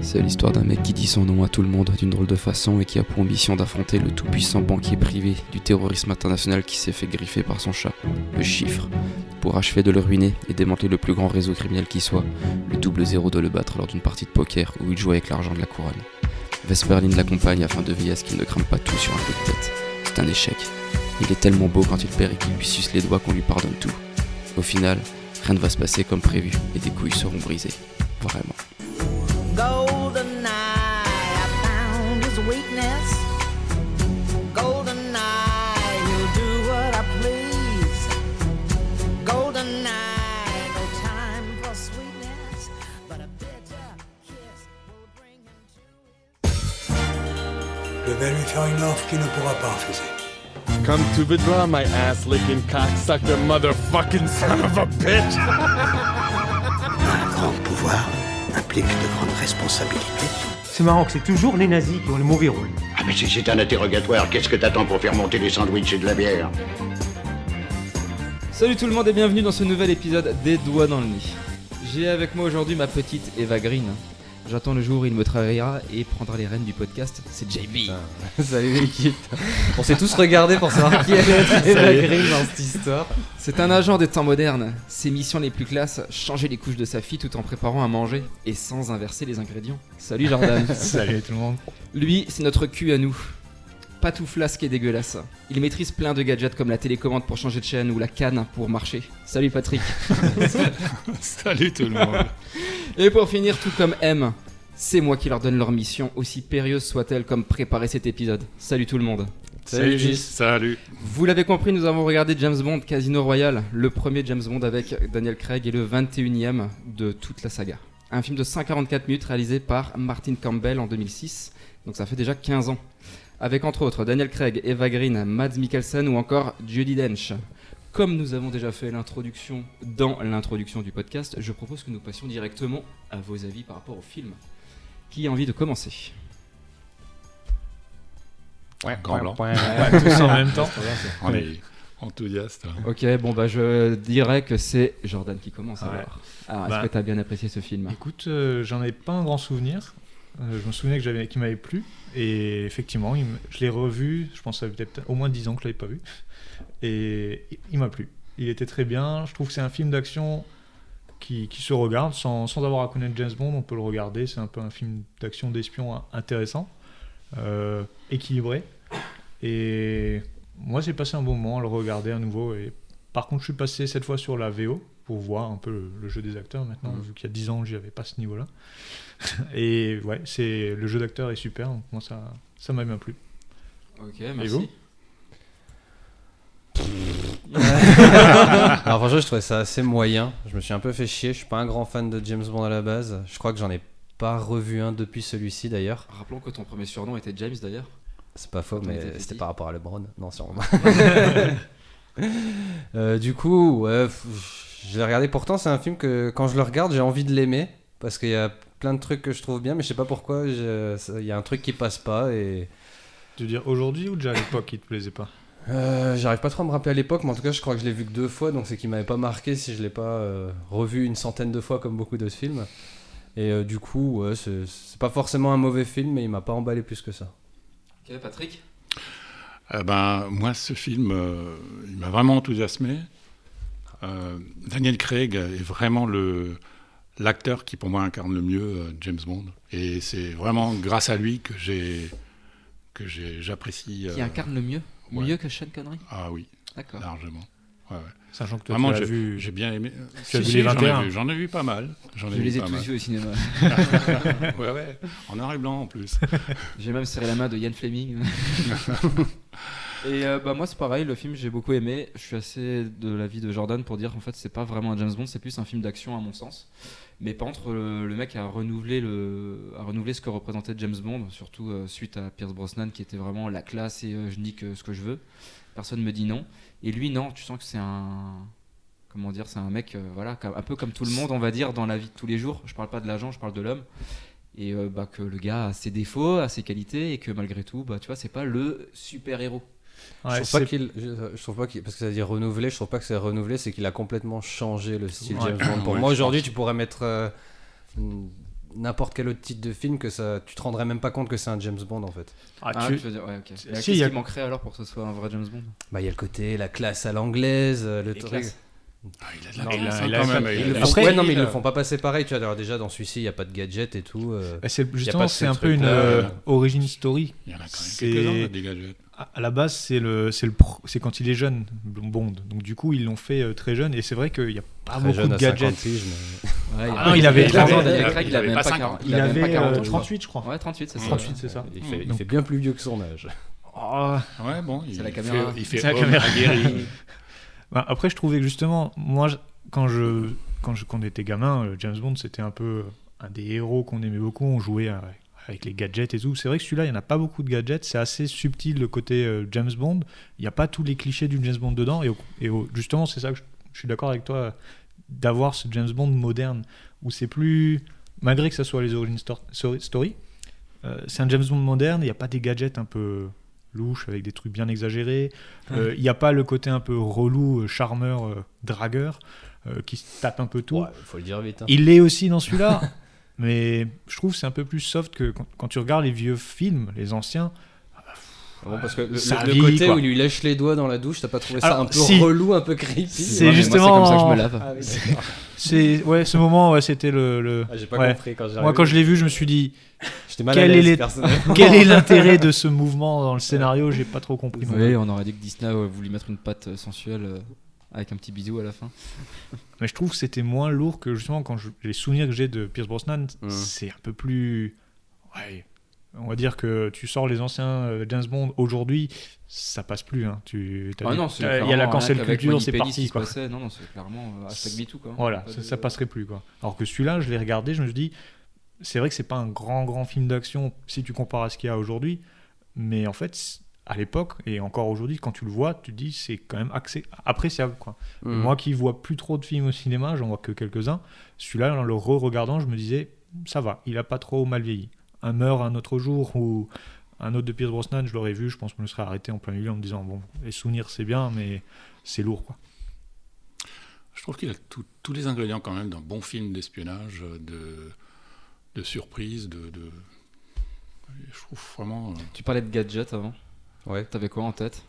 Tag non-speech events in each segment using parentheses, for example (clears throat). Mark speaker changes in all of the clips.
Speaker 1: C'est l'histoire d'un mec qui dit son nom à tout le monde d'une drôle de façon et qui a pour ambition d'affronter le tout-puissant banquier privé du terrorisme international qui s'est fait griffer par son chat, le chiffre, pour achever de le ruiner et démanteler le plus grand réseau criminel qui soit, le double zéro de le battre lors d'une partie de poker où il joue avec l'argent de la couronne. Vesperline l'accompagne afin de veiller à ce qu'il ne crame pas tout sur un coup de tête. C'est un échec. Il est tellement beau quand il perd et qu'il lui suce les doigts qu'on lui pardonne tout. Au final, rien ne va se passer comme prévu et des couilles seront brisées. Vraiment.
Speaker 2: Golden I found his weakness. Golden eye, he'll do what I please. Golden eye, no time for sweetness, but a bitter kiss will bring him to.
Speaker 3: Je vais lui faire une offre qu'il ne pourra pas refuser.
Speaker 4: Come to the draw, my ass licking cocksucker motherfucking (laughs) son of a bitch!
Speaker 5: Un grand pouvoir implique de grandes responsabilités.
Speaker 6: C'est marrant que c'est toujours les nazis qui ont le mauvais rôle.
Speaker 7: Ah mais si c'est un interrogatoire, qu'est-ce que t'attends pour faire monter les sandwichs et de la bière
Speaker 1: Salut tout le monde et bienvenue dans ce nouvel épisode des Doigts dans le Nid. J'ai avec moi aujourd'hui ma petite Eva Green. J'attends le jour où il me travaillera et prendra les rênes du podcast. C'est JB. (laughs)
Speaker 8: (laughs) Salut l'équipe. On s'est tous regardés pour savoir
Speaker 1: (laughs)
Speaker 8: qui allait être Eva Green dans cette histoire.
Speaker 1: C'est un agent des temps modernes. Ses missions les plus classes, changer les couches de sa fille tout en préparant à manger et sans inverser les ingrédients. Salut Jordan.
Speaker 8: (laughs) Salut tout le monde.
Speaker 1: Lui, c'est notre cul à nous. Pas tout flasque et dégueulasse. Il maîtrise plein de gadgets comme la télécommande pour changer de chaîne ou la canne pour marcher. Salut Patrick.
Speaker 9: Salut tout le monde.
Speaker 1: Et pour finir, tout comme M, c'est moi qui leur donne leur mission, aussi périlleuse soit-elle comme préparer cet épisode. Salut tout le monde.
Speaker 8: Salut, Gis.
Speaker 9: Salut.
Speaker 1: Vous l'avez compris, nous avons regardé James Bond Casino Royale, le premier James Bond avec Daniel Craig et le 21e de toute la saga. Un film de 144 minutes réalisé par Martin Campbell en 2006, donc ça fait déjà 15 ans. Avec entre autres Daniel Craig, Eva Green, Mads Mikkelsen ou encore Judy Dench. Comme nous avons déjà fait l'introduction dans l'introduction du podcast, je propose que nous passions directement à vos avis par rapport au film. Qui a envie de commencer
Speaker 9: Ouais, grand blanc.
Speaker 4: Ouais, tous en même temps.
Speaker 9: (laughs) On est enthousiaste. hein.
Speaker 1: Ok, bon bah je dirais que c'est Jordan qui commence
Speaker 4: Ouais.
Speaker 1: alors. Alors, Ah, est-ce
Speaker 4: Bah.
Speaker 1: que t'as bien apprécié ce film
Speaker 4: Écoute, euh, j'en avais pas un grand souvenir. Euh, je me souvenais que j'avais, qu'il m'avait plu. Et effectivement, il m- je l'ai revu, je pense que ça fait peut-être au moins 10 ans que je l'avais pas vu. Et il- il m'a plu. Il était très bien. Je trouve que c'est un film d'action qui, qui se regarde sans, sans avoir à connaître James Bond. On peut le regarder. C'est un peu un film d'action d'espion in- intéressant, euh, équilibré. Et moi, j'ai passé un bon moment à le regarder à nouveau. Et par contre, je suis passé cette fois sur la VO pour voir un peu le, le jeu des acteurs maintenant, vu qu'il y a 10 ans, j'y avais pas ce niveau-là. (laughs) et ouais, c'est le jeu d'acteur est super, donc moi ça, ça m'a bien plu.
Speaker 1: Ok,
Speaker 4: vous
Speaker 8: (laughs) Alors franchement, je trouvais ça assez moyen. Je me suis un peu fait chier. Je suis pas un grand fan de James Bond à la base. Je crois que j'en ai pas revu un depuis celui-ci d'ailleurs.
Speaker 1: Rappelons que ton premier surnom était James d'ailleurs.
Speaker 8: C'est pas faux,
Speaker 1: Quand on était
Speaker 8: mais c'était
Speaker 1: petit.
Speaker 8: par rapport à LeBron. Non, sûrement. euh, du coup, ouais, pff, je l'ai regardé. Pourtant, c'est un film que quand je le regarde, j'ai envie de l'aimer. Parce qu'il y a plein de trucs que je trouve bien, mais je sais pas pourquoi. je- ça- Il y a un truc qui passe pas. Et
Speaker 4: Tu veux dire aujourd'hui ou déjà à l'époque qui te plaisait pas
Speaker 8: Euh, J'arrive pas trop à me rappeler à l'époque, mais en tout cas, je crois que je l'ai vu que deux fois, donc c'est qu'il m'avait pas marqué si je l'ai pas euh, revu une centaine de fois comme beaucoup d'autres films. Et euh, du coup, ouais, c'est c'est pas forcément un mauvais film, mais il m'a pas emballé plus que ça.
Speaker 1: Ok, Patrick
Speaker 9: Eh ben, moi, ce film, euh, il m'a vraiment enthousiasmé. Euh, Daniel Craig est vraiment le l'acteur qui, pour moi, incarne le mieux euh, James Bond. Et c'est vraiment grâce à lui que j'ai que j'ai j'apprécie.
Speaker 1: Qui
Speaker 9: euh,
Speaker 1: incarne le mieux
Speaker 9: ouais.
Speaker 1: Mieux que Sean Connery
Speaker 9: Ah oui,
Speaker 1: D'accord.
Speaker 9: largement. Ouais, ouais.
Speaker 4: Sachant que toi,
Speaker 9: Vraiment,
Speaker 4: tu l'as
Speaker 9: j'ai
Speaker 4: vu.
Speaker 9: Ah, j'ai bien aimé. Euh,
Speaker 4: Tu as
Speaker 9: si,
Speaker 4: vu
Speaker 9: si,
Speaker 4: les
Speaker 9: j'en ai
Speaker 4: 21.
Speaker 9: vu- J'en ai vu pas mal. J'en ai
Speaker 1: Je
Speaker 9: vu
Speaker 1: les ai
Speaker 9: pas
Speaker 1: tous
Speaker 9: mal.
Speaker 1: vus au cinéma.
Speaker 9: Ouais, ouais. En noir et blanc
Speaker 1: (laughs)
Speaker 9: en plus.
Speaker 1: J'ai même serré la main de Ian Fleming. et euh, bah moi c'est pareil, le film j'ai beaucoup aimé. Je suis assez de l'avis de Jordan pour dire en fait c'est pas vraiment un James Bond, c'est plus un film d'action à mon sens. Mais par contre le, le mec a renouvelé le a renouvelé ce que représentait James Bond, surtout euh, suite à Pierce Brosnan qui était vraiment la classe et euh, je nique euh, ce que je veux. Personne me dit non. Et lui non, tu sens que c'est un comment dire, c'est un mec euh, voilà comme- un peu comme tout le monde on va dire dans la vie de tous les jours. Je parle pas de l'agent, je parle de l'homme et euh, bah, que le gars a ses défauts, a ses qualités, et que malgré tout, bah, tu vois, c'est pas le super-héros.
Speaker 4: Ouais,
Speaker 8: je trouve pas qu'il, je, je trouve pas qu'il, parce que ça dit renouvelé, je trouve pas que c'est renouvelé, c'est qu'il a complètement changé le style
Speaker 4: Ouais.
Speaker 8: James Bond. Pour
Speaker 9: Ouais,
Speaker 8: moi
Speaker 9: je
Speaker 8: aujourd'hui, tu pourrais mettre euh, une- n'importe quel autre titre de film que ça, tu te rendrais même pas compte que c'est un James Bond en fait.
Speaker 4: Ah,
Speaker 1: Ah,
Speaker 4: tu-
Speaker 1: tu veux dire, ouais, ok. Et
Speaker 4: Si,
Speaker 1: Qu'est-ce
Speaker 4: il y a-
Speaker 1: qui manquerait alors pour que ce soit un vrai James Bond
Speaker 8: Bah il y a le côté la classe à l'anglaise, euh, le
Speaker 1: Les
Speaker 8: truc.
Speaker 1: classes.
Speaker 9: Ah, il a de la
Speaker 8: Non,
Speaker 9: classe,
Speaker 4: il a-
Speaker 9: hein, quand
Speaker 4: il a-
Speaker 9: même,
Speaker 8: Ils
Speaker 9: il
Speaker 8: le
Speaker 9: a-
Speaker 8: font-
Speaker 4: Après,
Speaker 8: ouais, non mais ils
Speaker 4: il-
Speaker 8: le font pas passer pareil, tu vois. Alors déjà dans celui-ci il y a pas de gadget et tout. euh.
Speaker 4: Bah, c'est-
Speaker 8: pas
Speaker 4: justement,
Speaker 8: de ce
Speaker 4: c'est un peu
Speaker 8: truc-là,
Speaker 4: une
Speaker 9: euh,
Speaker 4: euh, origin story.
Speaker 9: il y en a quand même
Speaker 4: C'est-
Speaker 9: quelques-uns, là, des gadgets.
Speaker 4: À à la base, c'est le, c'est le, pro- c'est quand il est jeune, Bond. Donc du coup, ils l'ont fait euh, très jeune, et c'est vrai qu'il n'y a pas
Speaker 8: Très
Speaker 4: beaucoup
Speaker 8: jeune
Speaker 4: de
Speaker 8: à 50
Speaker 4: gadgets.
Speaker 8: piges, mais-
Speaker 1: Ouais,
Speaker 4: Ah non, il avait- il
Speaker 1: 30
Speaker 4: avait-
Speaker 1: ans, Daniel
Speaker 9: il
Speaker 1: Craig, il
Speaker 9: avait
Speaker 1: avait même
Speaker 9: pas
Speaker 1: pas
Speaker 9: 50,
Speaker 1: 40.
Speaker 4: Il
Speaker 1: avait même pas
Speaker 4: avait
Speaker 1: 40
Speaker 4: euh,
Speaker 1: ans, je crois.
Speaker 4: 38, je crois.
Speaker 1: Mmh. Ouais, 38, c'est ça.
Speaker 4: 38, c'est ça. Mm.
Speaker 8: Il, fait, il
Speaker 4: Donc-
Speaker 8: fait bien plus vieux que son âge.
Speaker 4: Oh,
Speaker 9: Ouais, bon, il
Speaker 1: la
Speaker 9: fait-
Speaker 1: caméra.
Speaker 9: Il fait
Speaker 4: C'est la
Speaker 9: homme
Speaker 4: caméra.
Speaker 9: aguerri.
Speaker 4: (laughs) Bah, après, je trouvais que justement, moi, je- quand je, quand je, quand on était gamin, euh, James Bond, c'était un peu un des héros qu'on aimait beaucoup. On jouait à- avec les gadgets et tout. C'est vrai que celui-là, il n'y en a pas beaucoup de gadgets. C'est assez subtil le côté euh, James Bond. Il n'y a pas tous les clichés du James Bond dedans. Et, au- et au- justement, c'est ça que je, je suis d'accord avec toi, euh, d'avoir ce James Bond moderne où c'est plus, malgré que ça soit les origines stor- story, story, euh, c'est un James Bond moderne. Il n'y a pas des gadgets un peu louches avec des trucs bien exagérés. Euh, Il n'y a pas le côté un peu relou, euh, charmeur, euh, dragueur, euh, qui se tape un peu tout.
Speaker 8: Ouais, faut le dire vite. hein.
Speaker 4: Il l'est aussi dans celui-là,
Speaker 8: (laughs)
Speaker 4: mais je trouve que c'est un peu plus soft que quand, quand tu regardes les vieux films, les anciens.
Speaker 8: Ah bon, parce que le,
Speaker 4: Ça
Speaker 8: le- le
Speaker 4: vit,
Speaker 8: côté
Speaker 4: quoi.
Speaker 8: où il lui lèche les doigts dans la douche, t'as pas trouvé ça
Speaker 4: Alors,
Speaker 8: un peu
Speaker 4: si.
Speaker 8: relou, un peu creepy
Speaker 4: C'est
Speaker 1: Ouais, mais moi,
Speaker 4: justement-
Speaker 1: C'est comme ça que je me lave.
Speaker 8: Ah, oui, d'accord.
Speaker 4: C'est ouais, ce moment, ouais, c'était le. le-
Speaker 8: Ah, j'ai pas
Speaker 4: ouais.
Speaker 8: compris quand j'ai
Speaker 4: Moi, quand je l'ai vu, je me suis
Speaker 8: (laughs)
Speaker 4: dit,
Speaker 8: j'étais mal à
Speaker 4: quel
Speaker 8: l'aise,
Speaker 4: est les- (laughs)
Speaker 8: personnellement.
Speaker 4: quel est l'intérêt de ce mouvement dans le scénario J'ai pas trop compris. non
Speaker 1: Oui, on aurait dit que Disney aurait voulu mettre une patte euh, sensuelle euh, avec un petit bisou à la fin.
Speaker 4: Mais je trouve que c'était moins lourd que justement quand je- les souvenirs que j'ai de Pierce Brosnan,
Speaker 1: Mm.
Speaker 8: Mhm.
Speaker 4: c'est un peu plus. Ouais. On va dire que tu sors les anciens euh, James Bond aujourd'hui, ça passe plus. hein. Tu, t'as
Speaker 1: Ah
Speaker 4: des-
Speaker 1: non, c'est
Speaker 4: t'as- il y a
Speaker 1: clairement
Speaker 4: la
Speaker 1: un
Speaker 4: cancel
Speaker 1: hack avec
Speaker 4: culture,
Speaker 1: Wally
Speaker 4: c'est
Speaker 1: Pelli qui
Speaker 4: parti.
Speaker 1: se
Speaker 4: Quoi.
Speaker 1: passait. Non, non, c'est clairement euh, hashtag MeToo. quoi.
Speaker 4: Voilà,
Speaker 1: Pas
Speaker 4: ça,
Speaker 1: de-
Speaker 4: ça passerait plus. Quoi. Alors que celui-là, je l'ai regardé, je me suis dit, c'est vrai que c'est pas un grand, grand film d'action si tu compares à ce qu'il y a aujourd'hui, mais en fait, c'est- à l'époque et encore aujourd'hui, quand tu le vois, tu te dis, c'est quand même accé- appréciable. Quoi.
Speaker 1: Hmm.
Speaker 8: Mm.
Speaker 4: Et Moi qui vois plus trop de films au cinéma, j'en vois que quelques-uns. Celui-là, en le re-regardant, je me disais, ça va, il a pas trop mal vieilli. Un meurt un autre jour ou un autre de Pierce Brosnan, je l'aurais vu, je pense que je me serais arrêté en plein milieu en me disant, bon, les souvenirs c'est bien, mais c'est lourd quoi.
Speaker 9: Je trouve qu'il a tout- tous les ingrédients quand même d'un bon film d'espionnage, euh, de, de surprise, de, de- Je trouve vraiment... euh,
Speaker 1: Tu parlais de gadgets avant.
Speaker 8: Ouais.
Speaker 1: T'avais quoi en tête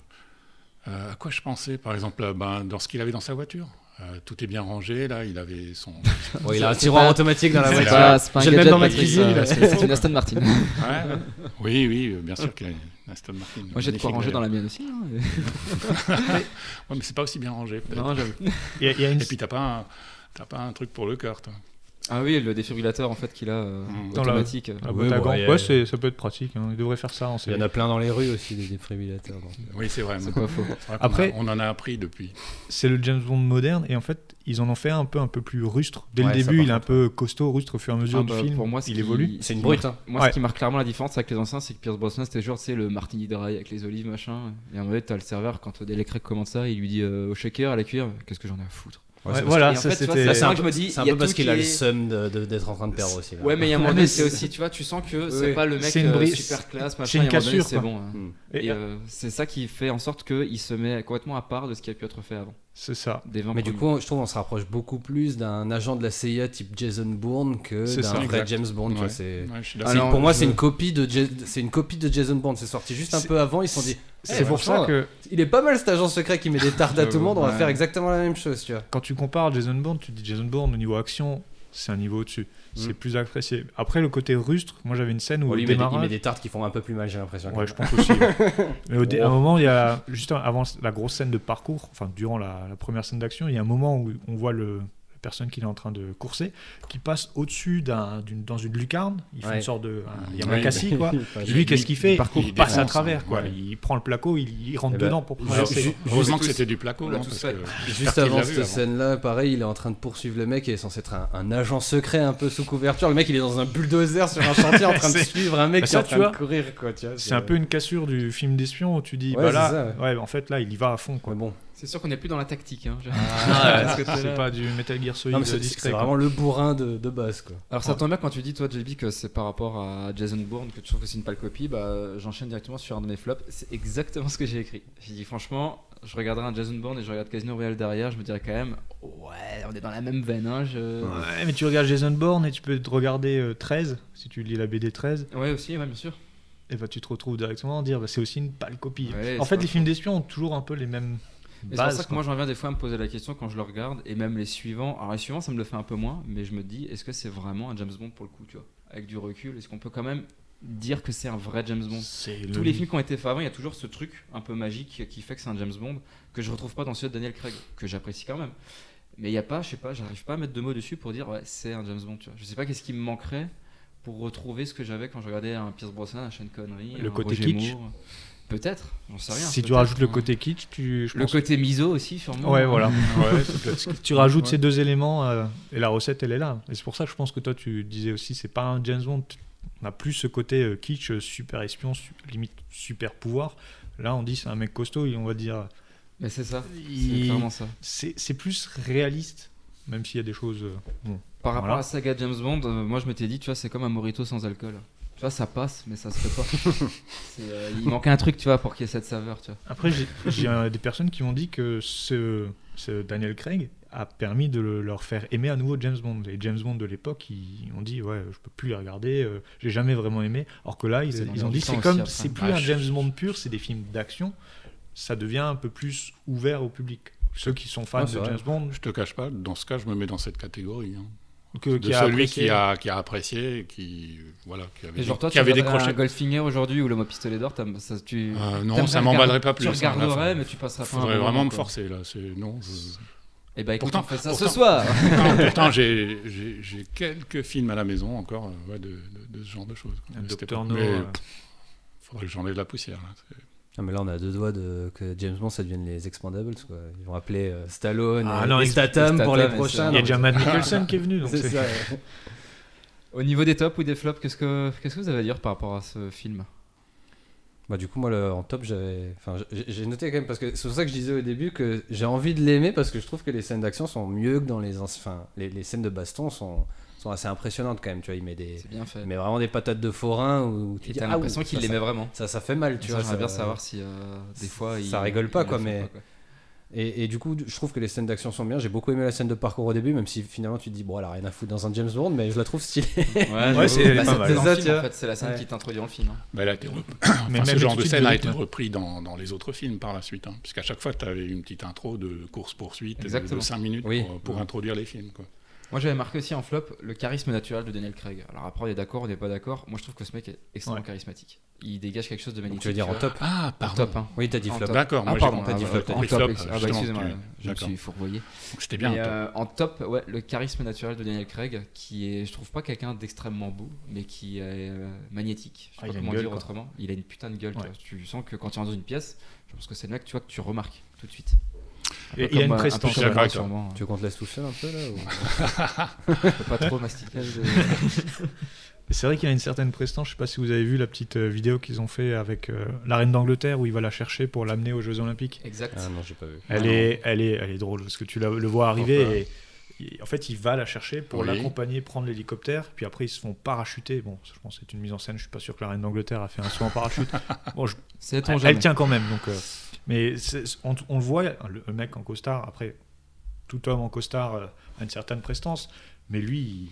Speaker 9: euh, à quoi je pensais, par exemple, euh, ben, dans ce qu'il avait dans sa voiture Euh, tout est bien rangé, là, il
Speaker 1: (laughs)
Speaker 9: avait son...
Speaker 8: Ouais, il a un
Speaker 1: C'est
Speaker 8: tiroir
Speaker 1: pas-
Speaker 8: automatique dans la
Speaker 1: Ah
Speaker 9: c'est
Speaker 8: voiture.
Speaker 9: pas-
Speaker 8: J'ai le même dans ma
Speaker 1: Patrick,
Speaker 8: cuisine,
Speaker 1: ça,
Speaker 8: là,
Speaker 1: C'est c'est une Aston Martin. Moi,
Speaker 9: Ouais, ouais. oui, oui, euh, bien sûr qu'il a une Aston Martin.
Speaker 1: j'ai de quoi
Speaker 9: magnifique,
Speaker 1: ranger dans
Speaker 9: d'ailleurs.
Speaker 1: la mienne aussi. hein.
Speaker 9: Ouais, mais c'est pas aussi bien rangé, peut-être.
Speaker 1: Non, j'avoue.
Speaker 4: Il y a- il y a une-
Speaker 9: Et puis, t'as pas, un- t'as pas un truc pour le cœur, toi.
Speaker 1: Ah oui, le défibrillateur en fait qu'il a euh,
Speaker 9: Mm.
Speaker 4: Dans la-
Speaker 1: automatique.
Speaker 4: Ah,
Speaker 8: Ouais,
Speaker 4: bah, t'as
Speaker 8: bon,
Speaker 4: grand-
Speaker 8: y a-
Speaker 4: ouais, c'est- ça peut être pratique. hein. Il devrait faire ça en
Speaker 8: Il y en
Speaker 4: série.
Speaker 8: a plein dans les rues aussi, des défibrillateurs. donc. euh,
Speaker 9: Oui, c'est vrai.
Speaker 1: C'est pas faux.
Speaker 9: C'est vrai qu'on
Speaker 4: Après-
Speaker 9: a- on en a appris depuis.
Speaker 4: C'est le James Bond moderne et en fait, ils en ont fait un peu un peu plus rustre. Dès le
Speaker 8: Ouais, ça,
Speaker 4: début,
Speaker 8: par
Speaker 4: il est un peu costaud, rustre au fur et à mesure
Speaker 1: Ah,
Speaker 4: du
Speaker 1: bah,
Speaker 4: film.
Speaker 1: Pour moi, ce
Speaker 4: il
Speaker 1: qui-
Speaker 4: évolue.
Speaker 8: C'est une brute, hein.
Speaker 1: Moi,
Speaker 4: Ouais.
Speaker 1: ce qui marque clairement la différence avec les anciens, c'est que Pierce Brosnan, c'était genre, c'est le martini dry avec les olives, machin. Et à un moment donné, t'as le serveur, quand euh, Daniel Craig commande ça, il lui dit euh, au shaker, à la cuillère, qu'est-ce que j'en ai à foutre
Speaker 4: Ouais, voilà,
Speaker 1: Et en
Speaker 4: ça
Speaker 1: fait, tu vois,
Speaker 4: c'était.
Speaker 1: c'est
Speaker 8: un
Speaker 1: moi
Speaker 8: peu-
Speaker 1: que je me dis,
Speaker 8: C'est un
Speaker 1: il y a
Speaker 8: peu parce
Speaker 1: tout
Speaker 8: qu'il
Speaker 1: qui
Speaker 8: a le
Speaker 1: est-
Speaker 8: seum de- de- d'être en train de perdre aussi. là.
Speaker 1: Ouais, mais il y a un moment
Speaker 4: Ah,
Speaker 1: donné,
Speaker 4: mais
Speaker 1: c'est
Speaker 4: c'est-
Speaker 1: aussi, tu vois, tu sens que
Speaker 8: Oui,
Speaker 1: c'est
Speaker 8: oui.
Speaker 1: pas le mec
Speaker 4: C'est une
Speaker 1: euh,
Speaker 4: brise-
Speaker 1: super classe, machin.
Speaker 4: c'est une
Speaker 1: et à un moment donné,
Speaker 4: cassure,
Speaker 1: C'est
Speaker 4: quoi.
Speaker 1: bon. hein.
Speaker 8: Mm.
Speaker 4: Et-
Speaker 1: Et euh, c'est ça qui fait en sorte qu'il se met complètement à part de ce qui a pu être fait avant.
Speaker 4: C'est
Speaker 9: Eh,
Speaker 4: ça.
Speaker 1: Des 20
Speaker 8: Mais du
Speaker 1: premiers.
Speaker 8: coup, on- je trouve on se rapproche beaucoup plus d'un agent de la CIA type Jason Bourne que
Speaker 4: C'est ça.
Speaker 8: d'un vrai
Speaker 9: Exact.
Speaker 8: James Bond. tu vois,
Speaker 9: Ouais.
Speaker 8: c'est-
Speaker 9: Ouais, je suis
Speaker 8: c'est-
Speaker 9: d'accord.
Speaker 1: Ah non,
Speaker 8: pour moi,
Speaker 1: je-
Speaker 8: c'est une copie de Ja- c'est une copie de Jason Bourne. C'est sorti juste un
Speaker 4: C'est-
Speaker 8: peu avant. Ils se sont dit,
Speaker 4: C'est pour
Speaker 8: franchement,
Speaker 4: ça que
Speaker 8: il est pas mal cet agent secret qui met des tartes à tout le monde. On va
Speaker 1: Ouais.
Speaker 8: faire exactement la même chose, tu vois.
Speaker 4: quand tu compares Jason Bourne, tu te dis Jason Bourne au niveau action, c'est un niveau au-dessus.
Speaker 1: Hmm.
Speaker 4: C'est plus apprécié. Après, le côté rustre, moi j'avais une scène où
Speaker 8: Bon,
Speaker 1: Oh,
Speaker 4: au
Speaker 8: lui, il, met des, il
Speaker 4: démarrage.
Speaker 8: met des tartes qui font un peu plus mal, j'ai l'impression.
Speaker 4: Ouais, je pense aussi.
Speaker 1: (laughs)
Speaker 4: ouais. Mais au dé-
Speaker 1: Oh.
Speaker 4: à un moment, il y a juste avant la grosse scène de parcours, enfin durant la, la première scène d'action, il y a un moment où on voit le la personne qu'il est en train de courser, qui passe au-dessus d'un, d'une, dans une lucarne, il fait
Speaker 8: Ouais.
Speaker 4: une sorte de un
Speaker 8: Ouais,
Speaker 4: Yamakasi (laughs)
Speaker 8: mais-
Speaker 4: quoi.
Speaker 1: (laughs)
Speaker 8: Enfin,
Speaker 4: Lui, qu'est-ce qu'il fait
Speaker 9: Il parcourt.
Speaker 4: Il passe à
Speaker 9: défonce,
Speaker 4: travers
Speaker 9: hein.
Speaker 4: quoi.
Speaker 9: Ouais.
Speaker 4: Il prend le placo, il, il rentre
Speaker 8: Eh ben,
Speaker 4: dedans pour
Speaker 9: Alors,
Speaker 4: traverser.
Speaker 9: Heureusement
Speaker 1: Tous-
Speaker 9: que c'était du placo.
Speaker 1: on l'a
Speaker 9: hein,
Speaker 1: tous
Speaker 9: parce
Speaker 1: fait.
Speaker 9: que
Speaker 8: Juste
Speaker 9: J'espère qu'il
Speaker 8: avant
Speaker 9: l'a vu
Speaker 8: cette
Speaker 9: avant.
Speaker 8: scène-là, pareil, il est en train de poursuivre le mec et il est censé être un, un agent secret un peu sous couverture. Le mec, il est dans un bulldozer sur un chantier en train de
Speaker 4: (laughs) C'est-
Speaker 8: suivre un mec
Speaker 4: Bah
Speaker 8: qui est en
Speaker 4: ça,
Speaker 8: train
Speaker 4: tu vois,
Speaker 8: de courir, quoi. tu vois,
Speaker 4: C'est un peu une cassure du film d'espion où tu dis
Speaker 8: Ouais,
Speaker 4: bah
Speaker 8: c'est
Speaker 4: là,
Speaker 8: ça,
Speaker 4: ouais, en fait là il y va à fond quoi.
Speaker 8: Mais bon,
Speaker 10: C'est sûr qu'on n'est plus dans la tactique. hein.
Speaker 4: Ah, (laughs)
Speaker 10: Parce que t'es
Speaker 4: c'est
Speaker 10: là.
Speaker 4: pas du Metal Gear Solid
Speaker 8: Non, mais c'est
Speaker 4: discret.
Speaker 8: c'est
Speaker 4: quoi.
Speaker 8: vraiment le bourrin de, de base, quoi.
Speaker 1: Alors ça tombe bien quand tu dis toi JB que c'est par rapport à Jason Bourne que tu trouves que c'est une pâle copie, bah j'enchaîne directement sur un de mes flops, c'est exactement ce que j'ai écrit. J'ai dit franchement, je regarderai un Jason Bourne et je regarde Casino Royale derrière, je me dirais quand même ouais, on est dans la même veine hein, je... ouais.
Speaker 4: Ouais, mais tu regardes Jason Bourne et tu peux te regarder euh, 13, si tu lis la BD 13,
Speaker 1: aussi, ouais, bien sûr.
Speaker 4: et bah tu te retrouves directement à dire bah, c'est aussi une pâle copie.
Speaker 1: Ouais,
Speaker 4: en
Speaker 1: c'est
Speaker 4: fait,
Speaker 1: vrai.
Speaker 4: les films d'espions ont toujours un peu les mêmes.
Speaker 1: Mais c'est pour
Speaker 4: bases,
Speaker 1: ça que
Speaker 4: quoi.
Speaker 1: moi j'en viens des fois à me poser la question quand je le regarde et même les suivants. Alors les suivants ça me le fait un peu moins, mais je me dis est-ce que c'est vraiment un James Bond pour le coup, tu vois Avec du recul, est-ce qu'on peut quand même dire que c'est un vrai James Bond
Speaker 4: C'est
Speaker 1: Tous
Speaker 4: le-
Speaker 1: les films qui ont été faits avant, il y a toujours ce truc un peu magique qui fait que c'est un James Bond que je retrouve pas dans ceux de Daniel Craig, que j'apprécie quand même. Mais il y a pas, je sais pas, j'arrive pas à mettre deux mots dessus pour dire ouais, c'est un James Bond, tu vois. Je sais pas qu'est-ce qui me manquerait pour retrouver ce que j'avais quand je regardais un Pierce Brosnan, un Sean Connery,
Speaker 4: Le
Speaker 1: un
Speaker 4: côté
Speaker 1: Roger
Speaker 4: kitsch.
Speaker 1: Moore. Peut-être, j'en sais rien.
Speaker 4: Si tu
Speaker 1: peut-être,
Speaker 4: rajoutes le
Speaker 1: hein.
Speaker 4: côté kitsch, tu. je
Speaker 1: le
Speaker 4: pense-
Speaker 1: côté miso aussi sûrement.
Speaker 4: Ouais, voilà.
Speaker 9: Ouais, ça peut être-
Speaker 4: tu rajoutes
Speaker 9: Ouais.
Speaker 4: ces deux éléments euh, et la recette, elle est là. Et c'est pour ça que je pense que toi, tu disais aussi, c'est pas un James Bond. Tu- On a plus ce côté euh, kitsch, euh, super espion, su- limite super pouvoir. Là, on dit c'est un mec costaud et on va dire
Speaker 1: Mais c'est ça, c'est
Speaker 4: Il-
Speaker 1: clairement ça.
Speaker 4: c'est c'est plus réaliste, même s'il y a des choses. euh,
Speaker 1: Par rapport
Speaker 4: Voilà.
Speaker 1: à la saga James Bond, euh, moi je m'étais dit, tu vois, c'est comme un morito sans alcool. Tu vois, ça passe, mais ça se fait pas.
Speaker 4: (laughs)
Speaker 1: C'est, euh, il manque un truc, tu vois, pour qu'il y ait cette saveur, tu vois.
Speaker 4: Après, j'ai- j'ai euh, des personnes qui m'ont dit que ce, ce Daniel Craig a permis de le- leur faire aimer à nouveau James Bond. Les James Bond de l'époque, ils ont dit ouais, je peux plus les regarder, euh, j'ai jamais vraiment aimé. Alors que là, ils,
Speaker 1: C'est dans
Speaker 4: ils
Speaker 1: l'air
Speaker 4: ont
Speaker 1: du
Speaker 4: dit
Speaker 1: temps
Speaker 4: c'est
Speaker 1: aussi,
Speaker 4: comme
Speaker 1: après.
Speaker 4: c'est plus
Speaker 9: Ah,
Speaker 4: un
Speaker 9: je-
Speaker 4: James Bond pur, c'est des films d'action, ça devient un peu plus ouvert au public. Ceux qui sont fans
Speaker 8: Ah,
Speaker 4: de
Speaker 8: c'est vrai.
Speaker 4: James Bond,
Speaker 9: Je te cache pas, dans ce cas, je me mets dans cette catégorie. hein.
Speaker 4: que,
Speaker 9: De
Speaker 4: qui a
Speaker 9: celui
Speaker 4: apprécié-
Speaker 9: qui a, qui a apprécié, et qui, voilà, qui avait,
Speaker 1: Et genre toi,
Speaker 9: qui
Speaker 1: tu
Speaker 9: avait
Speaker 1: regarderais un
Speaker 9: décroché.
Speaker 1: Goldfinger aujourd'hui ou le mot pistolet d'or, t'as- ça,
Speaker 4: Ah,
Speaker 1: tu...
Speaker 9: Euh, non,
Speaker 1: t'aimerais
Speaker 9: ça
Speaker 1: regarder-
Speaker 9: m'emballerait pas plus.
Speaker 1: Tu
Speaker 9: hein, là,
Speaker 1: regarderais,
Speaker 9: faut-
Speaker 1: mais tu passeras pas un
Speaker 9: faudrait
Speaker 1: bon
Speaker 9: vraiment
Speaker 1: moment,
Speaker 9: me
Speaker 1: quoi.
Speaker 9: forcer là. c'est- Non, je-
Speaker 1: Eh ben écoute,
Speaker 9: Pourtant-
Speaker 1: on fait ça
Speaker 9: pourtant-
Speaker 1: ce soir
Speaker 9: Pourtant- pourtant, j'ai- j'ai j'ai quelques films à la maison encore euh, ouais, de, de- de ce genre de choses. quoi,
Speaker 4: Un
Speaker 9: de cette
Speaker 4: Dr.
Speaker 9: époque.
Speaker 4: No,
Speaker 9: Mais,
Speaker 4: euh.
Speaker 9: pff, faudrait que j'enlève la poussière. là, c'est-
Speaker 8: Ah, mais là, on a deux doigts de que James Bond, ça devienne les Expandables, quoi. Ils vont appeler euh, Stallone
Speaker 4: Ah
Speaker 8: et,
Speaker 4: non,
Speaker 8: et
Speaker 4: ex-
Speaker 8: Statham pour
Speaker 1: Statham,
Speaker 8: les
Speaker 1: et
Speaker 8: prochains.
Speaker 1: c'est-
Speaker 4: il y a
Speaker 8: Non,
Speaker 4: déjà Matt Nicholson qui est venu. donc
Speaker 8: c'est
Speaker 4: c'est-
Speaker 8: ça.
Speaker 1: Au niveau des tops ou des flops, qu'est-ce que, qu'est-ce que vous avez à dire par rapport à ce film
Speaker 8: Bah, du coup, moi, le- en top, j'avais. Enfin, j'ai- j'ai noté quand même, parce que c'est pour ça que je disais au début que j'ai envie de l'aimer, parce que je trouve que les scènes d'action sont mieux que dans les. anci- Enfin, les, les scènes de baston sont, sont assez impressionnantes quand même, tu vois. Il met, des,
Speaker 1: C'est bien fait.
Speaker 8: il met vraiment des patates de forain où tu
Speaker 1: Et
Speaker 8: dis,
Speaker 1: t'as
Speaker 8: ah,
Speaker 1: l'impression
Speaker 8: ouh,
Speaker 1: qu'il
Speaker 8: ça,
Speaker 1: l'aimait vraiment.
Speaker 8: Ça, ça fait mal, tu vois.
Speaker 1: J'aimerais
Speaker 8: ça-
Speaker 1: bien savoir si euh, des fois il.
Speaker 8: ça rigole pas,
Speaker 1: il le
Speaker 8: quoi,
Speaker 1: fait
Speaker 8: mais- Et, et du coup, je trouve que les scènes d'action sont bien. J'ai beaucoup aimé la scène de parcours au début, même si finalement tu te dis, bon, elle a rien à foutre dans un James Bond, mais je la trouve stylée.
Speaker 1: Ouais,
Speaker 4: Ouais, c'est-
Speaker 1: j'avoue.
Speaker 4: pas mal.
Speaker 1: dans le
Speaker 8: C'est ça,
Speaker 1: film,
Speaker 8: tu vois.
Speaker 1: en fait, c'est la scène
Speaker 8: Ouais.
Speaker 1: qui t'introduit dans le film. hein.
Speaker 9: Bah, elle a été re-
Speaker 4: Mais
Speaker 9: enfin,
Speaker 4: même
Speaker 9: ce genre
Speaker 4: tout
Speaker 9: de
Speaker 4: suite,
Speaker 9: scène a
Speaker 4: le
Speaker 9: été
Speaker 4: rythme.
Speaker 9: repris dans, dans les autres films par la suite. hein. Puisqu'à chaque fois, tu avais une petite intro de course-poursuite de
Speaker 1: Exactement.
Speaker 9: 5 minutes
Speaker 8: Oui.
Speaker 9: pour, pour
Speaker 8: Ouais.
Speaker 9: introduire les films. Quoi.
Speaker 1: Moi j'avais marqué aussi en flop le charisme naturel de Daniel Craig. Alors après on est d'accord, on n'est pas d'accord. Moi je trouve que ce mec est extrêmement
Speaker 4: Ouais.
Speaker 1: charismatique. Il dégage quelque chose de
Speaker 8: Donc,
Speaker 1: magnifique.
Speaker 8: tu veux dire en
Speaker 1: vois.
Speaker 8: top
Speaker 9: Ah,
Speaker 1: En
Speaker 9: pardon.
Speaker 1: top hein.
Speaker 8: Oui, t'as dit
Speaker 1: En
Speaker 8: flop.
Speaker 1: top.
Speaker 9: D'accord, moi
Speaker 1: ah
Speaker 9: j'ai
Speaker 1: pardon,
Speaker 9: compris.
Speaker 1: ah,
Speaker 8: dit
Speaker 1: voilà,
Speaker 8: flop, t'as
Speaker 1: en
Speaker 9: compris
Speaker 1: top,
Speaker 9: flop,
Speaker 1: ex- ah bah
Speaker 9: euh, justement,
Speaker 1: excusez-moi,
Speaker 9: tu-
Speaker 1: je me
Speaker 9: d'accord.
Speaker 1: suis fourvoyé.
Speaker 9: C'était bien.
Speaker 1: Mais,
Speaker 9: un peu.
Speaker 1: euh, en top, ouais, le charisme naturel de Daniel Craig, qui est, je trouve pas quelqu'un d'extrêmement beau, mais qui est euh, magnétique. Je sais
Speaker 4: Ah,
Speaker 1: pas
Speaker 4: il a
Speaker 1: comment
Speaker 4: une gueule,
Speaker 1: dire
Speaker 4: quoi.
Speaker 1: autrement. Il a une putain de gueule.
Speaker 4: Ouais.
Speaker 1: tu vois. Tu sens que quand tu rentres dans une pièce, je pense que c'est le mec, tu vois, que tu remarques tout de suite. Un
Speaker 4: Et
Speaker 1: peu
Speaker 4: il a
Speaker 1: comme,
Speaker 4: une
Speaker 1: euh, un peu
Speaker 4: prestance.
Speaker 1: comme
Speaker 9: D'accord
Speaker 1: Alain,
Speaker 9: avec toi.
Speaker 1: sûrement.
Speaker 8: Tu veux qu'on te laisse tout seul un peu là (laughs) ou-
Speaker 1: peux pas trop
Speaker 4: (laughs)
Speaker 1: mastiquer.
Speaker 4: Mais C'est vrai qu'il a une certaine prestance. Je sais pas si vous avez vu la petite euh, vidéo qu'ils ont fait avec euh, la reine d'Angleterre où il va la chercher pour l'amener aux Jeux Olympiques.
Speaker 1: Exact.
Speaker 8: Ah non, j'ai pas vu.
Speaker 4: Elle
Speaker 1: Ah
Speaker 4: est, elle est, elle est drôle parce que tu la- le vois arriver
Speaker 9: Pourquoi
Speaker 4: et, et en fait il va la chercher pour
Speaker 9: Oui.
Speaker 4: l'accompagner, prendre l'hélicoptère, puis après ils se font parachuter. Bon, je pense que c'est une mise en scène. Je suis pas sûr que la reine d'Angleterre a fait un saut en parachute. bon, je-
Speaker 1: C'est ton
Speaker 4: elle,
Speaker 1: jamais.
Speaker 4: tient quand même. Donc, euh, mais c'est- on, on le voit, le, le mec en costard. Après, tout homme en costard euh, a une certaine prestance, mais lui, il,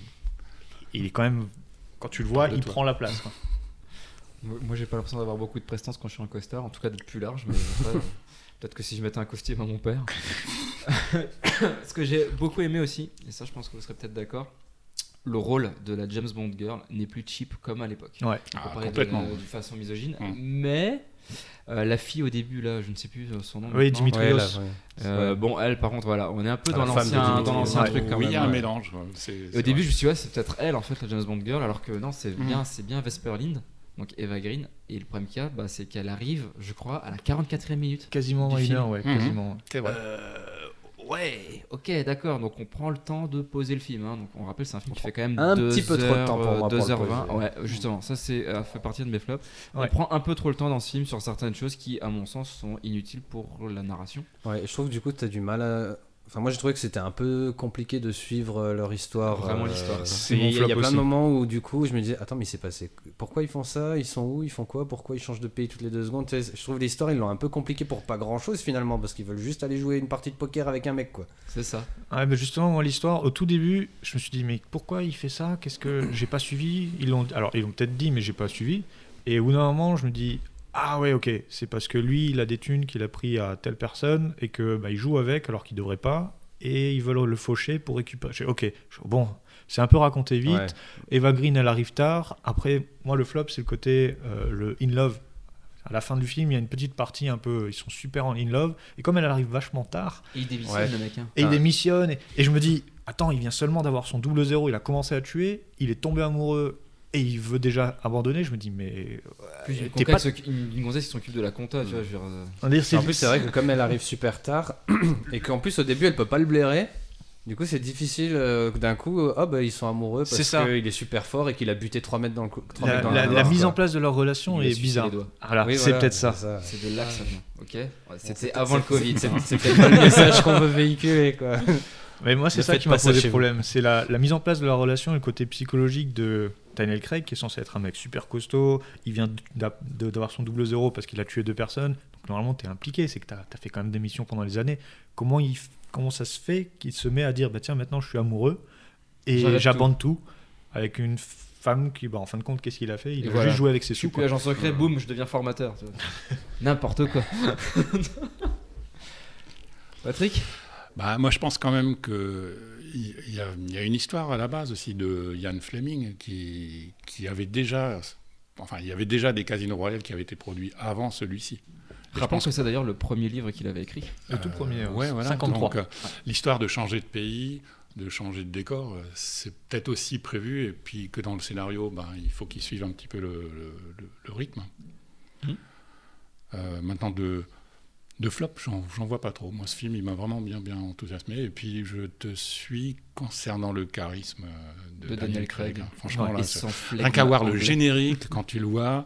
Speaker 4: il est quand même. Quand tu le vois,
Speaker 9: Parle de
Speaker 4: il
Speaker 9: toi.
Speaker 4: prend la place. quoi.
Speaker 1: Moi, moi, j'ai pas l'impression d'avoir beaucoup de prestance quand je suis en costard, en tout cas d'être plus large, mais (laughs) après, euh, peut-être que si je mettais un costume à mon père. (laughs) Ce que j'ai beaucoup aimé aussi, et ça je pense que vous serez peut-être d'accord, le rôle de la James Bond girl n'est plus cheap comme à l'époque.
Speaker 4: Ouais.
Speaker 1: On peut
Speaker 9: Ah,
Speaker 1: parler de-
Speaker 9: complètement.
Speaker 1: d'une façon misogyne,
Speaker 9: Mm.
Speaker 1: mais euh, la fille au début là, je ne sais plus son nom.
Speaker 4: Oui,
Speaker 1: maintenant.
Speaker 4: Dimitri. Trios.
Speaker 8: là, ouais.
Speaker 1: Euh,
Speaker 8: Ouais.
Speaker 1: Bon, elle par contre voilà, on est un peu
Speaker 8: Ah,
Speaker 1: dans
Speaker 8: la femme de
Speaker 1: l'ancien,
Speaker 8: Dimitri.
Speaker 1: dans l'ancien
Speaker 4: Ouais.
Speaker 1: truc quand
Speaker 9: oui, ah,
Speaker 1: même.
Speaker 9: il y a un
Speaker 1: ouais.
Speaker 9: mélange. ouais, c'est-
Speaker 1: Et
Speaker 9: c'est
Speaker 1: au début,
Speaker 9: vrai.
Speaker 1: je me suis dit, ouais, c'est peut-être elle en fait, la James Bond Girl, alors que non, c'est
Speaker 9: Mhm.
Speaker 1: bien, c'est bien Vesper Lind, donc Eva Green. Et le problème qu'il y a, bah, c'est qu'elle arrive, je crois, à la 44e minute.
Speaker 4: Quasiment
Speaker 1: Du
Speaker 4: une
Speaker 1: film.
Speaker 4: heure, ouais,
Speaker 9: Mhm.
Speaker 4: quasiment.
Speaker 9: C'est vrai.
Speaker 4: Euh,
Speaker 1: Ouais, ok, d'accord. Donc on prend le temps de poser le film. hein. Donc on rappelle, c'est un film qui fait quand même
Speaker 8: Un
Speaker 1: 2
Speaker 8: petit peu trop de temps pour moi, pour le
Speaker 1: 2h20.
Speaker 8: poser.
Speaker 1: Ouais, justement, ça c'est euh, fait partie de mes flops. On
Speaker 4: Ouais.
Speaker 1: prend un peu trop le temps dans ce film sur certaines choses qui, à mon sens, sont inutiles pour la narration.
Speaker 8: Ouais, je trouve que du coup, t'as du mal à. Enfin, moi, j'ai trouvé que c'était un peu compliqué de suivre euh, leur histoire.
Speaker 1: Vraiment l'histoire, ça.
Speaker 4: C'est
Speaker 8: Il y a-
Speaker 4: mon
Speaker 8: il y a,
Speaker 4: flop
Speaker 8: plein
Speaker 4: aussi.
Speaker 8: de moments où, du coup, je me disais, attends, mais c'est passé. Pourquoi ils font ça Ils sont où Ils font quoi Pourquoi ils changent de pays toutes les deux secondes Tu sais, Je trouve l'histoire, ils l'ont un peu compliqué pour pas grand chose finalement, parce qu'ils veulent juste aller jouer une partie de poker avec un mec, quoi.
Speaker 1: C'est ça.
Speaker 4: Ah Ouais, mais justement, moi, l'histoire, au tout début, je me suis dit, mais pourquoi il fait ça Qu'est-ce que j'ai pas suivi ils l'ont... Alors, ils l'ont peut-être dit, mais j'ai pas suivi. Et au bout d'un moment, je me dis, ah ouais, ok, c'est parce que lui, il a des thunes qu'il a pris à telle personne et que bah, il joue avec alors qu'il devrait pas. Et ils veulent le faucher pour récupérer. Je fais, ok, Je fais, bon, c'est un peu raconté vite.
Speaker 8: Ouais.
Speaker 4: Eva Green, elle arrive tard. Après, moi, le flop, c'est le côté euh, le in love. À la fin du film, il y a une petite partie un peu. Ils sont super en in love. Et comme elle arrive vachement tard,
Speaker 1: Et il démissionne
Speaker 8: Ouais.
Speaker 1: le mec. hein.
Speaker 4: et
Speaker 8: Ah.
Speaker 4: il démissionne. Et, et je me dis, attends, il vient seulement d'avoir son double zéro. Il a commencé à tuer, il est tombé amoureux et il veut déjà abandonner. Je me dis, mais.
Speaker 1: Plus une,
Speaker 4: t'es
Speaker 1: conquête,
Speaker 4: pas-
Speaker 1: s'occu- une, une gonzesse qui s'occupe de la compta, tu vois. je veux dire, euh,
Speaker 8: En plus, c'est vrai que comme elle arrive super tard, (clears throat) et qu'en plus, au début, elle peut pas le blairer. Du coup, c'est difficile euh, d'un coup. euh, Ah bah ils sont amoureux
Speaker 4: C'est
Speaker 8: parce
Speaker 4: ça.
Speaker 8: qu'il est super fort et qu'il a buté 3 mètres dans le cou- trois
Speaker 4: La,
Speaker 8: mètres dans
Speaker 4: la- la
Speaker 8: couloir,
Speaker 4: mise
Speaker 8: quoi.
Speaker 4: en place de leur relation
Speaker 1: Il
Speaker 4: est
Speaker 1: essuie les
Speaker 4: bizarre.
Speaker 1: doigts.
Speaker 4: Voilà,
Speaker 8: Oui,
Speaker 4: c'est
Speaker 8: voilà,
Speaker 4: peut-être ça.
Speaker 1: C'est de là que ça vient. Ok Ouais, Bah, C'était
Speaker 8: c'est-
Speaker 1: avant le
Speaker 8: c'est-
Speaker 1: Covid. (laughs) hein.
Speaker 8: C'est peut-être pas le message qu'on veut véhiculer, quoi.
Speaker 4: Mais moi, c'est
Speaker 8: Ne
Speaker 4: ça
Speaker 8: faites
Speaker 4: qui m'a
Speaker 8: pas ça
Speaker 4: posé
Speaker 8: chez vous.
Speaker 4: problème. C'est la, la mise en place de la relation et le côté psychologique de Daniel Craig, qui est censé être un mec super costaud. Il vient d'a- de- d'avoir son double zéro parce qu'il a tué deux personnes. Donc, normalement, t'es impliqué. C'est que t'as as fait quand même des missions pendant les années. Comment, il, f- comment ça se fait qu'il se met à dire bah, Tiens, maintenant, je suis amoureux et
Speaker 1: J'arrête
Speaker 4: j'abandonne tout. avec une femme qui, bah, en fin de compte, qu'est-ce qu'il a fait Il
Speaker 1: Et
Speaker 4: a
Speaker 1: voilà.
Speaker 4: juste joué avec ses
Speaker 1: Je suis
Speaker 4: sous.
Speaker 1: plus
Speaker 4: quoi.
Speaker 1: agent secret, boum, je deviens formateur. tu vois. N'importe
Speaker 8: (laughs)
Speaker 1: quoi. Patrick
Speaker 9: Bah, moi, je pense quand même qu'il y, a- il y a une histoire à la base aussi de Ian Fleming qui, qui avait déjà. Enfin, il y avait déjà des Casinos Royales qui avaient été produits avant celui-ci. Et je
Speaker 1: Rappelons
Speaker 9: pense
Speaker 1: que c'est d'ailleurs le premier livre qu'il avait écrit.
Speaker 4: Le tout premier,
Speaker 1: hein.
Speaker 9: ouais, voilà.
Speaker 4: 53.
Speaker 9: Donc, euh, l'histoire de changer de pays, de changer de décor, euh, c'est peut-être aussi prévu. Et puis que dans le scénario, ben, il faut qu'ils suivent un petit peu le, le- le- le rythme. Hum.
Speaker 1: Mhm.
Speaker 9: Euh, maintenant, de, de flop, j'en j'en vois pas trop. Moi, ce film, il m'a vraiment bien, bien enthousiasmé. Et puis, je te suis concernant le charisme euh, de, Daniel, Craig. Hein, Franchement,
Speaker 1: Ouais,
Speaker 9: là,
Speaker 1: et
Speaker 9: c'est-
Speaker 1: sans flegme
Speaker 9: Rien qu'à voir le
Speaker 1: anglais.
Speaker 9: générique, quand tu le vois,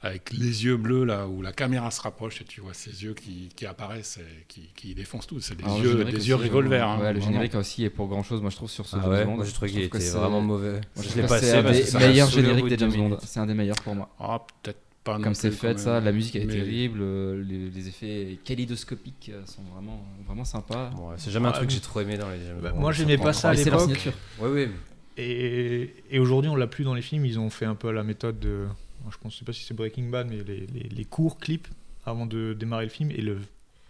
Speaker 9: avec les yeux bleus, là, où la caméra se rapproche et tu vois ses yeux qui, qui apparaissent et qui, qui défoncent tout. C'est des
Speaker 1: Alors, Ah, le
Speaker 9: yeux,
Speaker 1: générique
Speaker 9: des yeux
Speaker 1: aussi,
Speaker 9: revolver.
Speaker 1: vraiment.
Speaker 9: hein,
Speaker 1: Ouais, le
Speaker 9: vraiment.
Speaker 1: générique aussi est pour grand chose, moi je trouve, sur ce
Speaker 8: Ah
Speaker 1: James
Speaker 8: ouais,
Speaker 1: Bond.
Speaker 8: moi j'ai trouvé
Speaker 1: Je
Speaker 8: qu'il
Speaker 1: trouve que
Speaker 8: était
Speaker 1: c'est-
Speaker 8: vraiment mauvais.
Speaker 1: moi, je
Speaker 8: je
Speaker 1: trouve
Speaker 8: l'ai
Speaker 1: que
Speaker 8: passé
Speaker 1: C'est un
Speaker 8: parce que
Speaker 1: des
Speaker 8: ça
Speaker 1: meilleurs
Speaker 8: m'a saoulé au
Speaker 1: génériques
Speaker 8: bout
Speaker 1: des
Speaker 8: de deux
Speaker 1: James Bond.
Speaker 8: minutes.
Speaker 1: C'est un des meilleurs pour moi.
Speaker 9: Ah, peut-être pas non
Speaker 1: Comme c'est
Speaker 9: plus,
Speaker 1: fait,
Speaker 9: quand
Speaker 1: ça,
Speaker 9: même.
Speaker 1: la musique elle est
Speaker 9: Mais-
Speaker 1: terrible, euh, les, les effets kaléidoscopiques euh, sont vraiment, vraiment sympas.
Speaker 8: Bon, ouais, c'est jamais un
Speaker 4: Ah,
Speaker 8: truc que
Speaker 4: oui.
Speaker 8: j'ai trop aimé dans les James
Speaker 4: Bah,
Speaker 8: Bond,
Speaker 4: moi,
Speaker 8: je
Speaker 4: j'aimais
Speaker 8: comprends.
Speaker 4: pas ça à
Speaker 1: Mais c'est leur
Speaker 4: l'époque.
Speaker 1: signature.
Speaker 8: Ouais, ouais. mais-
Speaker 4: Et, et aujourd'hui, on l'a plus dans les films. Ils ont fait un peu la méthode de. Je pense, je sais pas si c'est Breaking Bad, mais les, les- les courts clips avant de démarrer le film et le,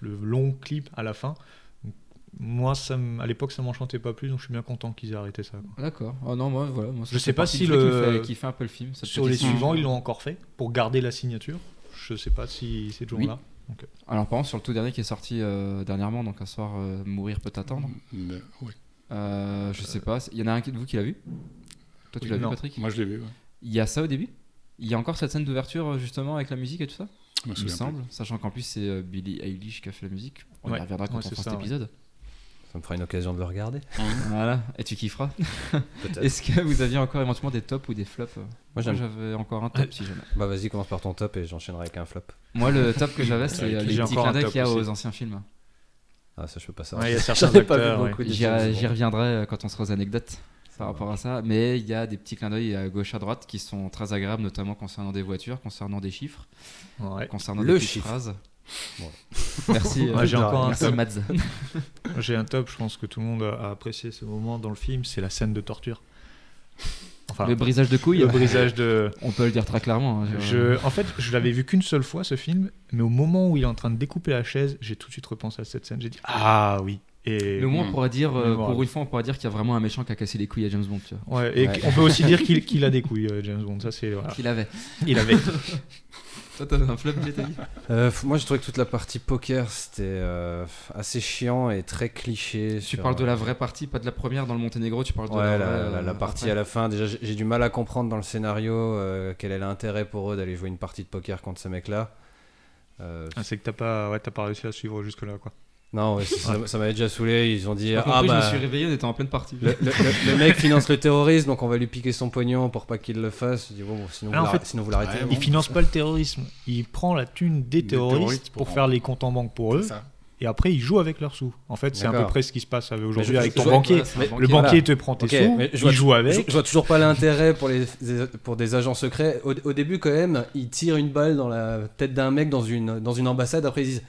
Speaker 4: le long clip à la fin. Moi, ça m- à l'époque, ça m'enchantait pas plus, donc je suis bien content qu'ils aient arrêté ça. quoi.
Speaker 1: D'accord. Oh non, moi, voilà. Moi, ça
Speaker 4: Je
Speaker 1: fait
Speaker 4: sais pas
Speaker 1: partie
Speaker 4: si
Speaker 1: du truc
Speaker 4: le-
Speaker 1: Qui fait, qui fait un peu le film. cette
Speaker 4: Sur les
Speaker 1: petite-
Speaker 4: suivants, ils l'ont encore fait pour garder la signature. Je sais pas si c'est toujours
Speaker 1: Oui.
Speaker 4: là.
Speaker 1: Alors, par exemple, sur le tout dernier qui est sorti euh, dernièrement, donc un soir, euh, Mourir peut t'attendre.
Speaker 9: Mais, oui.
Speaker 1: Euh, je sais pas. Il y en a un de vous qui l'a vu Toi, tu
Speaker 4: Oui,
Speaker 1: l'as vu,
Speaker 4: non.
Speaker 1: Patrick
Speaker 9: Moi, je l'ai vu. ouais.
Speaker 1: Il y a ça au début Il y a encore cette scène d'ouverture, euh, justement, avec la musique et tout ça
Speaker 9: Je me
Speaker 1: Il me
Speaker 9: souviens plus.
Speaker 1: semble. Sachant qu'en plus, c'est euh, Billie Eilish qui a fait la musique. On y
Speaker 4: Ouais.
Speaker 1: reviendra quand
Speaker 4: Ouais,
Speaker 1: on
Speaker 4: c'est
Speaker 1: fera
Speaker 4: ça,
Speaker 1: cet
Speaker 4: ouais.
Speaker 1: épisode.
Speaker 8: Ça me fera une occasion de le regarder.
Speaker 1: Voilà. Et tu kifferas.
Speaker 8: Peut-être.
Speaker 1: Est-ce que vous aviez encore éventuellement des tops ou des flops Moi,
Speaker 8: j'aime-
Speaker 1: j'avais encore un top, si jamais.
Speaker 8: Bah vas-y, commence par ton top et j'enchaînerai avec un flop.
Speaker 1: Moi, le top que j'avais, c'est
Speaker 4: J'ai
Speaker 1: euh, les petits
Speaker 4: encore
Speaker 1: clins
Speaker 4: un
Speaker 1: d'œil
Speaker 4: top
Speaker 1: qu'il y a
Speaker 4: aussi.
Speaker 1: aux anciens films.
Speaker 8: Ah ça je peux pas
Speaker 4: Ouais, (laughs)
Speaker 8: savoir.
Speaker 4: il y a
Speaker 8: J'en
Speaker 4: certains
Speaker 8: ai pas
Speaker 4: acteurs,
Speaker 8: vu
Speaker 4: ouais.
Speaker 8: beaucoup. des
Speaker 1: J'y
Speaker 8: James
Speaker 1: j'y
Speaker 8: Bond.
Speaker 1: reviendrai euh, quand on sera aux anecdotes par rapport à ça. Mais il y a des petits clins d'œil euh, à gauche à droite qui sont très agréables, notamment concernant des voitures, concernant des chiffres,
Speaker 4: Ouais.
Speaker 1: concernant
Speaker 8: Le
Speaker 1: des petites
Speaker 8: chiffre.
Speaker 1: phrases.
Speaker 8: Voilà.
Speaker 4: (laughs)
Speaker 1: Merci, euh,
Speaker 4: Ouais, j'ai encore un
Speaker 1: merci
Speaker 4: top.
Speaker 1: Mads.
Speaker 4: J'ai un top, je pense que tout le monde a a apprécié ce moment dans le film, c'est la scène de torture.
Speaker 8: Ah.
Speaker 4: Enfin,
Speaker 1: Le brisage de
Speaker 8: (laughs)
Speaker 1: couilles,
Speaker 4: le brisage de.
Speaker 1: on peut le dire très clairement. hein,
Speaker 4: Je- en fait, je l'avais vu qu'une seule fois ce film, mais au moment où il est en train de découper la chaise, j'ai tout de suite repensé à cette scène. J'ai dit ah oui. Et,
Speaker 1: Mais au
Speaker 8: Mm.
Speaker 1: moins, on pourra dire, euh,
Speaker 4: Mémorable.
Speaker 1: pour une fois, on pourra dire qu'il y a vraiment un méchant qui a cassé les couilles à James Bond, tu vois.
Speaker 4: Ouais, et
Speaker 8: Ouais.
Speaker 4: on peut aussi dire qu'il qu'il a des couilles, euh, James Bond. Ça c'est voilà.
Speaker 1: Qu'il avait.
Speaker 4: Il avait.
Speaker 1: Toi, t'avais un flop, j'ai dit.
Speaker 8: Euh, f- moi, je trouvais que toute la partie poker, c'était euh, assez chiant et très cliché.
Speaker 1: Tu parles de la vraie partie, pas de la première dans le Monténégro, tu parles de
Speaker 8: Ouais,
Speaker 1: la,
Speaker 8: la,
Speaker 1: vraie,
Speaker 8: la-
Speaker 1: euh,
Speaker 8: la partie
Speaker 1: après.
Speaker 8: à la fin. Déjà, j'ai j'ai du mal à comprendre dans le scénario euh, quel est l'intérêt pour eux d'aller jouer une partie de poker contre ce mec-là. Euh,
Speaker 4: Ah, c'est que t'as pas, ouais, t'as pas réussi à suivre jusque là quoi.
Speaker 8: Non, ouais, ça, ça m'avait déjà saoulé. Ils ont dit
Speaker 1: J'ai pas
Speaker 8: Ah
Speaker 1: compris, je
Speaker 8: bah.
Speaker 1: me suis réveillé, on était en pleine partie.
Speaker 8: Le, le- le- le mec finance le terrorisme, donc on va lui piquer son pognon pour pas qu'il le fasse. Je dis, bon, bon, sinon,
Speaker 4: Ah,
Speaker 8: vous
Speaker 4: en
Speaker 8: l'arrêtez-
Speaker 4: fait,
Speaker 8: sinon vous l'arrêtez.
Speaker 9: ouais,
Speaker 4: Il finance pas le terrorisme. Il prend la thune des,
Speaker 9: Des
Speaker 4: terroristes,
Speaker 9: terroristes
Speaker 4: pour,
Speaker 9: pour
Speaker 4: faire les comptes en banque pour eux.
Speaker 9: ça.
Speaker 4: Et après, ils jouent avec leurs sous. En fait, c'est à peu
Speaker 8: D'accord.
Speaker 4: près ce qui se passe avec-
Speaker 8: Mais
Speaker 4: aujourd'hui
Speaker 8: je-
Speaker 4: avec
Speaker 8: je-
Speaker 4: ton
Speaker 8: je-
Speaker 4: banquier.
Speaker 1: voilà, c'est un
Speaker 4: Le
Speaker 1: banquier.
Speaker 4: banquier
Speaker 8: voilà.
Speaker 4: te prend tes
Speaker 8: Ok,
Speaker 4: sous,
Speaker 8: mais je
Speaker 4: il
Speaker 8: vois-
Speaker 4: joue
Speaker 8: Je,
Speaker 4: avec.
Speaker 8: je vois toujours pas l'intérêt pour, les, des- pour des agents secrets. Au, au début, quand même, ils tirent une balle dans la tête d'un mec dans une, dans une ambassade. Après, ils disent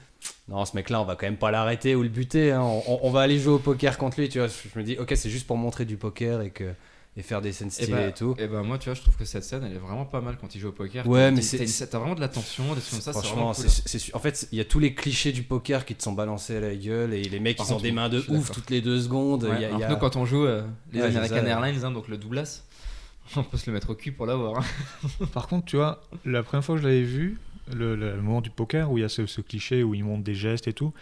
Speaker 8: Non, ce mec-là, on va quand même pas l'arrêter ou le buter. hein. On, on- on va aller jouer au poker contre lui. Tu vois, je, je me dis Ok, c'est juste pour montrer du poker et, que, et faire des scènes
Speaker 1: Et
Speaker 8: stylées
Speaker 1: bah,
Speaker 8: et tout.
Speaker 1: eh ben moi, tu vois, je trouve que cette scène, elle est vraiment pas mal quand il joue au poker.
Speaker 8: Ouais,
Speaker 1: T'as-
Speaker 8: mais
Speaker 1: t'as-
Speaker 8: c'est-
Speaker 1: t'as une- T'as vraiment de la tension, des trucs comme ça, c'est
Speaker 8: Franchement,
Speaker 1: vraiment
Speaker 8: c'est
Speaker 1: cool. hein.
Speaker 8: c'est su- en fait, il y a tous les clichés du poker qui te sont balancés à la gueule et les mecs
Speaker 1: Par
Speaker 8: ils ont
Speaker 1: contre,
Speaker 8: des
Speaker 1: oui,
Speaker 8: mains
Speaker 1: je
Speaker 8: de
Speaker 1: suis
Speaker 8: ouf
Speaker 1: d'accord.
Speaker 8: toutes les deux secondes.
Speaker 1: Ouais,
Speaker 8: il y a-
Speaker 1: alors
Speaker 8: il y a-
Speaker 1: que nous, quand on joue euh, les
Speaker 8: Ouais, c'est
Speaker 1: American
Speaker 8: ça.
Speaker 1: Airlines, hein, donc le Douglas, (laughs) on peut se le mettre au cul pour l'avoir. hein.
Speaker 4: Par contre, tu vois, la première fois que je l'avais vu, le, le moment du poker où il y a ce, ce cliché où ils montrent des gestes et tout,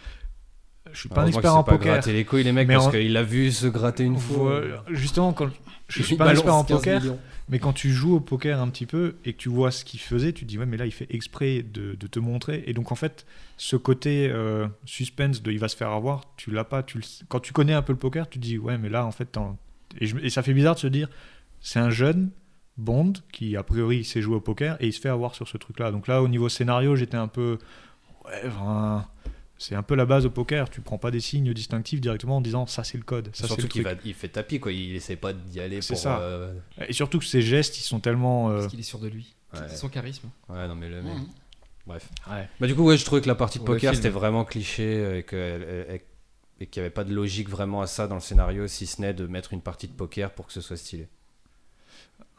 Speaker 4: je suis pas un
Speaker 8: Heureusement que
Speaker 4: expert
Speaker 8: c'est
Speaker 4: en
Speaker 8: pas
Speaker 4: poker.
Speaker 8: gratter les couilles les mecs
Speaker 4: Mais
Speaker 8: parce
Speaker 4: en-
Speaker 8: qu'il a vu se gratter une fois.
Speaker 4: Voilà. Justement, quand je
Speaker 8: Il
Speaker 4: suis pas un
Speaker 8: balance
Speaker 4: expert en
Speaker 8: 15
Speaker 4: poker,
Speaker 8: millions.
Speaker 4: mais quand tu joues au poker un petit peu et que tu vois ce qu'il faisait, tu te dis ouais, mais là il fait exprès de, de te montrer. Et donc en fait, ce côté euh, suspense de il va se faire avoir, tu l'as pas. Tu le sais. Quand tu connais un peu le poker, tu te dis ouais, mais là en fait, t'en- et, je- et ça fait bizarre de se dire c'est un jeune Bond qui a priori il sait jouer au poker et il se fait avoir sur ce truc-là. Donc là, au niveau scénario, j'étais un peu ouais, enfin, c'est un peu la base au poker. Tu prends pas des signes distinctifs directement en disant ça c'est le code, ça c'est
Speaker 8: Surtout
Speaker 4: le
Speaker 8: qu'il
Speaker 4: truc.
Speaker 8: va, il fait tapis quoi, il essaie pas d'y aller
Speaker 4: C'est
Speaker 8: pour.
Speaker 4: ça.
Speaker 8: euh,
Speaker 4: Et surtout que ces gestes, ils sont tellement euh,
Speaker 1: Parce qu'il est sûr de lui.
Speaker 8: Ouais.
Speaker 1: C'est son charisme.
Speaker 8: Ouais, non mais le mec. Bref.
Speaker 4: Ouais.
Speaker 8: Bah du coup ouais, je trouvais que la partie de
Speaker 1: Pour le
Speaker 8: poker
Speaker 1: film.
Speaker 8: c'était vraiment cliché euh, et que et- et- et qu'il n'y avait pas de logique vraiment à ça dans le scénario, si ce n'est de mettre une partie de poker pour que ce soit stylé.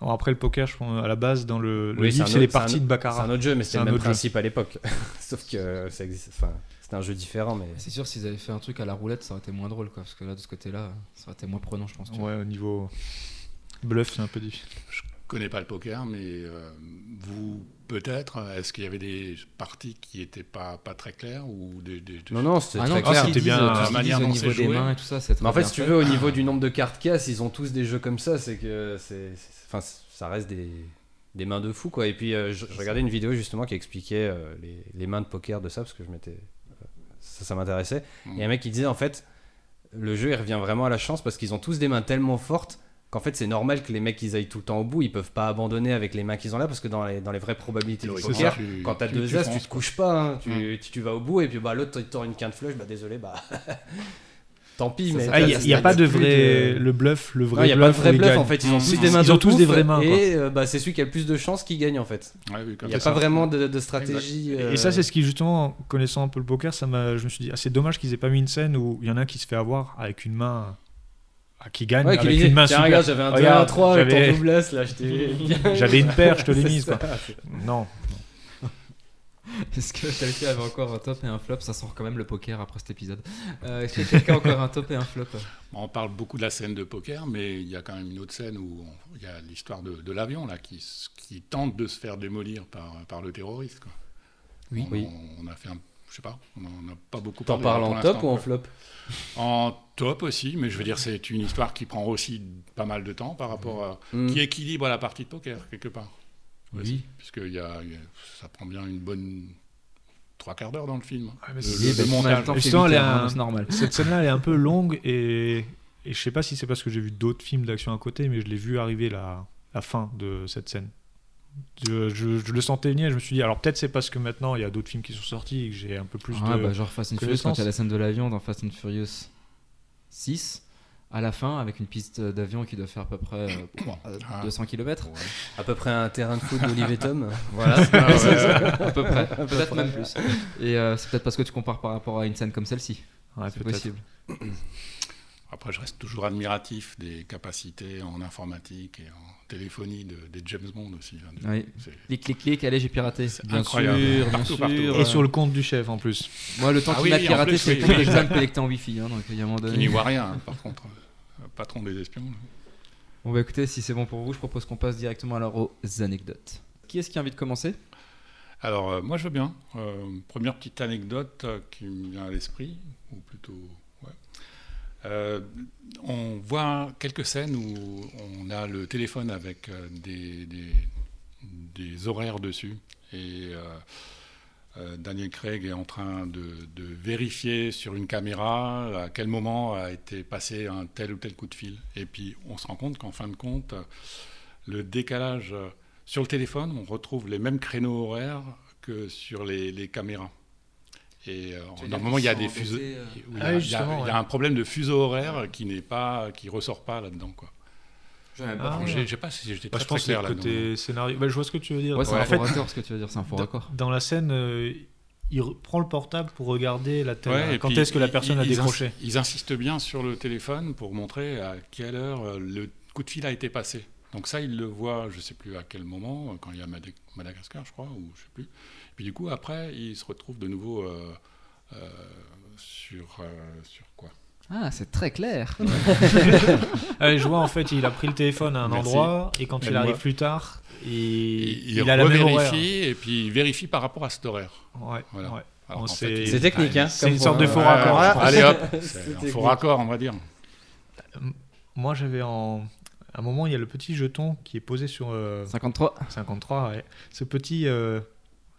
Speaker 4: Alors après le poker, je pense à la base dans le, le
Speaker 8: Oui,
Speaker 4: livre,
Speaker 8: un
Speaker 4: c'est
Speaker 8: autre-
Speaker 4: les
Speaker 8: un
Speaker 4: parties
Speaker 8: autre-
Speaker 4: de
Speaker 8: C'est un
Speaker 4: baccarat.
Speaker 8: autre jeu, mais
Speaker 4: C'est
Speaker 8: c'est
Speaker 4: un
Speaker 8: le même
Speaker 4: autre jeu.
Speaker 8: principe à l'époque. (laughs) Sauf que ça existe. Enfin, c'était un jeu différent, mais.
Speaker 1: Bah, C'est sûr, s'ils avaient fait un truc à la roulette, ça aurait été moins drôle, quoi. Parce que là, de ce côté-là, ça aurait été moins prenant, je pense. tu vois.
Speaker 4: Ouais, au niveau bluff, c'est un peu difficile.
Speaker 9: Je connais pas le poker, mais euh, vous, peut-être, est-ce qu'il y avait des parties qui n'étaient pas, pas très claires ou des, des- des-
Speaker 8: Non, non, c'était
Speaker 1: Ah non,
Speaker 8: très
Speaker 1: tout ce
Speaker 8: clair.
Speaker 1: qu'ils
Speaker 4: c'était
Speaker 1: disent,
Speaker 4: bien
Speaker 1: tout ce
Speaker 9: la
Speaker 1: qu'ils disent
Speaker 9: manière
Speaker 1: au
Speaker 9: dont
Speaker 1: niveau
Speaker 9: c'est
Speaker 1: des
Speaker 9: joué.
Speaker 1: mains et tout ça, c'est très
Speaker 8: Mais en fait,
Speaker 1: bien
Speaker 8: si tu veux, au niveau du nombre de cartes qu'il y a, s'ils ont tous des jeux comme ça, c'est que c'est, c'est- enfin, c'est- ça reste des, des mains de fou, quoi. Et puis, euh, je, je regardais une vidéo justement qui expliquait euh, les, les mains de poker de ça, parce que je m'étais, euh, ça, ça m'intéressait.
Speaker 9: Mm.
Speaker 8: Et un mec qui disait en fait, le jeu il revient vraiment à la chance parce qu'ils ont tous des mains tellement fortes qu'en fait c'est normal que les mecs ils aillent tout le temps au bout, ils peuvent pas abandonner avec les mains qu'ils ont là parce que dans les, dans les vraies probabilités du
Speaker 9: Oui,
Speaker 8: poker,
Speaker 9: c'est ça. Tu-
Speaker 8: quand t'as
Speaker 9: tu-
Speaker 8: deux
Speaker 9: tu
Speaker 8: as, tu
Speaker 9: fonces,
Speaker 8: te couches pas, hein. tu, tu, tu vas au bout et puis bah l'autre il t'en une quinte flush, bah désolé, bah tant pis,
Speaker 1: Ça,
Speaker 8: mais.
Speaker 1: ça
Speaker 4: Ah,
Speaker 1: Ah,
Speaker 4: Il
Speaker 1: y
Speaker 4: n'y
Speaker 1: a-
Speaker 4: a,
Speaker 1: il y a
Speaker 4: pas
Speaker 1: pas
Speaker 4: de
Speaker 1: de
Speaker 4: vrai
Speaker 8: plus de-
Speaker 4: le bluff, le
Speaker 8: Non, il
Speaker 4: vrai
Speaker 8: n'y a pas de
Speaker 4: bluff.
Speaker 8: vrai
Speaker 4: où il
Speaker 8: bluff
Speaker 4: gagne.
Speaker 8: en fait, ils ont tous
Speaker 4: Ils-
Speaker 8: des mains
Speaker 4: ils
Speaker 8: de
Speaker 4: ont tous
Speaker 8: ouf,
Speaker 4: des vraies mains, quoi.
Speaker 8: Et euh, bah, c'est celui qui a le plus de chances qui gagne en fait.
Speaker 9: Ouais, oui, comme
Speaker 8: Il n'y a
Speaker 9: ça.
Speaker 8: pas vraiment de, de stratégie. euh,
Speaker 4: Et ça, c'est ce qui, justement, connaissant un peu le poker, ça m'a, je me suis dit, ah, c'est dommage qu'ils aient pas mis une scène où il y en a un qui se fait avoir avec une main ah, qui gagne,
Speaker 8: Ouais, qui lui
Speaker 4: avec
Speaker 8: dit,
Speaker 4: une main
Speaker 8: Tiens,
Speaker 4: super.
Speaker 8: regarde, j'avais un 2
Speaker 4: Regarde,
Speaker 8: 3 avec
Speaker 4: j'avais-
Speaker 8: ton Douglas là, je t'ai
Speaker 4: (laughs)
Speaker 8: bien.
Speaker 4: J'avais une paire, je te l'ai
Speaker 8: (laughs) C'est
Speaker 4: mise.
Speaker 8: ça.
Speaker 4: Quoi. Non.
Speaker 1: Est-ce que quelqu'un avait encore un top et un flop Ça sort quand même le poker après cet épisode. Euh, Est-ce que quelqu'un a encore un top et un flop
Speaker 9: On parle beaucoup de la scène de poker, mais il y a quand même une autre scène où on- il y a l'histoire de, de l'avion là qui, s- qui tente de se faire démolir par, par le terroriste. quoi.
Speaker 8: Oui.
Speaker 9: On,
Speaker 8: Oui.
Speaker 9: on a fait un, je sais pas, on n'a pas beaucoup
Speaker 8: T'en
Speaker 9: parlé. hein, pour
Speaker 8: parles en top
Speaker 9: l'instant,
Speaker 8: ou en
Speaker 9: quoi.
Speaker 8: flop
Speaker 9: En top aussi, mais je veux dire, c'est une histoire qui prend aussi pas mal de temps par rapport à.
Speaker 8: Mm.
Speaker 9: qui équilibre la partie de poker, quelque part.
Speaker 1: Oui.
Speaker 9: Puisque il y a, il y a- ça prend bien une bonne. trois quarts d'heure dans le film.
Speaker 4: mais
Speaker 9: Le-
Speaker 4: c'est-
Speaker 9: le
Speaker 4: ben,
Speaker 9: montage.
Speaker 4: temps, Justement, elle est un-
Speaker 1: c'est normal.
Speaker 4: Cette scène-là, elle est un peu longue et, et je sais pas si c'est parce que j'ai vu d'autres films d'action à côté, mais je l'ai vu arriver la, la fin de cette scène. Je, je- je le sentais venir, je me suis dit, alors peut-être c'est parce que maintenant il y a d'autres films qui sont sortis et que j'ai un peu plus
Speaker 1: Ah
Speaker 4: de.
Speaker 1: bah genre Fast and Furious,
Speaker 4: connaissance.
Speaker 1: quand il y a la scène de l'avion dans Fast and Furious 6, à la fin, avec une piste euh, d'avion qui doit faire à peu près euh,
Speaker 9: (coughs)
Speaker 1: euh,
Speaker 9: Ah.
Speaker 1: 200 km,
Speaker 8: À peu près
Speaker 4: (laughs)
Speaker 8: un terrain de foot d'Olivier Tom.
Speaker 1: (laughs) voilà,
Speaker 9: Ah ouais, ouais, ouais.
Speaker 1: à peu
Speaker 9: (laughs)
Speaker 1: près, peut-être même plus. Et euh, c'est peut-être parce que tu compares par rapport à une scène comme celle-ci,
Speaker 4: Ouais,
Speaker 1: c'est
Speaker 4: peut-être.
Speaker 1: possible.
Speaker 9: Après, je reste toujours admiratif des capacités en informatique et en téléphonie de, des James Bond aussi. hein. De-
Speaker 1: Oui.
Speaker 9: c'est-
Speaker 1: Clic, clic, clic, allez, j'ai piraté.
Speaker 9: Bien incroyable. sûr, bien Partout, partout. sûr.
Speaker 4: Et sur le compte du chef en plus.
Speaker 1: Moi, le temps
Speaker 9: Ah
Speaker 1: qu'il m'a
Speaker 9: oui, en
Speaker 1: piraté,
Speaker 9: plus,
Speaker 1: c'est
Speaker 9: oui,
Speaker 1: le temps
Speaker 9: oui.
Speaker 1: que
Speaker 9: (laughs)
Speaker 1: j'aime collecter en wifi. Hein, donc, il y a un moment
Speaker 9: Qui n'y
Speaker 1: donné.
Speaker 9: voit rien, hein, par contre. Euh, Patron des espions. là.
Speaker 1: Bon, bah écoutez, si c'est bon pour vous, je propose qu'on passe directement alors aux anecdotes. Qui est-ce qui a envie de commencer
Speaker 9: Alors, euh, moi, je veux bien. Euh, première petite anecdote euh, qui me vient à l'esprit, ou plutôt. ouais. Euh, on voit quelques scènes où on a le téléphone avec euh, des, des- des horaires dessus. Et euh, euh, Daniel Craig est en train de, de vérifier sur une caméra à quel moment a été passé un tel ou tel coup de fil. Et puis on se rend compte qu'en fin de compte, le décalage euh, sur le téléphone, on retrouve les mêmes créneaux horaires que sur les, les caméras. Et euh, normalement, il y a des fuseaux.
Speaker 1: embêtés, euh.
Speaker 9: il y
Speaker 4: Ah
Speaker 9: a- il
Speaker 4: oui,
Speaker 9: y, a-
Speaker 4: justement,
Speaker 9: il y a
Speaker 4: ouais.
Speaker 9: un problème de fuseau horaire qui n'est pas, qui ressort pas là-dedans. Quoi.
Speaker 1: J'avais
Speaker 4: Ah,
Speaker 1: pas
Speaker 4: ouais.
Speaker 1: compris.
Speaker 9: J'ai- Je sais pas si j'étais
Speaker 4: Bah,
Speaker 9: très,
Speaker 4: je pense
Speaker 9: très
Speaker 4: que
Speaker 9: clair
Speaker 4: c'est le
Speaker 9: là-dedans.
Speaker 4: côté scénario. Bah, je vois ce que tu veux dire.
Speaker 1: Ouais, c'est
Speaker 4: En
Speaker 1: un
Speaker 4: fait,
Speaker 1: faux raccord ce que tu veux dire, c'est un faux
Speaker 4: dans-
Speaker 1: raccord.
Speaker 4: Dans la scène, euh, il re- prend le portable pour regarder la télé.
Speaker 9: Ouais, et
Speaker 4: quand
Speaker 9: puis,
Speaker 4: est-ce que la personne
Speaker 9: ils-
Speaker 4: a
Speaker 9: ils ins-
Speaker 4: décroché
Speaker 9: Ils insistent bien sur le téléphone pour montrer à quelle heure euh, le coup de fil a été passé. Donc ça, ils le voient, je sais plus à quel moment, euh, quand il y a Mada- Madagascar, je crois, ou je sais plus. Puis du coup, après, ils se retrouvent de nouveau euh, euh, sur, euh, sur quoi
Speaker 1: Ah, c'est très clair.
Speaker 4: Ah, Je vois, en fait, il a pris le téléphone à un
Speaker 9: Merci.
Speaker 4: endroit et quand il
Speaker 9: Aide-moi.
Speaker 4: arrive plus tard, il,
Speaker 9: Il,
Speaker 4: il
Speaker 9: il
Speaker 4: a la même horaire.
Speaker 9: revérifie et puis il vérifie par rapport à cet horaire.
Speaker 4: Ouais,
Speaker 9: Voilà.
Speaker 4: ouais.
Speaker 9: Alors,
Speaker 4: Bon,
Speaker 9: en
Speaker 4: c'est-
Speaker 9: fait, il-
Speaker 8: C'est technique, hein.
Speaker 4: C'est
Speaker 8: comme
Speaker 4: une sorte
Speaker 8: pour-
Speaker 4: de faux
Speaker 9: Ouais,
Speaker 4: raccord,
Speaker 9: ouais,
Speaker 4: je pense.
Speaker 9: Allez hop,
Speaker 8: (laughs) C'est
Speaker 9: c'est un
Speaker 8: technique.
Speaker 9: faux raccord, on va dire.
Speaker 4: Moi, j'avais en. À un moment, il y a le petit jeton qui est posé sur euh,
Speaker 1: 53.
Speaker 4: 53. ouais. Ce petit. euh,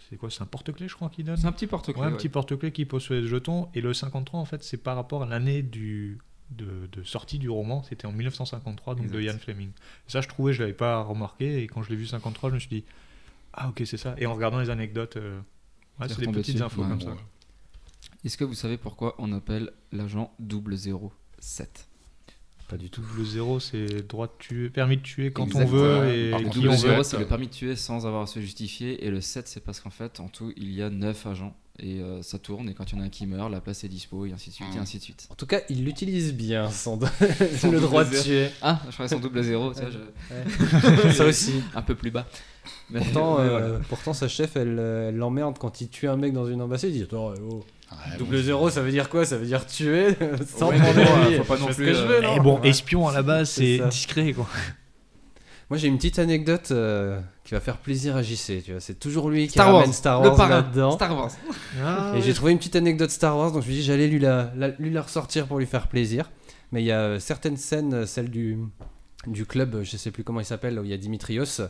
Speaker 4: C'est quoi C'est un porte-clé, je crois, qu'il donne
Speaker 1: C'est un petit porte-clés.
Speaker 4: Ouais, un petit porte-clé qui pose sur les jetons. Et le 53, en fait, c'est par rapport à l'année du de, de sortie du roman. C'était en 1953, donc de
Speaker 1: Exact.
Speaker 4: Ian Fleming. Ça, je trouvais, je l'avais pas remarqué. Et quand je l'ai vu 53, je me suis dit, ah ok, c'est ça. Et en regardant les anecdotes, euh, ouais,
Speaker 1: T'es
Speaker 4: c'est des
Speaker 1: retombé
Speaker 4: petites
Speaker 1: dessus,
Speaker 4: infos
Speaker 1: ouais.
Speaker 4: comme
Speaker 9: Bon,
Speaker 4: ça.
Speaker 1: Est-ce que vous savez pourquoi on appelle l'agent 007
Speaker 8: Pas du tout.
Speaker 4: Double zéro, c'est droit de tuer, permis de tuer quand
Speaker 1: Exact.
Speaker 4: on veut
Speaker 9: Ouais.
Speaker 4: et
Speaker 9: Par contre,
Speaker 4: qui on
Speaker 9: double
Speaker 4: veut.
Speaker 9: zéro,
Speaker 1: 0 c'est le permis de tuer sans avoir à se justifier. Et le 7, c'est parce qu'en fait, en tout, il y a 9 agents. Et euh, ça tourne. Et quand il y en a un qui meurt, la place est dispo. Et ainsi de suite. Et
Speaker 9: Mm.
Speaker 1: ainsi de suite.
Speaker 8: En tout cas, il l'utilise bien, sans
Speaker 1: Sans
Speaker 8: le
Speaker 1: doute
Speaker 8: droit de
Speaker 1: plaisir.
Speaker 8: tuer.
Speaker 1: Ah, je ferais son double à 0. tu vois, je- (laughs)
Speaker 8: Ça aussi.
Speaker 1: Un peu plus bas. Mais-
Speaker 8: Pourtant, (laughs)
Speaker 1: mais
Speaker 8: euh,
Speaker 1: voilà.
Speaker 8: pourtant, sa chef, elle euh, elle l'emmerde quand il tue un mec dans une ambassade. Il dit Attends, oh,
Speaker 9: Ouais,
Speaker 8: double
Speaker 9: bon.
Speaker 8: zéro, ça veut dire quoi Ça veut dire tuer (laughs) sans
Speaker 1: Ouais,
Speaker 8: demander
Speaker 1: mais bon,
Speaker 8: l'avis.
Speaker 1: faut pas non
Speaker 8: Je fais ce
Speaker 1: plus,
Speaker 8: que je veux,
Speaker 1: euh,
Speaker 8: non
Speaker 4: Et Eh bon,
Speaker 8: Ouais.
Speaker 4: espion à la base, c'est
Speaker 8: C'est ça.
Speaker 4: discret quoi.
Speaker 8: Moi, j'ai une petite anecdote euh, qui va faire plaisir à JC. Tu vois, c'est toujours lui qui
Speaker 1: Star
Speaker 8: ramène
Speaker 1: Wars,
Speaker 8: Star
Speaker 1: le
Speaker 8: Wars
Speaker 1: parrain,
Speaker 8: là-dedans.
Speaker 1: Star Wars.
Speaker 4: Ah
Speaker 8: Et j'ai trouvé une petite anecdote Star Wars, donc je me dis j'allais lui la, la- lui la ressortir pour lui faire plaisir. Mais il y a euh, certaines scènes, euh, celle du, du club, euh, je sais plus comment il s'appelle, là où il y a Dimitrios,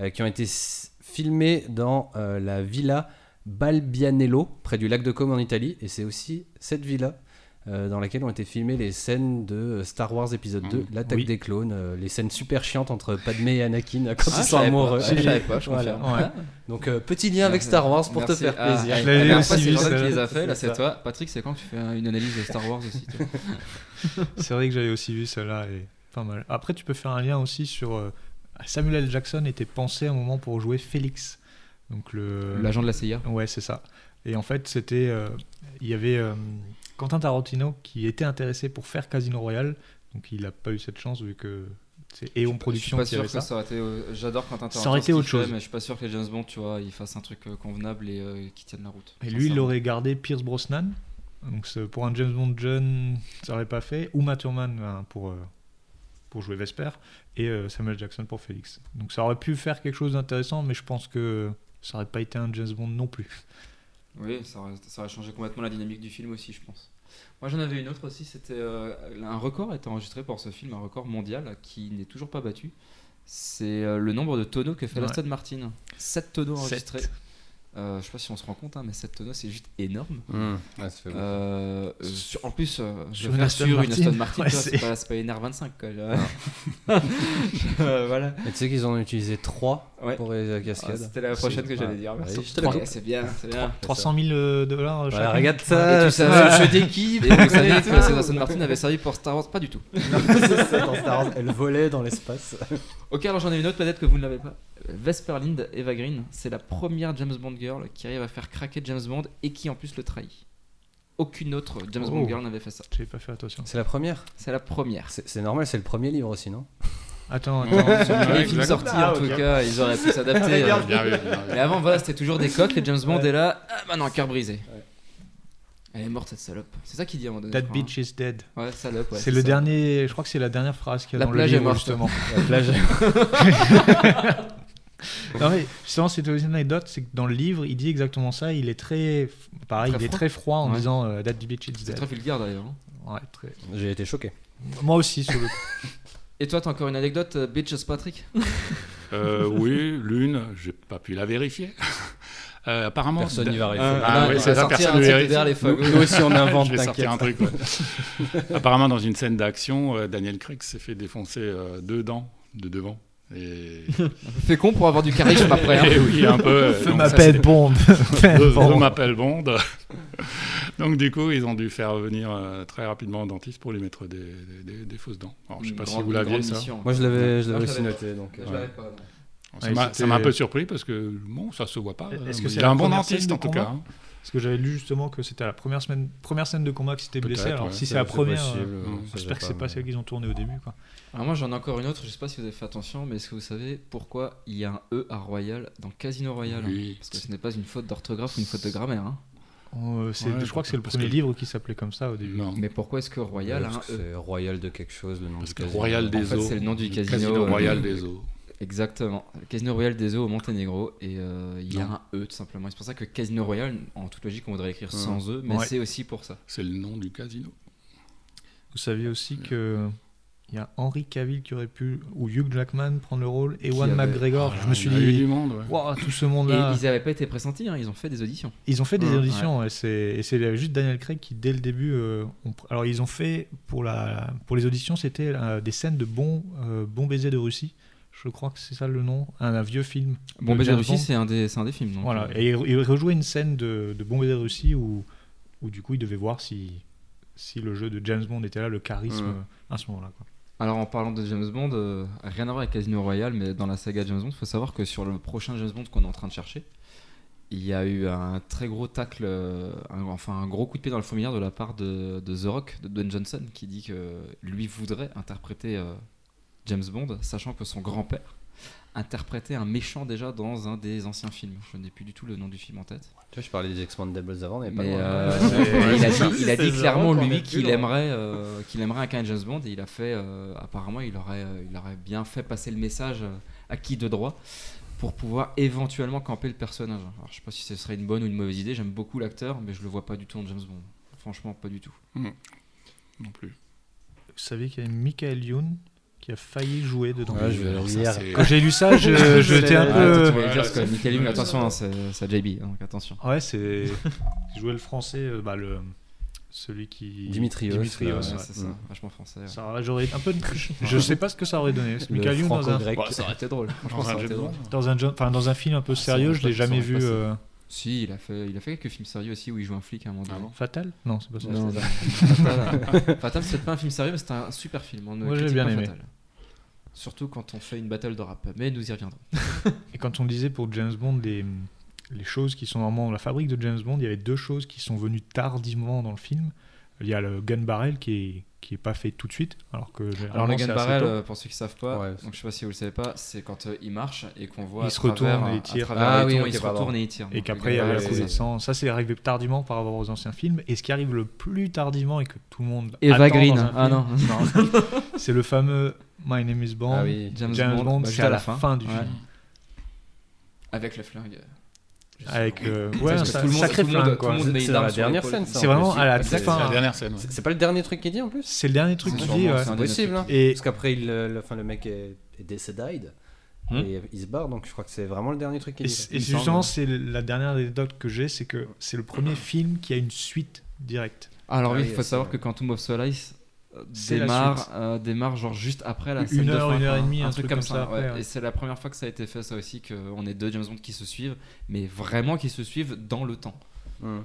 Speaker 8: euh, qui ont été s- filmées dans euh, la villa Balbianello, près du lac de Côme en Italie. Et c'est aussi cette villa euh, dans laquelle ont été filmées les scènes de euh, Star Wars épisode 2,
Speaker 1: Mmh.
Speaker 8: l'attaque
Speaker 4: Oui.
Speaker 8: des clones, euh, les scènes super chiantes entre Padmé et Anakin euh, quand
Speaker 1: Ah,
Speaker 8: ils
Speaker 1: je
Speaker 8: sont
Speaker 1: savais pas.
Speaker 8: amoureux.
Speaker 1: Ah, je savais pas, je
Speaker 8: Voilà.
Speaker 1: confirme.
Speaker 8: Donc euh, petit lien avec Star Wars pour
Speaker 1: Merci.
Speaker 8: te faire
Speaker 1: Ah,
Speaker 8: plaisir.
Speaker 1: allez,
Speaker 4: Je l'avais
Speaker 1: la dernière
Speaker 4: aussi
Speaker 1: fois, c'est
Speaker 4: vu,
Speaker 1: Jordan
Speaker 4: ça.
Speaker 1: qui les a fait, là
Speaker 8: C'est
Speaker 1: c'est
Speaker 8: ça.
Speaker 1: toi. Patrick, c'est quand que tu fais euh, une analyse de Star Wars aussi toi
Speaker 4: (laughs) C'est vrai que j'avais aussi vu celle-là, et pas mal. Après, tu peux faire un lien aussi sur euh, Samuel L. Jackson était pensé à un moment pour jouer Félix, donc le.
Speaker 1: L'agent de la CIA.
Speaker 4: Ouais, c'est ça. Et en fait, c'était, euh, il y avait euh, Quentin Tarantino qui était intéressé pour faire Casino Royale, donc il n'a pas eu cette chance vu que c'est Eon Productions
Speaker 1: Je
Speaker 4: qui
Speaker 1: suis pas sûr
Speaker 4: avait
Speaker 1: que ça,
Speaker 4: ça.
Speaker 1: aurait été. euh, J'adore quand un
Speaker 4: Ça aurait été autre chose.
Speaker 1: mais je suis pas sûr que les James Bond, tu vois, ils fassent un truc euh, convenable et euh, qui tienne la route.
Speaker 4: Et lui, il
Speaker 1: Sincèrement.
Speaker 4: aurait gardé Pierce Brosnan. Donc ce- pour un James Bond jeune, ça aurait pas fait. Uma Thurman ben, pour, euh, pour jouer Vesper. Et euh, Samuel Jackson pour Félix. Donc ça aurait pu faire quelque chose d'intéressant, mais je pense que ça aurait pas été un James Bond non plus.
Speaker 1: Oui, ça aurait, ça aurait changé complètement la dynamique du film aussi, je pense. Moi, j'en avais une autre aussi. C'était euh, un record a été enregistré pour ce film, un record mondial qui n'est toujours pas battu. C'est euh, le nombre de tonneaux que fait
Speaker 4: Ouais.
Speaker 1: l'Aston Martin. 7 tonneaux
Speaker 4: Sept.
Speaker 1: enregistrés. Euh, je sais pas si on se rend compte, hein, mais 7 tonneaux, c'est juste énorme.
Speaker 8: Mmh. Ouais, ça fait beaucoup.
Speaker 1: Euh, euh, sur- en plus, euh, je
Speaker 4: sur
Speaker 1: vais
Speaker 4: une
Speaker 1: faire
Speaker 4: Aston
Speaker 1: sur une
Speaker 4: Martin.
Speaker 1: Aston Martin,
Speaker 4: Ouais,
Speaker 1: tu vois, c'est
Speaker 4: c'est-
Speaker 1: pas, c'est pas une R25. Quoi, je- (laughs) Euh, voilà.
Speaker 8: Mais tu sais qu'ils en ont utilisé 3
Speaker 1: Ouais.
Speaker 8: pour la
Speaker 1: Ah,
Speaker 8: cascade.
Speaker 1: C'était la prochaine que j'allais
Speaker 8: Ouais.
Speaker 1: dire.
Speaker 8: Ouais,
Speaker 1: Merci.
Speaker 8: j'étais d'accord.
Speaker 1: Ouais, c'est bien, c'est bien.
Speaker 4: 300 000 euh, dollars
Speaker 8: Voilà,
Speaker 4: chacun.
Speaker 8: regarde
Speaker 1: Et
Speaker 8: ça,
Speaker 1: tu savais, je déquive. Ah. Et vous saviez que
Speaker 8: ça.
Speaker 1: ces Aston Martin avaient servi pour Star Wars Pas du tout.
Speaker 8: (laughs) C'est ça, dans Star Wars, elle volait dans l'espace.
Speaker 1: Ok, alors j'en ai une autre, peut-être que vous ne l'avez pas. Vesper Lind, Eva Green, c'est la première James Bond girl qui arrive à faire craquer James Bond et qui en plus le trahit. Aucune autre James
Speaker 4: Oh.
Speaker 1: Bond girl n'avait fait ça.
Speaker 4: J'avais pas fait attention.
Speaker 8: C'est la première
Speaker 1: C'est la première.
Speaker 8: C'est c'est normal, c'est le premier livre aussi, non
Speaker 4: Attends,
Speaker 1: (laughs)
Speaker 9: Ouais,
Speaker 4: attends.
Speaker 1: les
Speaker 9: ouais,
Speaker 1: films
Speaker 9: exact.
Speaker 1: sortis
Speaker 8: Ah,
Speaker 1: en
Speaker 8: ok.
Speaker 1: tout cas, ils auraient pu s'adapter. euh.
Speaker 9: Bien vu, bien vu.
Speaker 1: Mais avant, voilà, c'était toujours des coques, les James Bond est là, ah, maintenant, cœur brisé.
Speaker 8: Ouais.
Speaker 1: Elle est morte cette salope. C'est ça qu'il dit à un moment donné.
Speaker 4: That
Speaker 1: je crois,
Speaker 4: bitch is dead.
Speaker 1: hein. Ouais, salope. ouais,
Speaker 4: c'est le
Speaker 1: ça.
Speaker 4: dernier, je crois que c'est la dernière phrase qu'il y a
Speaker 1: La
Speaker 4: dans
Speaker 1: plage est
Speaker 4: le livre,
Speaker 1: morte.
Speaker 4: justement.
Speaker 8: La plage.
Speaker 1: (laughs)
Speaker 4: Non mais justement, c'était aussi une anecdote, c'est que dans le livre, il dit exactement ça. Il est très, pareil,
Speaker 1: Très
Speaker 4: il est
Speaker 1: froid.
Speaker 4: très froid en
Speaker 1: Ouais.
Speaker 4: disant euh, That bitch is
Speaker 1: C'est
Speaker 4: dead.
Speaker 1: très vulgaire d'ailleurs. hein.
Speaker 4: Ouais, très-
Speaker 8: J'ai été choqué.
Speaker 4: Moi aussi, sur le coup.
Speaker 1: Et toi, t'as encore une anecdote, euh, Bitches Patrick
Speaker 8: (laughs)
Speaker 9: Euh, oui, l'une, j'ai pas pu la vérifier. Euh, apparemment,
Speaker 8: Personne n'y va arriver.
Speaker 1: Ah,
Speaker 9: ah,
Speaker 8: Non,
Speaker 9: ouais,
Speaker 8: on
Speaker 9: c'est
Speaker 8: va
Speaker 9: ça,
Speaker 8: sortir
Speaker 9: personne
Speaker 8: un
Speaker 9: n'y
Speaker 8: truc
Speaker 9: arrive.
Speaker 8: derrière les fagots.
Speaker 9: (laughs) Nous-
Speaker 8: Nous aussi, on invente,
Speaker 9: Je vais sortir
Speaker 8: t'inquiète.
Speaker 9: un truc. ouais.
Speaker 8: (laughs)
Speaker 9: Apparemment, dans une scène d'action, euh, Daniel Craig s'est fait défoncer euh, deux dents de devant. Et,
Speaker 1: Fais con pour avoir du charisme après. hein.
Speaker 9: (laughs) et oui, un
Speaker 8: (laughs)
Speaker 9: peu. euh,
Speaker 4: Feu
Speaker 9: donc ça,
Speaker 4: m'appelle
Speaker 1: (laughs)
Speaker 4: Bond.
Speaker 9: c'est- Deux-
Speaker 4: Feu
Speaker 9: deux
Speaker 4: Bond.
Speaker 9: m'appelle Bond. (laughs) donc du coup, ils ont dû faire venir euh, très rapidement un dentiste pour lui mettre des, des- des- des fausses dents. Alors, je sais pas si
Speaker 1: Grande-
Speaker 9: vous l'aviez
Speaker 1: grande
Speaker 9: ça.
Speaker 1: mission.
Speaker 8: Moi, je l'avais je
Speaker 1: Moi,
Speaker 8: l'avais
Speaker 1: je
Speaker 8: aussi
Speaker 1: l'avais
Speaker 8: noté. Donc, euh,
Speaker 1: Je l'avais pas, non.
Speaker 9: Ça
Speaker 4: Ouais,
Speaker 9: m'a-
Speaker 4: c'était-
Speaker 9: ça m'a un peu surpris parce que bon, ça se voit pas.
Speaker 4: Est-ce
Speaker 9: Euh,
Speaker 4: que
Speaker 9: mais
Speaker 4: c'est
Speaker 9: il
Speaker 4: la
Speaker 9: a un bon
Speaker 4: première scène
Speaker 9: dentiste
Speaker 4: de
Speaker 9: en tout
Speaker 4: combat
Speaker 9: cas. hein.
Speaker 4: Parce que j'avais lu justement que c'était la première, semaine, première scène de combat qui s'était blessé.
Speaker 9: Peut-être,
Speaker 4: Alors,
Speaker 9: ouais.
Speaker 4: si c'est la première, euh,
Speaker 8: possible,
Speaker 9: euh,
Speaker 8: ça, j'ai
Speaker 4: j'espère que c'est
Speaker 8: mais-
Speaker 4: pas celle qu'ils ont tournée au début. Quoi.
Speaker 1: Alors moi j'en ai encore une autre, je sais pas si vous avez fait attention, mais est-ce que vous savez pourquoi il y a un E à Royal dans Casino Royal hein
Speaker 9: Oui.
Speaker 1: Parce que ce n'est pas une faute d'orthographe ou une faute de grammaire. hein.
Speaker 4: Euh, c'est-
Speaker 9: Ouais,
Speaker 4: je crois que c'est le
Speaker 9: parce
Speaker 4: premier
Speaker 9: que-
Speaker 4: livre qui s'appelait comme ça au début.
Speaker 9: Non.
Speaker 1: Mais pourquoi est-ce que Royal a
Speaker 8: Parce
Speaker 1: un
Speaker 8: que
Speaker 1: E
Speaker 8: c'est Royal de quelque chose, le nom
Speaker 9: Parce
Speaker 8: du
Speaker 9: que
Speaker 8: casino.
Speaker 9: Royal des
Speaker 1: fait,
Speaker 9: Eaux.
Speaker 1: c'est le nom du casino, euh,
Speaker 9: Royal des Eaux.
Speaker 1: (laughs) Exactement. Casino Royal des Eaux au Monténégro. Et euh, il y a un E tout simplement. Et C'est pour ça que Casino Royal, en toute logique, on voudrait écrire sans E, mais
Speaker 4: Ouais.
Speaker 1: c'est aussi pour ça.
Speaker 9: C'est le nom du casino.
Speaker 4: Vous saviez aussi que il y a Henry Cavill qui aurait pu, ou Hugh Jackman prendre le rôle, et Ewan
Speaker 1: avait-
Speaker 4: McGregor. je me suis
Speaker 9: Ah, Il y a eu
Speaker 4: dit,
Speaker 9: du monde. ouais.
Speaker 4: waouh, tout ce
Speaker 1: Et
Speaker 4: monde-là.
Speaker 1: ils n'avaient pas été pressentis, hein, ils ont fait des auditions.
Speaker 4: Ils ont fait des
Speaker 1: Ouais.
Speaker 4: auditions et c'est et c'est juste Daniel Craig qui dès le début euh, ont pr- alors ils ont fait pour la pour les auditions c'était euh, des scènes de bon euh, bon baiser de Russie je crois que c'est ça le nom un, un vieux film
Speaker 1: Bon,
Speaker 4: de
Speaker 1: Baiser
Speaker 4: James
Speaker 1: Russie,
Speaker 4: Bond.
Speaker 1: c'est un, des- c'est un des films. donc,
Speaker 4: voilà
Speaker 1: euh,
Speaker 4: et ils re- ils rejouaient une scène de, de bon baiser de Russie où où du coup ils devaient voir si si le jeu de James Bond était là le charisme
Speaker 9: Ouais.
Speaker 4: euh, à ce moment là quoi.
Speaker 1: Alors en parlant de James Bond, euh, rien à voir avec Casino Royale, mais dans la saga James Bond, il faut savoir que sur le prochain James Bond qu'on est en train de chercher, il y a eu un très gros tacle, euh, un- enfin un gros coup de pied dans le fourmilière de la part de, de The Rock, de Dwayne Johnson, qui dit que lui voudrait interpréter euh, James Bond, sachant que son grand-père interprétait un méchant déjà dans un des anciens films. Je n'ai plus du tout le nom du film en tête.
Speaker 8: Tu vois, je parlais des Expendables avant, mais pas
Speaker 1: Mais
Speaker 8: loin.
Speaker 1: euh,
Speaker 8: Ouais,
Speaker 1: il a
Speaker 8: c'est-
Speaker 1: dit, il a
Speaker 8: c'est
Speaker 1: dit
Speaker 8: The
Speaker 1: clairement
Speaker 8: Rock, on est
Speaker 1: lui
Speaker 8: plus
Speaker 1: qu'il
Speaker 8: loin.
Speaker 1: aimerait euh, qu'il aimerait incarner James Bond et il a fait euh, apparemment il aurait euh, il aurait bien fait passer le message euh, à qui de droit pour pouvoir éventuellement camper le personnage. Alors je sais pas si ce serait une bonne ou une mauvaise idée. J'aime beaucoup l'acteur mais je le vois pas du tout en James Bond. Franchement pas du tout.
Speaker 9: Non plus.
Speaker 4: vous savez qu'il y a Michael Youn qui a failli jouer
Speaker 1: (laughs)
Speaker 4: dedans
Speaker 8: hein. Ouais, je vais le
Speaker 9: Alors ça,
Speaker 8: lire.
Speaker 9: c'est-
Speaker 4: quand j'ai lu ça je- j'étais un
Speaker 1: Ah,
Speaker 4: peu
Speaker 1: attends, tu vas
Speaker 9: ouais,
Speaker 1: dire
Speaker 9: ouais,
Speaker 1: ce que Michael Youn, attention hein, c'est c'est JB donc attention.
Speaker 4: Ouais, c'est. Il jouait le français, euh, bah, le... celui qui.
Speaker 8: Dimitrios,
Speaker 4: Dimitrios,
Speaker 8: là,
Speaker 1: Ouais,
Speaker 4: ouais.
Speaker 1: c'est ça,
Speaker 8: Mm.
Speaker 1: vachement français. ouais.
Speaker 4: Ça aurait- j'aurais un peu de-
Speaker 8: (laughs)
Speaker 4: Je sais pas ce que ça aurait donné. parce que
Speaker 8: Le
Speaker 4: Michael Youn dans un,
Speaker 8: franco-grec.
Speaker 1: Ouais, Bah, ça aurait été drôle. Franchement,
Speaker 9: Dans
Speaker 1: ça
Speaker 9: un
Speaker 1: aurait été
Speaker 9: James
Speaker 1: drôle.
Speaker 9: Bond.
Speaker 4: dans, un... jo- enfin, dans un film
Speaker 8: Ah,
Speaker 4: un peu sérieux,
Speaker 1: aurait
Speaker 4: je l'ai
Speaker 1: pas- ça
Speaker 4: jamais
Speaker 1: aurait
Speaker 4: vu.
Speaker 1: pas-
Speaker 4: euh,
Speaker 1: Si, il a fait il a fait quelques films sérieux aussi où il joue un flic à un moment donné.
Speaker 9: Ah bon
Speaker 4: Fatal Non, c'est pas ça.
Speaker 1: Non, (laughs) Fatal, hein. Fatal, c'est pas un film sérieux, mais c'est un super film. On ne
Speaker 4: Moi, j'ai
Speaker 1: critique
Speaker 4: bien
Speaker 1: pas
Speaker 4: aimé.
Speaker 1: Fatal. Surtout quand on fait une battle de rap, mais nous y reviendrons.
Speaker 4: Et quand on disait pour James Bond les, les choses qui sont normalement dans la fabrique de James Bond, il y avait deux choses qui sont venues tardivement dans le film. Il y a le gun barrel qui est, qui est pas fait tout de suite, alors que
Speaker 1: Alors,
Speaker 4: généralement,
Speaker 1: le
Speaker 4: c'est
Speaker 1: gun
Speaker 4: assez
Speaker 1: barrel,
Speaker 4: tôt.
Speaker 1: euh, pour ceux qui savent pas,
Speaker 8: Ouais.
Speaker 1: donc je sais pas si vous le savez pas, c'est quand euh, il marche et qu'on voit.
Speaker 4: Il
Speaker 1: à
Speaker 4: se
Speaker 1: travers,
Speaker 4: retourne et
Speaker 1: euh,
Speaker 4: il tire.
Speaker 1: À travers
Speaker 8: Ah
Speaker 1: les
Speaker 8: oui,
Speaker 1: tons,
Speaker 8: ok,
Speaker 1: il se
Speaker 8: pardon.
Speaker 1: retourne et il tire.
Speaker 4: Et
Speaker 1: Donc,
Speaker 4: qu'après,
Speaker 1: le
Speaker 4: il y
Speaker 1: gun
Speaker 4: avait la
Speaker 1: barrel,
Speaker 4: coulée de
Speaker 1: c'est ça.
Speaker 4: sang. Ça, c'est arrivé tardivement par rapport aux anciens films. Et ce qui arrive le plus tardivement et que tout le monde.
Speaker 1: Eva
Speaker 4: attend dans
Speaker 1: Green.
Speaker 4: un film,
Speaker 1: Ah non.
Speaker 4: c'est le fameux My Name is Bond.
Speaker 8: Ah oui.
Speaker 1: James,
Speaker 4: James
Speaker 1: Bond,
Speaker 4: Bond,
Speaker 1: bah,
Speaker 4: c'est à la fin du film.
Speaker 1: Avec le flingue. Je sais
Speaker 4: Avec.
Speaker 1: pas.
Speaker 4: euh,
Speaker 1: Parce que
Speaker 4: ouais, un
Speaker 1: tout le monde-
Speaker 4: sacré
Speaker 1: tout le monde-
Speaker 4: flingue,
Speaker 1: tout
Speaker 4: quoi.
Speaker 1: le monde
Speaker 8: C'est-
Speaker 1: met
Speaker 8: c'est
Speaker 1: une
Speaker 8: dans
Speaker 1: arme
Speaker 8: la
Speaker 1: sur l'épaule.
Speaker 8: dernière scène, ça.
Speaker 4: C'est vraiment à la
Speaker 8: C'est-
Speaker 4: toute
Speaker 8: c'est
Speaker 9: C'est la
Speaker 4: fin.
Speaker 9: dernière scène. ouais.
Speaker 8: euh, C'est c'est pas le dernier truc qu'il dit en plus
Speaker 4: C'est le dernier truc
Speaker 1: C'est
Speaker 4: qu'il
Speaker 1: sûrement-
Speaker 4: dit. ouais.
Speaker 1: c'est
Speaker 8: C'est
Speaker 1: un
Speaker 8: possible, hein.
Speaker 4: Et
Speaker 8: Parce qu'après, il, le, le- enfin, le mec est, est décédé
Speaker 1: Hmm.
Speaker 8: et il se barre, donc je crois que c'est vraiment le dernier truc
Speaker 4: Et,
Speaker 8: qu'il dit.
Speaker 4: c'est- et c'est justement, c'est la dernière anecdote que j'ai, c'est que c'est le premier film qui a une suite directe.
Speaker 1: Alors
Speaker 8: Ah
Speaker 1: oui,
Speaker 8: oui,
Speaker 1: il faut
Speaker 8: c'est
Speaker 1: savoir
Speaker 8: vrai.
Speaker 1: que Quantum of Solace euh,
Speaker 4: C'est la
Speaker 1: démarre,
Speaker 4: suite.
Speaker 1: euh, démarre genre juste après la
Speaker 4: Une
Speaker 1: scène de
Speaker 4: heure,
Speaker 1: fin,
Speaker 4: une heure et
Speaker 1: quoi.
Speaker 4: demie,
Speaker 1: un, truc comme ça.
Speaker 4: après,
Speaker 1: ouais.
Speaker 4: ouais.
Speaker 1: Et c'est la première fois que ça a été fait ça aussi, qu'on est deux James Bond qui se suivent, mais vraiment qui se suivent dans le temps.
Speaker 8: Hmm.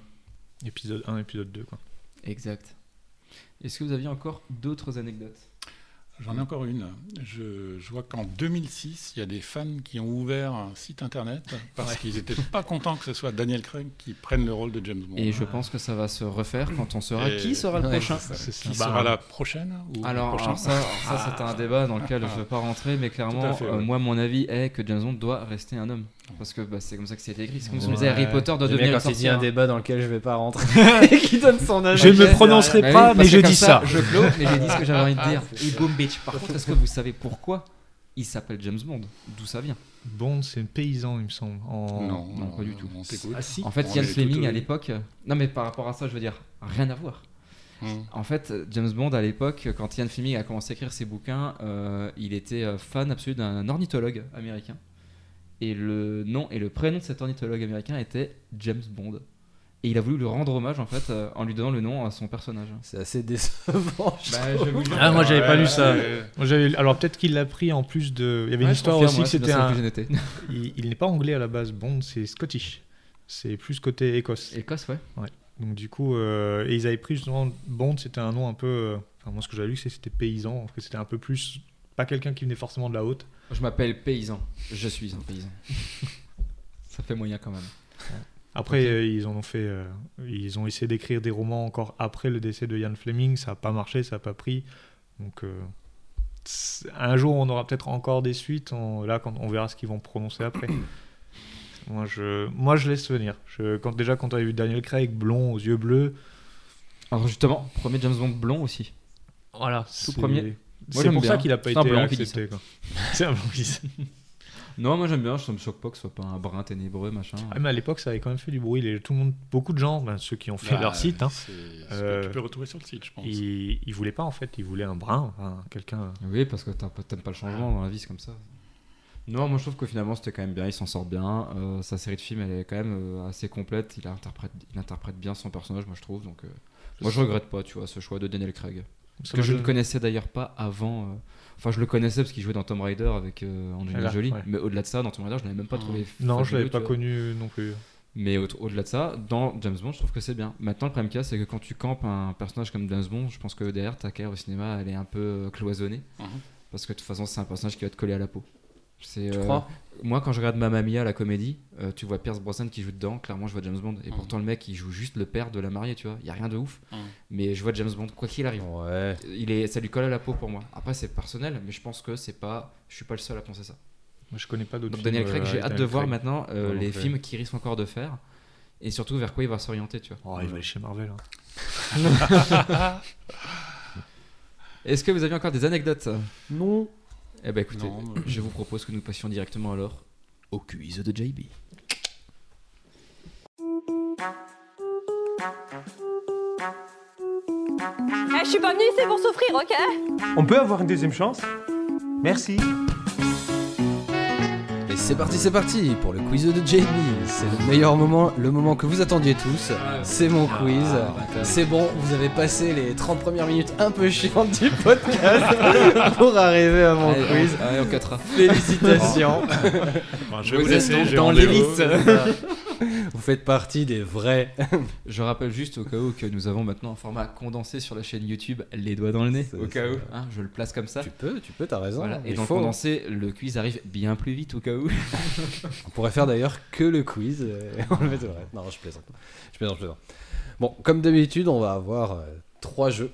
Speaker 4: Épisode 1, épisode 2. Quoi.
Speaker 1: Exact. Est-ce que vous aviez encore d'autres anecdotes
Speaker 9: J'en ai encore une. Je, je vois qu'en 2006, il y a des fans qui ont ouvert un site internet parce qu'ils n'étaient pas contents que ce soit Daniel Craig qui prenne le rôle de James Bond.
Speaker 1: Et je pense que ça va se refaire quand on saura
Speaker 9: Et-
Speaker 1: qui sera le
Speaker 8: Ouais,
Speaker 1: prochain.
Speaker 9: c'est ça.
Speaker 4: C'est ça.
Speaker 9: Qui
Speaker 4: Bah,
Speaker 9: sera la prochaine ou
Speaker 1: Alors,
Speaker 9: le prochain
Speaker 1: alors ça, alors ça, c'est un débat dans lequel je ne veux pas rentrer, mais
Speaker 9: Tout
Speaker 1: clairement,
Speaker 9: à fait,
Speaker 1: euh,
Speaker 9: ouais.
Speaker 1: moi, mon avis est que James Bond doit rester un homme. Parce que bah, c'est comme ça que c'est écrit. C'est comme si on
Speaker 4: Ouais.
Speaker 1: disait Harry Potter doit
Speaker 8: J'aime bien
Speaker 1: devenir
Speaker 8: quand il dit
Speaker 1: sorcier,
Speaker 8: un
Speaker 1: hein.
Speaker 8: débat dans lequel je vais pas rentrer et qui donne son avis.
Speaker 4: Je ne me
Speaker 8: Derrière.
Speaker 4: prononcerai
Speaker 1: Bah oui,
Speaker 4: pas,
Speaker 1: parce
Speaker 4: mais
Speaker 1: que
Speaker 4: je
Speaker 1: comme
Speaker 4: dis ça.
Speaker 1: Je clôt, mais j'ai dit ce que j'avais envie de dire. (laughs) Et boom bitch. Par contre, est-ce que vous savez pourquoi il s'appelle James Bond D'où ça vient
Speaker 4: Bond, c'est un paysan, il me semble. En...
Speaker 9: Non,
Speaker 1: non, pas du tout.
Speaker 9: On t'écoute.
Speaker 4: Ah si.
Speaker 1: En fait, Ian
Speaker 9: On Oh, est tout
Speaker 1: Fleming
Speaker 9: au-
Speaker 1: à l'époque. euh, Non, mais par rapport à ça, je veux dire, rien à voir.
Speaker 9: Hum.
Speaker 1: En fait, James Bond à l'époque, quand Ian Fleming a commencé à écrire ses bouquins, euh, il était euh, fan absolu d'un ornithologue américain. et le nom et le prénom de cet ornithologue américain était James Bond. Et il a voulu lui rendre hommage en fait euh, en lui donnant le nom à son personnage.
Speaker 8: (laughs) C'est assez décevant. je
Speaker 1: Bah,
Speaker 8: trouve.
Speaker 4: Ah, moi, j'avais pas lu ça.
Speaker 9: Euh,
Speaker 4: Moi, j'avais- Alors peut-être qu'il l'a pris en plus de. Il y avait une histoire aussi que c'était un- (laughs) Il, il n'est pas anglais à la base, Bond, c'est scottish. C'est plus côté Écosse.
Speaker 1: Écosse, ouais.
Speaker 4: Donc du coup, euh, et ils avaient pris justement Bond, c'était un nom un peu. euh, Enfin, moi, ce que j'avais lu, c'est que c'était paysan, que c'était un peu plus. Pas quelqu'un qui venait forcément de la haute.
Speaker 1: Je m'appelle Paysan. Je suis un
Speaker 8: (laughs)
Speaker 1: paysan. ça fait moyen quand même.
Speaker 4: Après, euh, ils en ont fait. euh, ils ont essayé d'écrire des romans encore après le décès de Ian Fleming. Ça n'a pas marché, ça n'a pas pris. Donc, euh, c'est- un jour, on aura peut-être encore des suites. On, là, quand on verra ce qu'ils vont prononcer après. moi, je, moi, je laisse venir. Je, quand déjà, quand on avait vu Daniel Craig blond aux yeux bleus,
Speaker 1: Alors justement, premier James Bond blond aussi.
Speaker 4: voilà,
Speaker 1: Tout premier.
Speaker 4: C'est
Speaker 1: j'aime
Speaker 4: pour
Speaker 1: bien.
Speaker 4: ça qu'il n'a pas
Speaker 1: C'est un
Speaker 4: été
Speaker 1: blanc qui dit
Speaker 4: accepté. quoi. C'est un blanc qui dit ça.
Speaker 1: Non, moi j'aime bien, ça me choque pas que ce soit pas un brin ténébreux, machin.
Speaker 4: Ah, mais à l'époque, ça avait quand même fait du bruit. Les- tout le monde, beaucoup de gens, ben, ceux qui ont fait
Speaker 9: bah,
Speaker 4: leur site, hein,
Speaker 9: c'est- c'est que
Speaker 4: Euh,
Speaker 9: Tu peux retrouver sur le site, je pense.
Speaker 4: ils, ils voulaient pas en fait. Ils voulaient un brun, un- quelqu'un. euh,
Speaker 1: Oui, parce que t'as- t'aimes pas le changement dans la vie, c'est comme ça. Non, moi je trouve que finalement c'était quand même bien, il s'en sort bien. Euh, sa série de films elle est quand même euh, assez complète, il interprète, il interprète bien son personnage, moi je trouve. Donc, euh, moi je regrette pas, tu vois, ce choix de Daniel Craig.
Speaker 4: Ça
Speaker 1: Que je
Speaker 4: me-
Speaker 1: ne connaissais d'ailleurs pas avant. euh, Enfin, je le connaissais parce qu'il jouait dans Tomb Raider avec euh, Angelina
Speaker 4: Là,
Speaker 1: Jolie,
Speaker 4: ouais.
Speaker 1: mais au-delà de ça, dans Tomb Raider, je l'avais même pas trouvé.
Speaker 4: Non, je
Speaker 1: fabuleux,
Speaker 4: l'avais
Speaker 1: tu
Speaker 4: pas
Speaker 1: vois.
Speaker 4: connu non plus.
Speaker 1: Mais au- au-delà de ça, dans James Bond, je trouve que c'est bien. Maintenant, le problème qu'il y a, c'est que quand tu campes un personnage comme James Bond, je pense que derrière, ta carrière au cinéma, elle est un peu euh, cloisonnée.
Speaker 9: Mhm.
Speaker 1: Parce que de toute façon, c'est un personnage qui va te coller à la peau. C'est,
Speaker 8: Tu
Speaker 1: euh,
Speaker 8: crois
Speaker 1: Moi, quand je regarde Mamma Mia, la comédie, euh, tu vois Pierce Brosnan qui joue dedans, clairement, je vois James Bond. Et
Speaker 9: Mhm.
Speaker 1: pourtant, le mec, il joue juste le père de la mariée, tu vois. Il y a rien de ouf.
Speaker 9: Mhm.
Speaker 1: Mais je vois James Bond, quoi qu'il arrive.
Speaker 8: Ouais.
Speaker 1: Il est, ça lui colle à la peau pour moi. Après, c'est personnel, mais je pense que c'est pas, je suis pas le seul à penser ça.
Speaker 4: Moi, je connais pas d'autres.
Speaker 1: Donc Daniel
Speaker 4: films,
Speaker 1: Craig,
Speaker 4: euh,
Speaker 1: j'ai
Speaker 4: avec
Speaker 1: hâte de
Speaker 4: Daniel
Speaker 1: voir
Speaker 4: Craig.
Speaker 1: maintenant euh,
Speaker 4: Moi non
Speaker 1: les
Speaker 4: plus.
Speaker 1: films qu'il risque encore de faire et surtout vers quoi il va s'orienter, tu vois.
Speaker 4: Oh, il va aller chez Marvel. hein.
Speaker 1: Est-ce que vous avez encore des anecdotes
Speaker 8: Non.
Speaker 1: Eh ben écoutez,
Speaker 9: Non, mais-
Speaker 1: je vous propose que nous passions directement alors au quiz de JB.
Speaker 10: Eh, je suis pas venue ici pour souffrir, ok
Speaker 6: On peut avoir une deuxième chance Merci.
Speaker 8: Et c'est parti, c'est parti pour le quiz de JB. C'est le meilleur moment, le moment que vous attendiez tous. C'est mon quiz. C'est bon, vous avez passé les 30 premières minutes un peu chiantes du podcast pour arriver à mon
Speaker 1: Allez,
Speaker 8: quiz.
Speaker 1: on- allez, on cutera.
Speaker 8: Félicitations.
Speaker 4: Ah,
Speaker 9: Enfin, je vais
Speaker 8: Vous
Speaker 9: vous
Speaker 8: êtes
Speaker 9: laisser.
Speaker 8: donc
Speaker 9: j'ai
Speaker 8: dans
Speaker 9: rendez-vous.
Speaker 4: (laughs)
Speaker 8: l'hélice. vous faites partie des vrais.
Speaker 1: Je rappelle juste au cas où que nous avons maintenant un format condensé sur la chaîne YouTube, les doigts dans le nez.
Speaker 8: C'est-
Speaker 1: Au cas
Speaker 8: c'est-
Speaker 1: où, hein, je le place comme ça.
Speaker 8: Tu peux, tu peux, t'as raison.
Speaker 1: Voilà. Et
Speaker 8: Il
Speaker 1: dans le
Speaker 8: faut. hein.
Speaker 1: condensé, le quiz arrive bien plus vite au cas où.
Speaker 8: On pourrait faire d'ailleurs que le quiz. euh, (laughs) on le met tout le reste. Non, je plaisante. Je plaisante, je plaisante. Bon, comme d'habitude, on va avoir euh, trois jeux.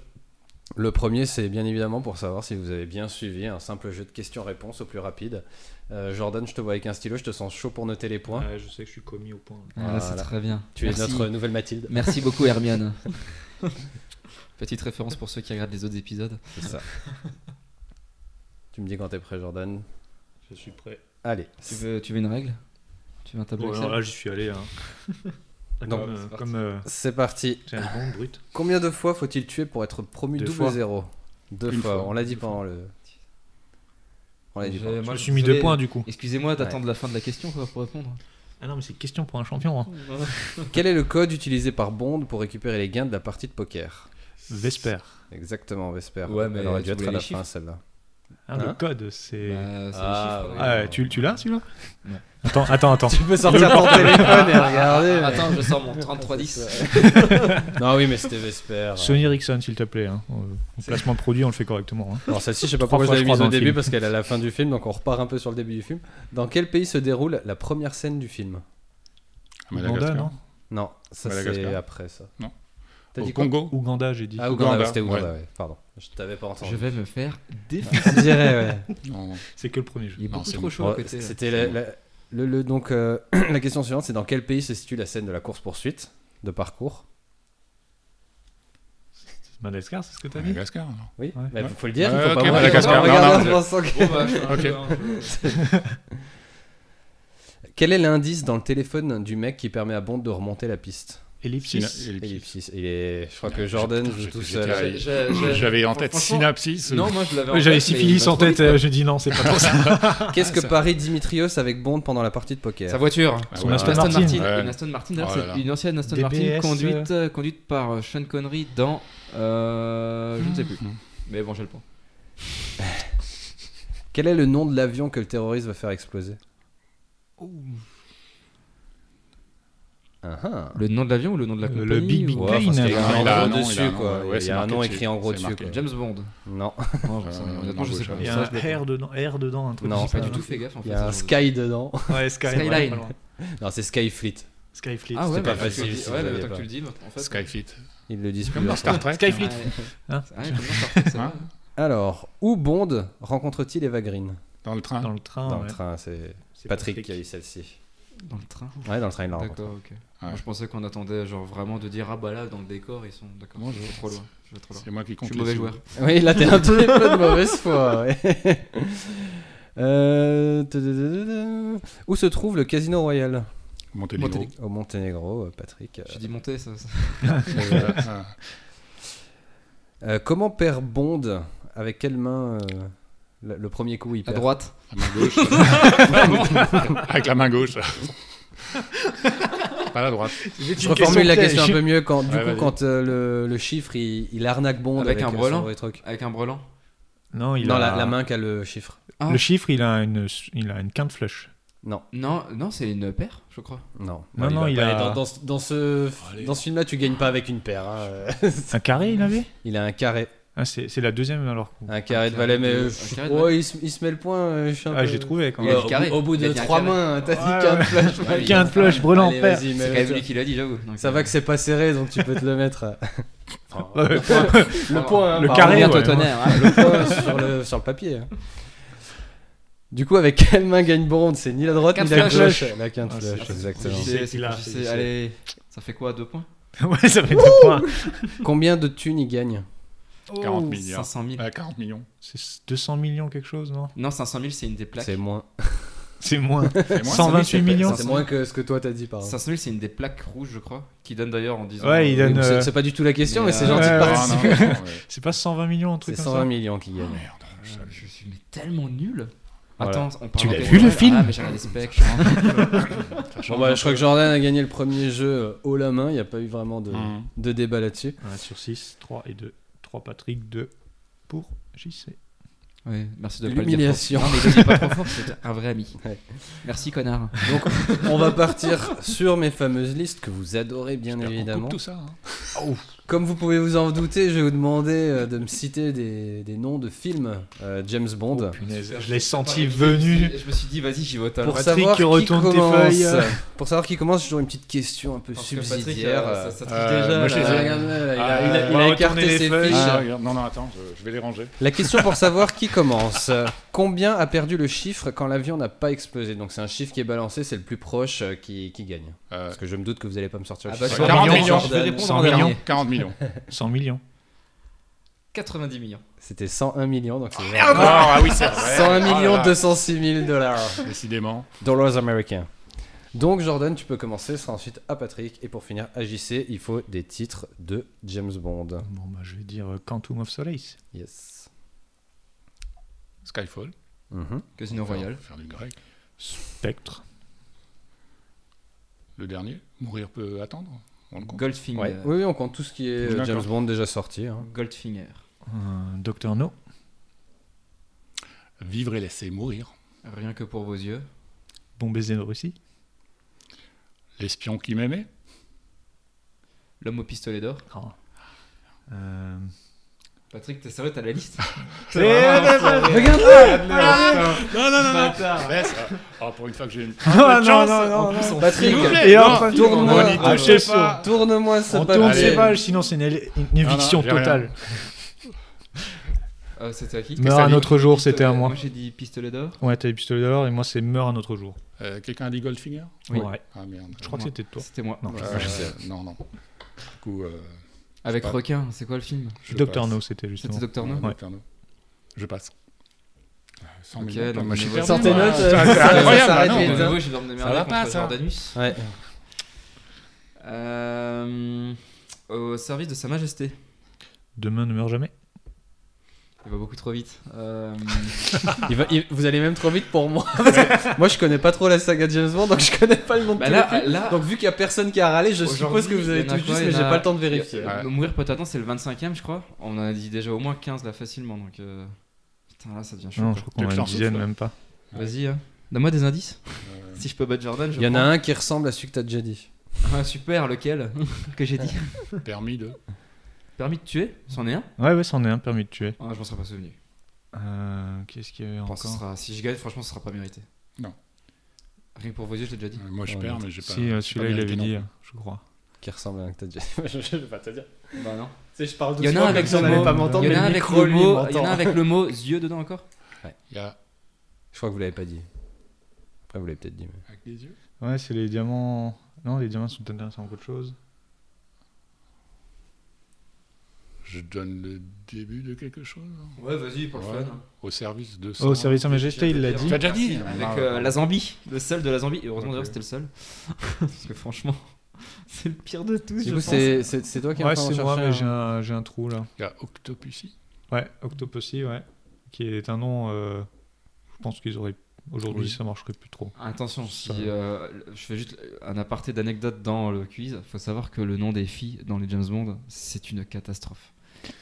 Speaker 8: Le premier, c'est bien évidemment pour savoir si vous avez bien suivi un simple jeu de questions-réponses au plus rapide. Euh, Jordan, je te vois avec un stylo, je te sens chaud pour noter les points.
Speaker 4: Ouais, je sais que je suis commis au point.
Speaker 1: Voilà, Ah, c'est
Speaker 8: Voilà.
Speaker 1: très bien.
Speaker 8: tu es
Speaker 1: Merci.
Speaker 8: notre nouvelle
Speaker 1: (laughs)
Speaker 8: Mathilde.
Speaker 1: Merci beaucoup
Speaker 8: (laughs)
Speaker 1: Hermione. Petite référence pour ceux qui regardent les autres épisodes.
Speaker 8: C'est ça. tu me dis quand t'es prêt, Jordan.
Speaker 4: Je suis prêt.
Speaker 8: Allez.
Speaker 1: Tu veux, tu veux une règle Tu veux un tableau
Speaker 4: Bon,
Speaker 1: Excel
Speaker 4: alors là, j'y suis allé. hein. (laughs)
Speaker 8: D'accord,
Speaker 4: Comme, euh,
Speaker 1: c'est parti.
Speaker 4: comme euh,
Speaker 8: C'est parti.
Speaker 4: James Bond, brut.
Speaker 8: Combien de fois faut-il tuer pour être promu
Speaker 4: Deux
Speaker 8: double
Speaker 4: fois.
Speaker 8: zéro Deux
Speaker 9: Une
Speaker 8: fois.
Speaker 9: fois.
Speaker 8: On l'a dit pendant le. On l'a dit.
Speaker 1: J'ai-
Speaker 8: pendant-
Speaker 1: moi,
Speaker 4: je me suis mis
Speaker 1: désolé.
Speaker 4: deux points du coup.
Speaker 1: Excusez-moi d'attendre la fin de la question quoi, pour répondre.
Speaker 4: Ah non, mais c'est question pour un champion. hein.
Speaker 8: Quel est le code utilisé par Bond pour récupérer les gains de la partie de poker
Speaker 4: Vesper.
Speaker 8: Exactement, Vesper.
Speaker 1: Ouais, mais
Speaker 8: Elle aurait
Speaker 1: tu
Speaker 8: dû être
Speaker 1: voulais
Speaker 8: à la
Speaker 1: les chiffres
Speaker 8: fin, celle-là.
Speaker 4: Hein, le
Speaker 8: Hein
Speaker 4: code, c'est.
Speaker 1: Bah, c'est
Speaker 8: Ah,
Speaker 1: les chiffres,
Speaker 8: oui.
Speaker 1: ouais.
Speaker 4: Ah,
Speaker 8: (laughs)
Speaker 4: tu, tu l'as celui-là
Speaker 1: Non.
Speaker 4: Attends, attends, attends.
Speaker 8: Tu peux sortir ton téléphone et regarder.
Speaker 1: Attends, je sors mon 3310.
Speaker 8: (laughs) non, oui, mais c'était Vesper.
Speaker 4: Sony Ericsson, s'il te plaît. hein. Euh, Placement de produit, on le fait correctement. hein.
Speaker 8: Alors, celle-ci, je sais pas
Speaker 4: Trois
Speaker 8: pourquoi je
Speaker 4: fois, je
Speaker 8: l'avais
Speaker 4: crois,
Speaker 8: mise au
Speaker 4: dans le
Speaker 8: début
Speaker 4: film.
Speaker 8: parce qu'elle est à la fin du film, donc on repart un peu sur le début du film. Dans quel pays se déroule la première scène du film
Speaker 9: Ah, Madagascar.
Speaker 4: Ouganda,
Speaker 8: Non, ça c'est
Speaker 9: Madagascar.
Speaker 8: après ça.
Speaker 9: Non.
Speaker 8: T'as
Speaker 9: Au
Speaker 8: dit quoi
Speaker 9: Congo
Speaker 4: Ouganda, j'ai dit.
Speaker 8: Ah, Ouganda,
Speaker 9: Ouganda,
Speaker 8: c'était Ouganda, ouais. Pardon. Je t'avais pas entendu.
Speaker 1: Je vais me faire défoncer.
Speaker 8: Je dirais, (laughs) ouais.
Speaker 9: Non.
Speaker 4: C'est que le premier jeu.
Speaker 1: Il est
Speaker 9: Non,
Speaker 1: beaucoup
Speaker 9: c'est
Speaker 1: trop
Speaker 9: bon.
Speaker 1: chaud à
Speaker 8: Bon, Oh,
Speaker 1: côté. là.
Speaker 8: C'était la, la- le, le- donc euh, (clears throat) la question suivante, c'est dans quel pays se situe la scène de la course poursuite de parcours
Speaker 4: Madagascar, c'est ce que t'as dit
Speaker 9: Madagascar, non
Speaker 8: Oui,
Speaker 4: Ouais.
Speaker 8: mais faut le dire. il
Speaker 9: Ouais,
Speaker 8: faut
Speaker 9: ok,
Speaker 8: pas
Speaker 9: bah, Madagascar,
Speaker 8: Non,
Speaker 9: non,
Speaker 8: regarde,
Speaker 9: non,
Speaker 8: je pense que- (laughs) Quel est l'indice dans le téléphone du mec qui permet à Bond de remonter la piste
Speaker 4: Ellipsis.
Speaker 9: Syna- ellipsis.
Speaker 8: Ellipsis. Il est... Je crois que Jordan joue tout seul.
Speaker 9: Ah, j'étais
Speaker 1: J'ai- j'ai-
Speaker 9: (laughs)
Speaker 1: j'ai-
Speaker 9: J'avais en tête
Speaker 1: franchement-
Speaker 9: synapsis.
Speaker 1: Non, moi je l'avais en
Speaker 4: Ouais, Euh, J'avais
Speaker 1: tête, mais il
Speaker 4: syphilis
Speaker 1: m'a trop
Speaker 4: en tête,
Speaker 1: vite,
Speaker 4: euh,
Speaker 1: quoi.
Speaker 4: j'ai dit non, c'est pas pour ça.
Speaker 8: (laughs) Qu'est-ce que Paris Dimitrios avec Bond pendant la partie de poker
Speaker 1: Sa voiture.
Speaker 9: Ah
Speaker 4: Son
Speaker 9: ouais.
Speaker 4: Aston
Speaker 1: Aston Martin.
Speaker 4: Martin.
Speaker 9: Ouais.
Speaker 1: Une Aston Martin, d'ailleurs,
Speaker 9: Oh là là.
Speaker 1: c'est une ancienne Aston
Speaker 4: DBS,
Speaker 1: Martin conduite,
Speaker 4: euh,
Speaker 1: euh, conduite par euh, Sean Connery dans. euh, je ne sais plus. Mais bon, j'ai le point.
Speaker 8: Quel est le nom de l'avion que le terroriste va faire exploser Ah ah.
Speaker 1: Le nom de l'avion ou le nom de la
Speaker 4: Euh,
Speaker 1: compagnie
Speaker 4: le Big
Speaker 1: ou-
Speaker 4: Big
Speaker 8: Ouais, enfin, c'était
Speaker 4: Il a-
Speaker 8: écrit
Speaker 9: il
Speaker 8: en
Speaker 9: a un nom,
Speaker 8: gros
Speaker 9: il a
Speaker 8: dessus,
Speaker 9: un nom,
Speaker 8: quoi.
Speaker 9: ouais,
Speaker 8: il
Speaker 9: c'est
Speaker 8: y a un
Speaker 9: marqué
Speaker 8: nom
Speaker 9: dessus,
Speaker 8: écrit en gros
Speaker 9: c'est
Speaker 8: dessus,
Speaker 9: marqué.
Speaker 8: quoi.
Speaker 1: euh, James Bond.
Speaker 8: Non,
Speaker 1: Non,
Speaker 9: Euh,
Speaker 1: j'en sais
Speaker 9: non,
Speaker 1: rien. Honnêtement, je
Speaker 9: je
Speaker 1: sais
Speaker 9: sais
Speaker 1: pas.
Speaker 4: Il y a
Speaker 1: Ça, je l'ai
Speaker 4: un R dedans, R dedans, un truc.
Speaker 8: Non,
Speaker 4: comme
Speaker 1: pas
Speaker 4: ça,
Speaker 1: du
Speaker 4: là.
Speaker 1: tout fait gaffe en fait. Ah
Speaker 8: il y a
Speaker 1: ça,
Speaker 8: un
Speaker 1: je-
Speaker 8: Sky dedans.
Speaker 4: Ouais, Skyline.
Speaker 1: Skyline.
Speaker 4: ouais, pas loin.
Speaker 8: Non, c'est Skyfleet.
Speaker 4: Skyfleet.
Speaker 1: Ah ouais,
Speaker 8: C'était
Speaker 1: mais
Speaker 8: pas
Speaker 1: parce que-
Speaker 8: facile, si
Speaker 1: Ouais,
Speaker 8: vous
Speaker 1: mais
Speaker 8: aviez
Speaker 1: tant que
Speaker 8: pas.
Speaker 1: tu le dis, en fait.
Speaker 9: Skyfit.
Speaker 8: Ils le disent
Speaker 9: Comme
Speaker 8: plus.
Speaker 9: dans Star Trek.
Speaker 4: Skyfleet.
Speaker 1: Ouais.
Speaker 4: Hein
Speaker 1: C'est vrai, comme dans Star Trek, c'est
Speaker 9: Hein
Speaker 1: vrai.
Speaker 8: Alors, où Bond rencontre-t-il Eva Green
Speaker 9: Dans le train.
Speaker 4: Dans le
Speaker 1: Ah,
Speaker 4: train.
Speaker 8: Dans
Speaker 4: ouais.
Speaker 8: le train, c'est
Speaker 4: C'est
Speaker 8: Patrick qui a eu celle-ci.
Speaker 1: Dans le train.
Speaker 8: Ouais, dans le train, il l'a rencontré.
Speaker 1: D'accord, ok. Moi, je pensais qu'on attendait genre vraiment de dire ah bah là dans le décor ils sont d'accord.
Speaker 9: Bonjour.
Speaker 1: Je vais trop loin. Je vais trop loin.
Speaker 9: C'est moi qui
Speaker 1: Je
Speaker 9: compte.
Speaker 1: suis
Speaker 9: les
Speaker 1: mauvais
Speaker 9: sous.
Speaker 1: joueur.
Speaker 8: Oui, là, t'es un petit peu de
Speaker 1: (laughs)
Speaker 8: mauvaise foi. ouais. Euh, tadadadada. Où se trouve le Casino Royal
Speaker 9: Monténégro.
Speaker 8: Au Monténégro, euh, Patrick. euh.
Speaker 1: J'ai dit monter ça. ça. (laughs)
Speaker 9: Euh,
Speaker 8: Euh, comment perd Bond Avec quelle main euh, le, le premier coup il
Speaker 1: À
Speaker 8: perd
Speaker 1: droite.
Speaker 9: La main gauche. Avec la main (laughs) gauche. Pas la droite.
Speaker 8: Je reformule la question un peu mieux quand, du
Speaker 9: Ouais,
Speaker 8: coup,
Speaker 9: vas-y.
Speaker 8: quand euh, le, le chiffre il, il arnaque Bond
Speaker 1: Avec
Speaker 8: avec,
Speaker 1: un
Speaker 8: euh, son
Speaker 1: brelan
Speaker 8: vrai truc.
Speaker 1: Avec un brelan.
Speaker 4: Non, il
Speaker 8: non,
Speaker 4: a
Speaker 8: la, la main qui a le chiffre.
Speaker 1: Ah.
Speaker 4: Le chiffre, il a une, il a une quinte flush.
Speaker 8: Non,
Speaker 1: Non, non, c'est une paire, je crois.
Speaker 8: non.
Speaker 4: Non, non,
Speaker 8: va
Speaker 4: il
Speaker 8: pas
Speaker 4: a- Oh,
Speaker 8: aller Dans, dans ce- dans ce,
Speaker 9: Allez.
Speaker 8: dans ce film-là, tu gagnes pas avec une paire. hein. (laughs)
Speaker 4: Un carré, il avait
Speaker 8: il a un carré.
Speaker 4: ah, C'est c'est la deuxième alors.
Speaker 8: Un carré de
Speaker 1: carré
Speaker 8: valet,
Speaker 1: de-
Speaker 8: mais euh,
Speaker 1: un
Speaker 8: je-
Speaker 1: carré de
Speaker 8: ouais, il, se, il se met le point. euh, je suis un
Speaker 4: Ah,
Speaker 8: peu-
Speaker 4: j'ai trouvé quand
Speaker 1: Il y a
Speaker 4: même.
Speaker 1: le carré.
Speaker 8: Euh, Au, bout
Speaker 1: Il y
Speaker 8: de
Speaker 1: a bien un
Speaker 8: trois
Speaker 1: carré.
Speaker 8: mains, hein, t'as
Speaker 4: Ouais,
Speaker 8: dit qu'un
Speaker 4: ouais.
Speaker 8: flash.
Speaker 1: Ouais, il y a-
Speaker 4: Quinte flush, brûlant,
Speaker 8: Allez,
Speaker 4: père.
Speaker 8: vas-y,
Speaker 1: C'est
Speaker 8: mais
Speaker 1: quand même
Speaker 8: le-
Speaker 1: lui qui l'a dit, j'avoue. Donc,
Speaker 8: Euh, Ça
Speaker 1: euh,
Speaker 8: va que c'est pas serré, donc tu peux te le
Speaker 4: (laughs)
Speaker 8: mettre. à- Enfin,
Speaker 4: Ouais.
Speaker 8: le point, hein,
Speaker 4: Le
Speaker 8: par
Speaker 4: carré,
Speaker 8: revient au
Speaker 4: ouais.
Speaker 8: tonnerre, hein, le point sur, le, sur le papier. hein. Du coup, avec quelle main gagne Bond C'est ni la droite
Speaker 1: Quinte
Speaker 8: ni la
Speaker 1: flush.
Speaker 8: gauche. La quinte
Speaker 4: Ah, c'est-
Speaker 8: flush,
Speaker 4: c'est-
Speaker 8: exactement.
Speaker 4: c'est-
Speaker 1: c'est-
Speaker 4: c'est- il a-
Speaker 1: c'est-
Speaker 4: c'est-
Speaker 1: Allez, ça fait quoi, deux points
Speaker 4: (laughs) ouais, ça fait deux points.
Speaker 8: Combien de thunes il gagne
Speaker 9: 40 milliards.
Speaker 1: 500 000.
Speaker 9: Euh, 40 millions.
Speaker 4: C'est 200 millions quelque chose, non
Speaker 1: Non, 500 000, c'est une des plaques.
Speaker 8: C'est moins.
Speaker 4: C'est moins.
Speaker 9: C'est moi.
Speaker 4: 128 millions.
Speaker 8: C'est moins que ce que toi t'as dit, par
Speaker 1: 500 000, c'est une des plaques rouges, je crois, qui donne d'ailleurs en disant.
Speaker 4: Ouais, il donne,
Speaker 8: C'est
Speaker 4: euh,
Speaker 8: c'est pas du tout la question,
Speaker 1: mais,
Speaker 8: mais c'est
Speaker 1: euh,
Speaker 8: gentil
Speaker 4: ouais,
Speaker 8: de
Speaker 4: ouais,
Speaker 8: participer.
Speaker 9: Ah, non, non, ouais.
Speaker 4: (laughs) C'est pas 120 millions, un
Speaker 8: C'est
Speaker 4: truc comme
Speaker 8: 120
Speaker 4: ça
Speaker 8: millions qui gagne.
Speaker 1: Je, je suis mais tellement nul.
Speaker 8: Voilà.
Speaker 1: Attends, on parle
Speaker 4: Tu l'as
Speaker 1: encore
Speaker 4: vu,
Speaker 1: de-
Speaker 4: le
Speaker 1: Ah,
Speaker 4: film
Speaker 1: mais j'ai regardé Spec.
Speaker 8: Bon, bah, je crois que Jordan a gagné le premier jeu euh, haut la main. Il n'y a pas eu vraiment de,
Speaker 4: Mm.
Speaker 9: Hum.
Speaker 8: de débat là-dessus.
Speaker 4: 1 sur 6, 3 et 2. 3 Patrick, 2 pour JC.
Speaker 1: Ouais, merci de pas le dire. trop-
Speaker 8: L'humiliation.
Speaker 1: Non, mais le dis pas trop fort, c'est un vrai ami.
Speaker 8: Ouais.
Speaker 1: Merci, connard.
Speaker 8: Donc, on va partir sur mes fameuses listes que vous adorez, bien
Speaker 9: J'espère qu'on
Speaker 8: évidemment.
Speaker 9: coupe
Speaker 8: Ah,
Speaker 9: tout ça. hein.
Speaker 8: Comme vous pouvez vous en douter, je vais vous demander euh, de me citer des, des noms de films euh, James
Speaker 9: Oh,
Speaker 8: Bond.
Speaker 4: Punaise,
Speaker 1: Super,
Speaker 4: je l'ai
Speaker 1: sais
Speaker 4: senti
Speaker 1: pas,
Speaker 4: venu.
Speaker 1: Je me suis dit, vas-y, j'y vais au talent.
Speaker 8: pour
Speaker 4: Patrick
Speaker 8: savoir
Speaker 4: qui
Speaker 8: qui
Speaker 4: retourne tes
Speaker 8: commence,
Speaker 4: feuilles.
Speaker 8: euh, pour savoir qui commence, j'ai toujours une petite question un peu subsidiaire.
Speaker 1: ça, ça triche
Speaker 9: Euh,
Speaker 1: déjà.
Speaker 9: moi, je
Speaker 8: Ah,
Speaker 9: les ai-
Speaker 1: là.
Speaker 8: regarde, là, il
Speaker 9: Ah,
Speaker 8: a, il a-
Speaker 9: on
Speaker 8: il
Speaker 4: va
Speaker 8: a
Speaker 4: retourner les
Speaker 8: écarté ses
Speaker 4: feuilles.
Speaker 8: fiches.
Speaker 9: Ah, regarde. Non, non, attends, je, je vais les ranger.
Speaker 8: La question pour savoir qui commence. Euh, Combien a perdu le chiffre quand l'avion n'a pas explosé Donc c'est un chiffre qui est balancé, c'est le plus proche euh, qui, qui gagne.
Speaker 9: Euh,
Speaker 8: Parce que je me doute que vous n'allez pas me sortir le
Speaker 1: Ah bah,
Speaker 8: chiffre.
Speaker 1: sur
Speaker 9: 40
Speaker 1: millions,
Speaker 9: millions,
Speaker 1: je vais
Speaker 8: Jordan.
Speaker 1: répondre
Speaker 4: 100
Speaker 1: en
Speaker 4: millions.
Speaker 1: dernier.
Speaker 9: 40
Speaker 4: (laughs)
Speaker 9: millions.
Speaker 4: 100 millions.
Speaker 1: 90 millions.
Speaker 8: C'était 101 millions, donc c'est
Speaker 9: Ah, ah oui, c'est vrai.
Speaker 8: 101
Speaker 9: Oh là
Speaker 8: millions
Speaker 9: là.
Speaker 8: 206 000 dollars.
Speaker 9: Décidément.
Speaker 8: Dollars américains. Donc Jordan, tu peux commencer, ce sera ensuite à Patrick. Et pour finir, à JC, il faut des titres de James Bond.
Speaker 4: Bon, bah, je vais dire euh, Quantum of Solace.
Speaker 8: Yes.
Speaker 9: Skyfall.
Speaker 8: Mhm.
Speaker 1: Casino Royal.
Speaker 9: Faire du grec.
Speaker 4: Spectre.
Speaker 9: Le dernier. Mourir peut attendre. On le compte.
Speaker 1: Goldfinger.
Speaker 8: Ouais. Oui, oui, on compte tout ce qui est euh,
Speaker 9: D'accord.
Speaker 8: James Bond déjà sorti. hein.
Speaker 1: Goldfinger.
Speaker 4: Euh, Docteur No.
Speaker 9: Vivre et laisser mourir.
Speaker 1: Rien que pour vos yeux.
Speaker 4: Bon baiser de Russie.
Speaker 9: L'espion qui m'aimait.
Speaker 1: L'homme au pistolet d'or.
Speaker 4: Euh,
Speaker 1: Patrick, t'es sérieux, t'as la liste
Speaker 9: Non, non, non, non. Laisse. Oh, pour une fois que j'ai une. de
Speaker 4: Ah, (laughs) non,
Speaker 9: chance.
Speaker 4: non, non,
Speaker 1: En plus, on
Speaker 8: Patrick,
Speaker 9: S'il vous
Speaker 4: Et
Speaker 9: plaît,
Speaker 4: hop,
Speaker 9: non,
Speaker 8: tourne-moi.
Speaker 9: on n'y
Speaker 4: Ah,
Speaker 9: touchait
Speaker 4: je sais
Speaker 9: pas.
Speaker 8: Tourne-moi ce
Speaker 4: On tourne
Speaker 8: papier.
Speaker 4: ces pages, sinon c'est une, éle- une éviction
Speaker 9: Non, non, j'ai
Speaker 4: totale.
Speaker 1: fait- Euh, C'était à qui
Speaker 4: Meurs un
Speaker 9: dit
Speaker 4: autre jour, c'était à
Speaker 1: Pistolet-
Speaker 4: moi.
Speaker 1: Moi, j'ai dit pistolet d'or.
Speaker 4: Ouais, t'as les pistolets d'or et moi c'est meurs un autre jour.
Speaker 9: Euh, Quelqu'un a dit Goldfinger
Speaker 1: Oui.
Speaker 4: Ouais.
Speaker 9: Ah merde.
Speaker 4: Je crois que c'était de toi.
Speaker 1: C'était moi.
Speaker 4: Non.
Speaker 9: Euh, non, non. Du coup, euh,
Speaker 1: Avec
Speaker 9: Je sais pas.
Speaker 1: requin, c'est quoi le film
Speaker 9: je
Speaker 4: Docteur
Speaker 9: passe.
Speaker 4: No, c'était justement.
Speaker 1: C'était Docteur No
Speaker 4: Ouais.
Speaker 9: Docteur No. Je passe. Euh, 100
Speaker 1: Ok,
Speaker 9: millions.
Speaker 1: donc
Speaker 9: Moi, je suis
Speaker 1: niveau-
Speaker 9: perdu,
Speaker 8: Sortez
Speaker 9: moi.
Speaker 8: notes.
Speaker 9: C'est incroyable,
Speaker 8: Ah,
Speaker 9: Ah,
Speaker 1: Ah
Speaker 8: ça s'arrête
Speaker 9: non,
Speaker 1: De
Speaker 8: vite,
Speaker 9: mais-
Speaker 8: hein.
Speaker 1: nouveau, j'ai l'ordre de
Speaker 9: va
Speaker 1: merder
Speaker 9: pas,
Speaker 1: contre
Speaker 9: ça.
Speaker 1: Jordanus.
Speaker 8: Ouais.
Speaker 1: Euh, au service de Sa Majesté.
Speaker 4: Demain ne meurt jamais.
Speaker 1: Il va beaucoup trop vite.
Speaker 8: (laughs)
Speaker 1: Euh,
Speaker 8: Ah. Il va- il- vous allez même trop vite pour (laughs) moi. parce que moi, je connais pas trop la saga James Bond, donc je connais pas le nom de
Speaker 1: Bah
Speaker 8: tous
Speaker 1: là,
Speaker 8: les films.
Speaker 1: là-
Speaker 8: Donc, vu qu'il y a personne qui a râlé, je suppose que
Speaker 1: Aujourd'hui,
Speaker 8: vous avez
Speaker 1: il y en
Speaker 8: tout
Speaker 1: a
Speaker 8: juste,
Speaker 1: quoi, il y
Speaker 8: mais
Speaker 1: en
Speaker 8: j'ai
Speaker 1: a-
Speaker 8: pas le temps de vérifier.
Speaker 1: il y a- euh, Mourir peut attendre, c'est le 25ème, je crois. On en a dit déjà au moins 15 là facilement, donc. euh, Putain, là, ça devient chaud.
Speaker 4: Non,
Speaker 1: quoi.
Speaker 4: je crois qu'on
Speaker 9: Luc
Speaker 4: a une
Speaker 9: Sarceau,
Speaker 4: dizaine,
Speaker 9: ouais.
Speaker 4: même pas.
Speaker 1: Vas-y, hein. donne-moi des indices. Si je peux battre Jordan, je
Speaker 8: Il Euh, y en a
Speaker 1: prends.
Speaker 8: un qui ressemble à celui que t'as déjà dit.
Speaker 1: Ah, super, lequel (laughs) Que j'ai dit.
Speaker 9: Permis de.
Speaker 1: Permis de tuer C'en est un
Speaker 4: Ouais, ouais, c'en est un, permis de tuer.
Speaker 1: Ah, Je m'en serais pas souvenu.
Speaker 4: Euh, Qu'est-ce qu'il y avait
Speaker 1: Bon,
Speaker 4: encore
Speaker 1: ça sera- si je gagne, franchement, ce sera pas mérité.
Speaker 9: Non.
Speaker 1: Rien que pour vos yeux, je l'ai déjà dit.
Speaker 9: Euh, Moi, je
Speaker 8: Ouais,
Speaker 9: perds,
Speaker 8: non.
Speaker 9: mais j'ai pas.
Speaker 4: Si, euh,
Speaker 9: j'ai
Speaker 4: celui-là,
Speaker 9: pas
Speaker 4: il avait
Speaker 9: mérité non
Speaker 4: dit, euh,
Speaker 9: plus.
Speaker 4: je crois.
Speaker 8: Qui ressemble à un que t'as déjà dit. je vais pas te dire.
Speaker 1: Bah non.
Speaker 8: Tu sais, je parle
Speaker 1: Il y en a un avec
Speaker 8: si on
Speaker 1: le
Speaker 8: allait
Speaker 1: mot-
Speaker 8: pas
Speaker 1: Il
Speaker 8: m'entendre,
Speaker 1: y en
Speaker 8: mais
Speaker 1: a un
Speaker 8: le
Speaker 1: avec
Speaker 8: micro,
Speaker 1: le
Speaker 8: lui,
Speaker 1: mot,
Speaker 8: m'entend.
Speaker 1: il y en a un avec le mot yeux dedans encore
Speaker 9: Il y a
Speaker 8: Je crois que vous l'avez pas dit. Après, vous l'avez peut-être dit. mais-
Speaker 9: avec les yeux.
Speaker 4: Ouais, c'est les diamants. Non, les diamants sont intéressants à autre chose.
Speaker 9: Je donne le début de quelque chose. hein.
Speaker 1: Ouais, vas-y, pour
Speaker 9: le Ouais. fun. Au service de.
Speaker 4: Oh, service en majesté, il l'a dit.
Speaker 9: Tu as déjà dit
Speaker 1: Avec
Speaker 9: Ah,
Speaker 1: euh,
Speaker 9: ouais.
Speaker 1: la Zambie, le seul de la Zambie. Et heureusement
Speaker 9: Ok.
Speaker 1: d'ailleurs que c'était le seul. Parce que franchement, c'est le pire de tous.
Speaker 8: Du
Speaker 1: je
Speaker 8: coup,
Speaker 1: pense.
Speaker 8: c'est c'est- c'est toi qui es en
Speaker 4: Ouais,
Speaker 8: train hein. d'en
Speaker 4: c'est moi,
Speaker 8: chercher
Speaker 4: mais
Speaker 8: un.
Speaker 4: j'ai un, j'ai un trou là.
Speaker 9: Il y a Octopussy.
Speaker 4: Ouais, Octopussy, ouais. Qui est un nom. euh, je pense qu'ils auraient. Aujourd'hui,
Speaker 9: Oui.
Speaker 4: ça marcherait plus trop.
Speaker 1: Attention, si,
Speaker 4: Ça-
Speaker 1: euh, je fais juste un aparté d'anecdote dans le quiz. Faut savoir que le nom des filles dans les James Bond, c'est une catastrophe.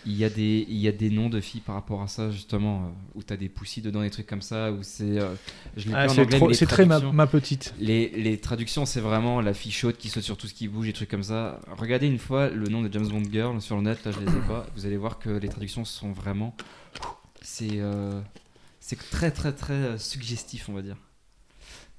Speaker 1: Il y, a des, il y a des noms de filles par rapport à ça, justement, euh, où t'as des poussies dedans, des trucs comme ça, où c'est. euh, je l'ai plus en
Speaker 4: Ah, c'est
Speaker 1: anglais, mais les
Speaker 4: très ma,
Speaker 1: traductions-
Speaker 4: petite.
Speaker 1: Les, les traductions, c'est vraiment la fille chaude qui saute sur tout ce qui bouge, des trucs comme ça. Regardez une fois le nom de James Bond Girl sur le net, là je les ai pas. Vous allez voir que les traductions sont vraiment. C'est euh, c'est très très très euh, suggestif, on va dire.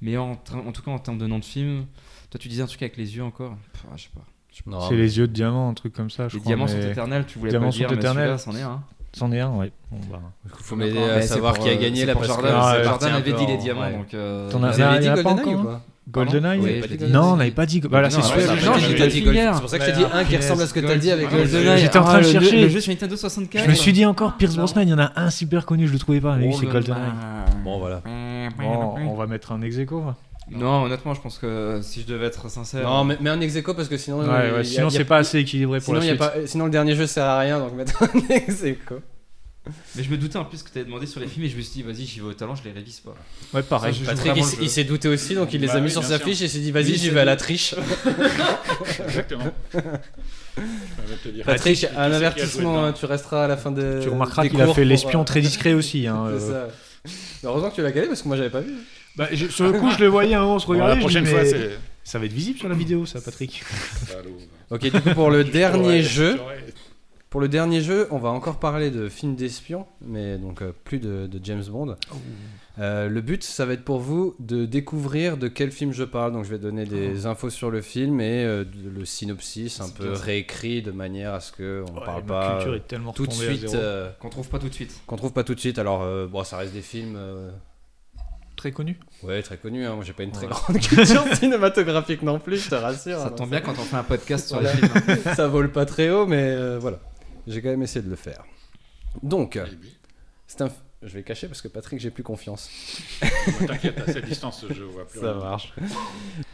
Speaker 1: Mais en, tra- en tout cas, en termes de nom de film, toi tu disais un truc avec les yeux encore Pff, ah, Je sais pas.
Speaker 8: Non,
Speaker 4: c'est
Speaker 8: mais-
Speaker 4: les yeux de diamant, un truc comme ça, je
Speaker 1: les
Speaker 4: crois.
Speaker 1: diamants
Speaker 4: mais-
Speaker 1: sont éternels, tu voulais
Speaker 4: diamants
Speaker 1: pas
Speaker 4: sont
Speaker 1: dire, mais celui-là
Speaker 4: éternels.
Speaker 1: c'en est un.
Speaker 4: C'en est un, ouais. Bon, bah.
Speaker 8: Faut m'aider
Speaker 1: Mais
Speaker 8: à
Speaker 1: c'est
Speaker 8: savoir
Speaker 1: pour,
Speaker 8: qui a
Speaker 1: euh,
Speaker 8: gagné
Speaker 1: c'est
Speaker 8: la
Speaker 1: pour
Speaker 8: parce que
Speaker 1: Jordan,
Speaker 4: Ah,
Speaker 8: c'est
Speaker 4: ouais.
Speaker 8: parti
Speaker 1: Jordan
Speaker 8: un
Speaker 1: avait
Speaker 8: peu
Speaker 1: dit
Speaker 8: en-
Speaker 1: les diamants,
Speaker 8: ouais.
Speaker 1: donc. euh,
Speaker 4: T'en as-
Speaker 8: Vous
Speaker 4: Ah,
Speaker 8: avez
Speaker 4: il y
Speaker 8: dit
Speaker 4: en a pas
Speaker 8: GoldenEye
Speaker 4: encore,
Speaker 8: ou
Speaker 4: hein.
Speaker 8: pas Bah
Speaker 4: GoldenEye
Speaker 1: Oui,
Speaker 8: il a
Speaker 1: je
Speaker 8: pas
Speaker 1: l'ai
Speaker 8: dit
Speaker 1: dit.
Speaker 4: Non, on n'avait pas dit. Voilà,
Speaker 1: non,
Speaker 4: c'est
Speaker 1: ouais,
Speaker 4: celui-là.
Speaker 1: j'ai- non,
Speaker 4: que
Speaker 1: j'ai
Speaker 4: j'avais
Speaker 1: pas
Speaker 4: dit.
Speaker 1: dit Gold.
Speaker 8: C'est pour ça que je t'ai dit un qui ressemble à ce que t'as dit avec
Speaker 4: Gold-
Speaker 8: Goldeneye.
Speaker 1: GoldenEye,
Speaker 4: J'étais en train
Speaker 1: ah,
Speaker 4: de
Speaker 1: le-
Speaker 4: chercher.
Speaker 1: Le jeu sur Nintendo 64.
Speaker 4: Je me suis dit encore, Pierce Brosnan, il y en a un super connu, je le trouvais pas. Mais
Speaker 1: oh,
Speaker 4: oui, c'est GoldenEye.
Speaker 8: Bon, voilà.
Speaker 4: Bon, on va mettre un ex aequo, va.
Speaker 1: Non, honnêtement, je pense que si je devais être sincère.
Speaker 8: Non, mais, mais un ex aequo parce que sinon. il y
Speaker 4: Ouais,
Speaker 8: a-
Speaker 4: ouais,
Speaker 8: il y a-
Speaker 4: sinon
Speaker 8: il y a-
Speaker 4: c'est pas assez équilibré pour
Speaker 8: Sinon,
Speaker 4: la
Speaker 8: il y a
Speaker 4: suite.
Speaker 8: pas- sinon, le dernier jeu sert à rien, donc (laughs) mettre un ex aequo.
Speaker 1: Mais je me doutais un peu ce que t'avais demandé sur les films et je me suis dit, vas-y, j'y vais au talent, je les révise pas.
Speaker 4: Ouais, pareil.
Speaker 1: Ça, je-
Speaker 8: Ah, Patrick, il,
Speaker 1: vraiment le
Speaker 8: il
Speaker 1: jeu.
Speaker 8: s'est douté aussi, donc il les
Speaker 9: Bah
Speaker 8: a mis
Speaker 9: oui,
Speaker 8: sur
Speaker 9: bien
Speaker 8: sa
Speaker 9: sûr.
Speaker 8: fiche et s'est dit vas-y,
Speaker 1: Oui,
Speaker 8: j'y
Speaker 1: c'est
Speaker 8: vais à
Speaker 1: lui.
Speaker 8: la triche.
Speaker 9: Exactement. Je vais te
Speaker 8: (laughs)
Speaker 9: dire.
Speaker 8: La triche,
Speaker 9: Qui- qui c'est qui a
Speaker 8: un
Speaker 9: joué
Speaker 8: avertissement,
Speaker 9: dedans
Speaker 8: hein, tu resteras à la fin de.
Speaker 4: Tu remarqueras
Speaker 8: des
Speaker 4: qu'il a
Speaker 8: cours
Speaker 4: fait
Speaker 8: pour,
Speaker 4: l'espion
Speaker 8: euh,
Speaker 4: très discret aussi. hein,
Speaker 8: c'est
Speaker 4: euh.
Speaker 8: ça. Mais Heureusement que tu l'as calé parce que moi j'avais pas vu.
Speaker 4: Bah, je- sur le coup, je le voyais, hein, on se
Speaker 9: Bon, la
Speaker 4: regardait. je
Speaker 9: prochaine
Speaker 4: dis, mais
Speaker 9: fois, c'est.
Speaker 4: Ça va être visible sur la vidéo, ça, Patrick.
Speaker 8: Ok, du coup
Speaker 4: (laughs)
Speaker 8: pour le dernier
Speaker 9: Ouais,
Speaker 8: jeu,
Speaker 9: j'aurais-
Speaker 8: pour le dernier jeu, on va encore parler de films d'espions, mais donc euh, plus de, de James Bond.
Speaker 4: Oh.
Speaker 8: Euh, le but, ça va être pour vous de découvrir de quel film je parle. Donc je vais donner des
Speaker 4: Oh.
Speaker 8: infos sur le film et euh, de- le synopsis un
Speaker 1: C'est
Speaker 8: peu
Speaker 1: bien ça.
Speaker 8: réécrit de manière à ce que on
Speaker 4: Ouais,
Speaker 8: parle
Speaker 4: ma
Speaker 8: pas
Speaker 4: culture
Speaker 8: euh,
Speaker 4: est tellement
Speaker 8: tout de
Speaker 4: retombée à
Speaker 8: suite,
Speaker 4: zéro.
Speaker 8: euh,
Speaker 1: Qu'on trouve pas tout de suite.
Speaker 8: qu'on trouve pas tout de suite. Alors euh, bon, ça reste des films. euh,
Speaker 4: Très connu.
Speaker 8: Ouais, très connu, hein. moi j'ai pas une très grande culture cinématographique non plus, je te rassure. hein,
Speaker 1: Ça
Speaker 8: Alors,
Speaker 1: tombe bien quand on fait un podcast sur les
Speaker 8: Voilà.
Speaker 1: films. hein.
Speaker 8: (laughs) ça vole pas très haut, mais euh, voilà. J'ai quand même essayé de le faire. Donc,
Speaker 9: Eh bien,
Speaker 8: c'est un. Je vais cacher parce que Patrick, j'ai plus confiance.
Speaker 9: bon, T'inquiète, à cette distance, je vois plus rien.
Speaker 8: marche.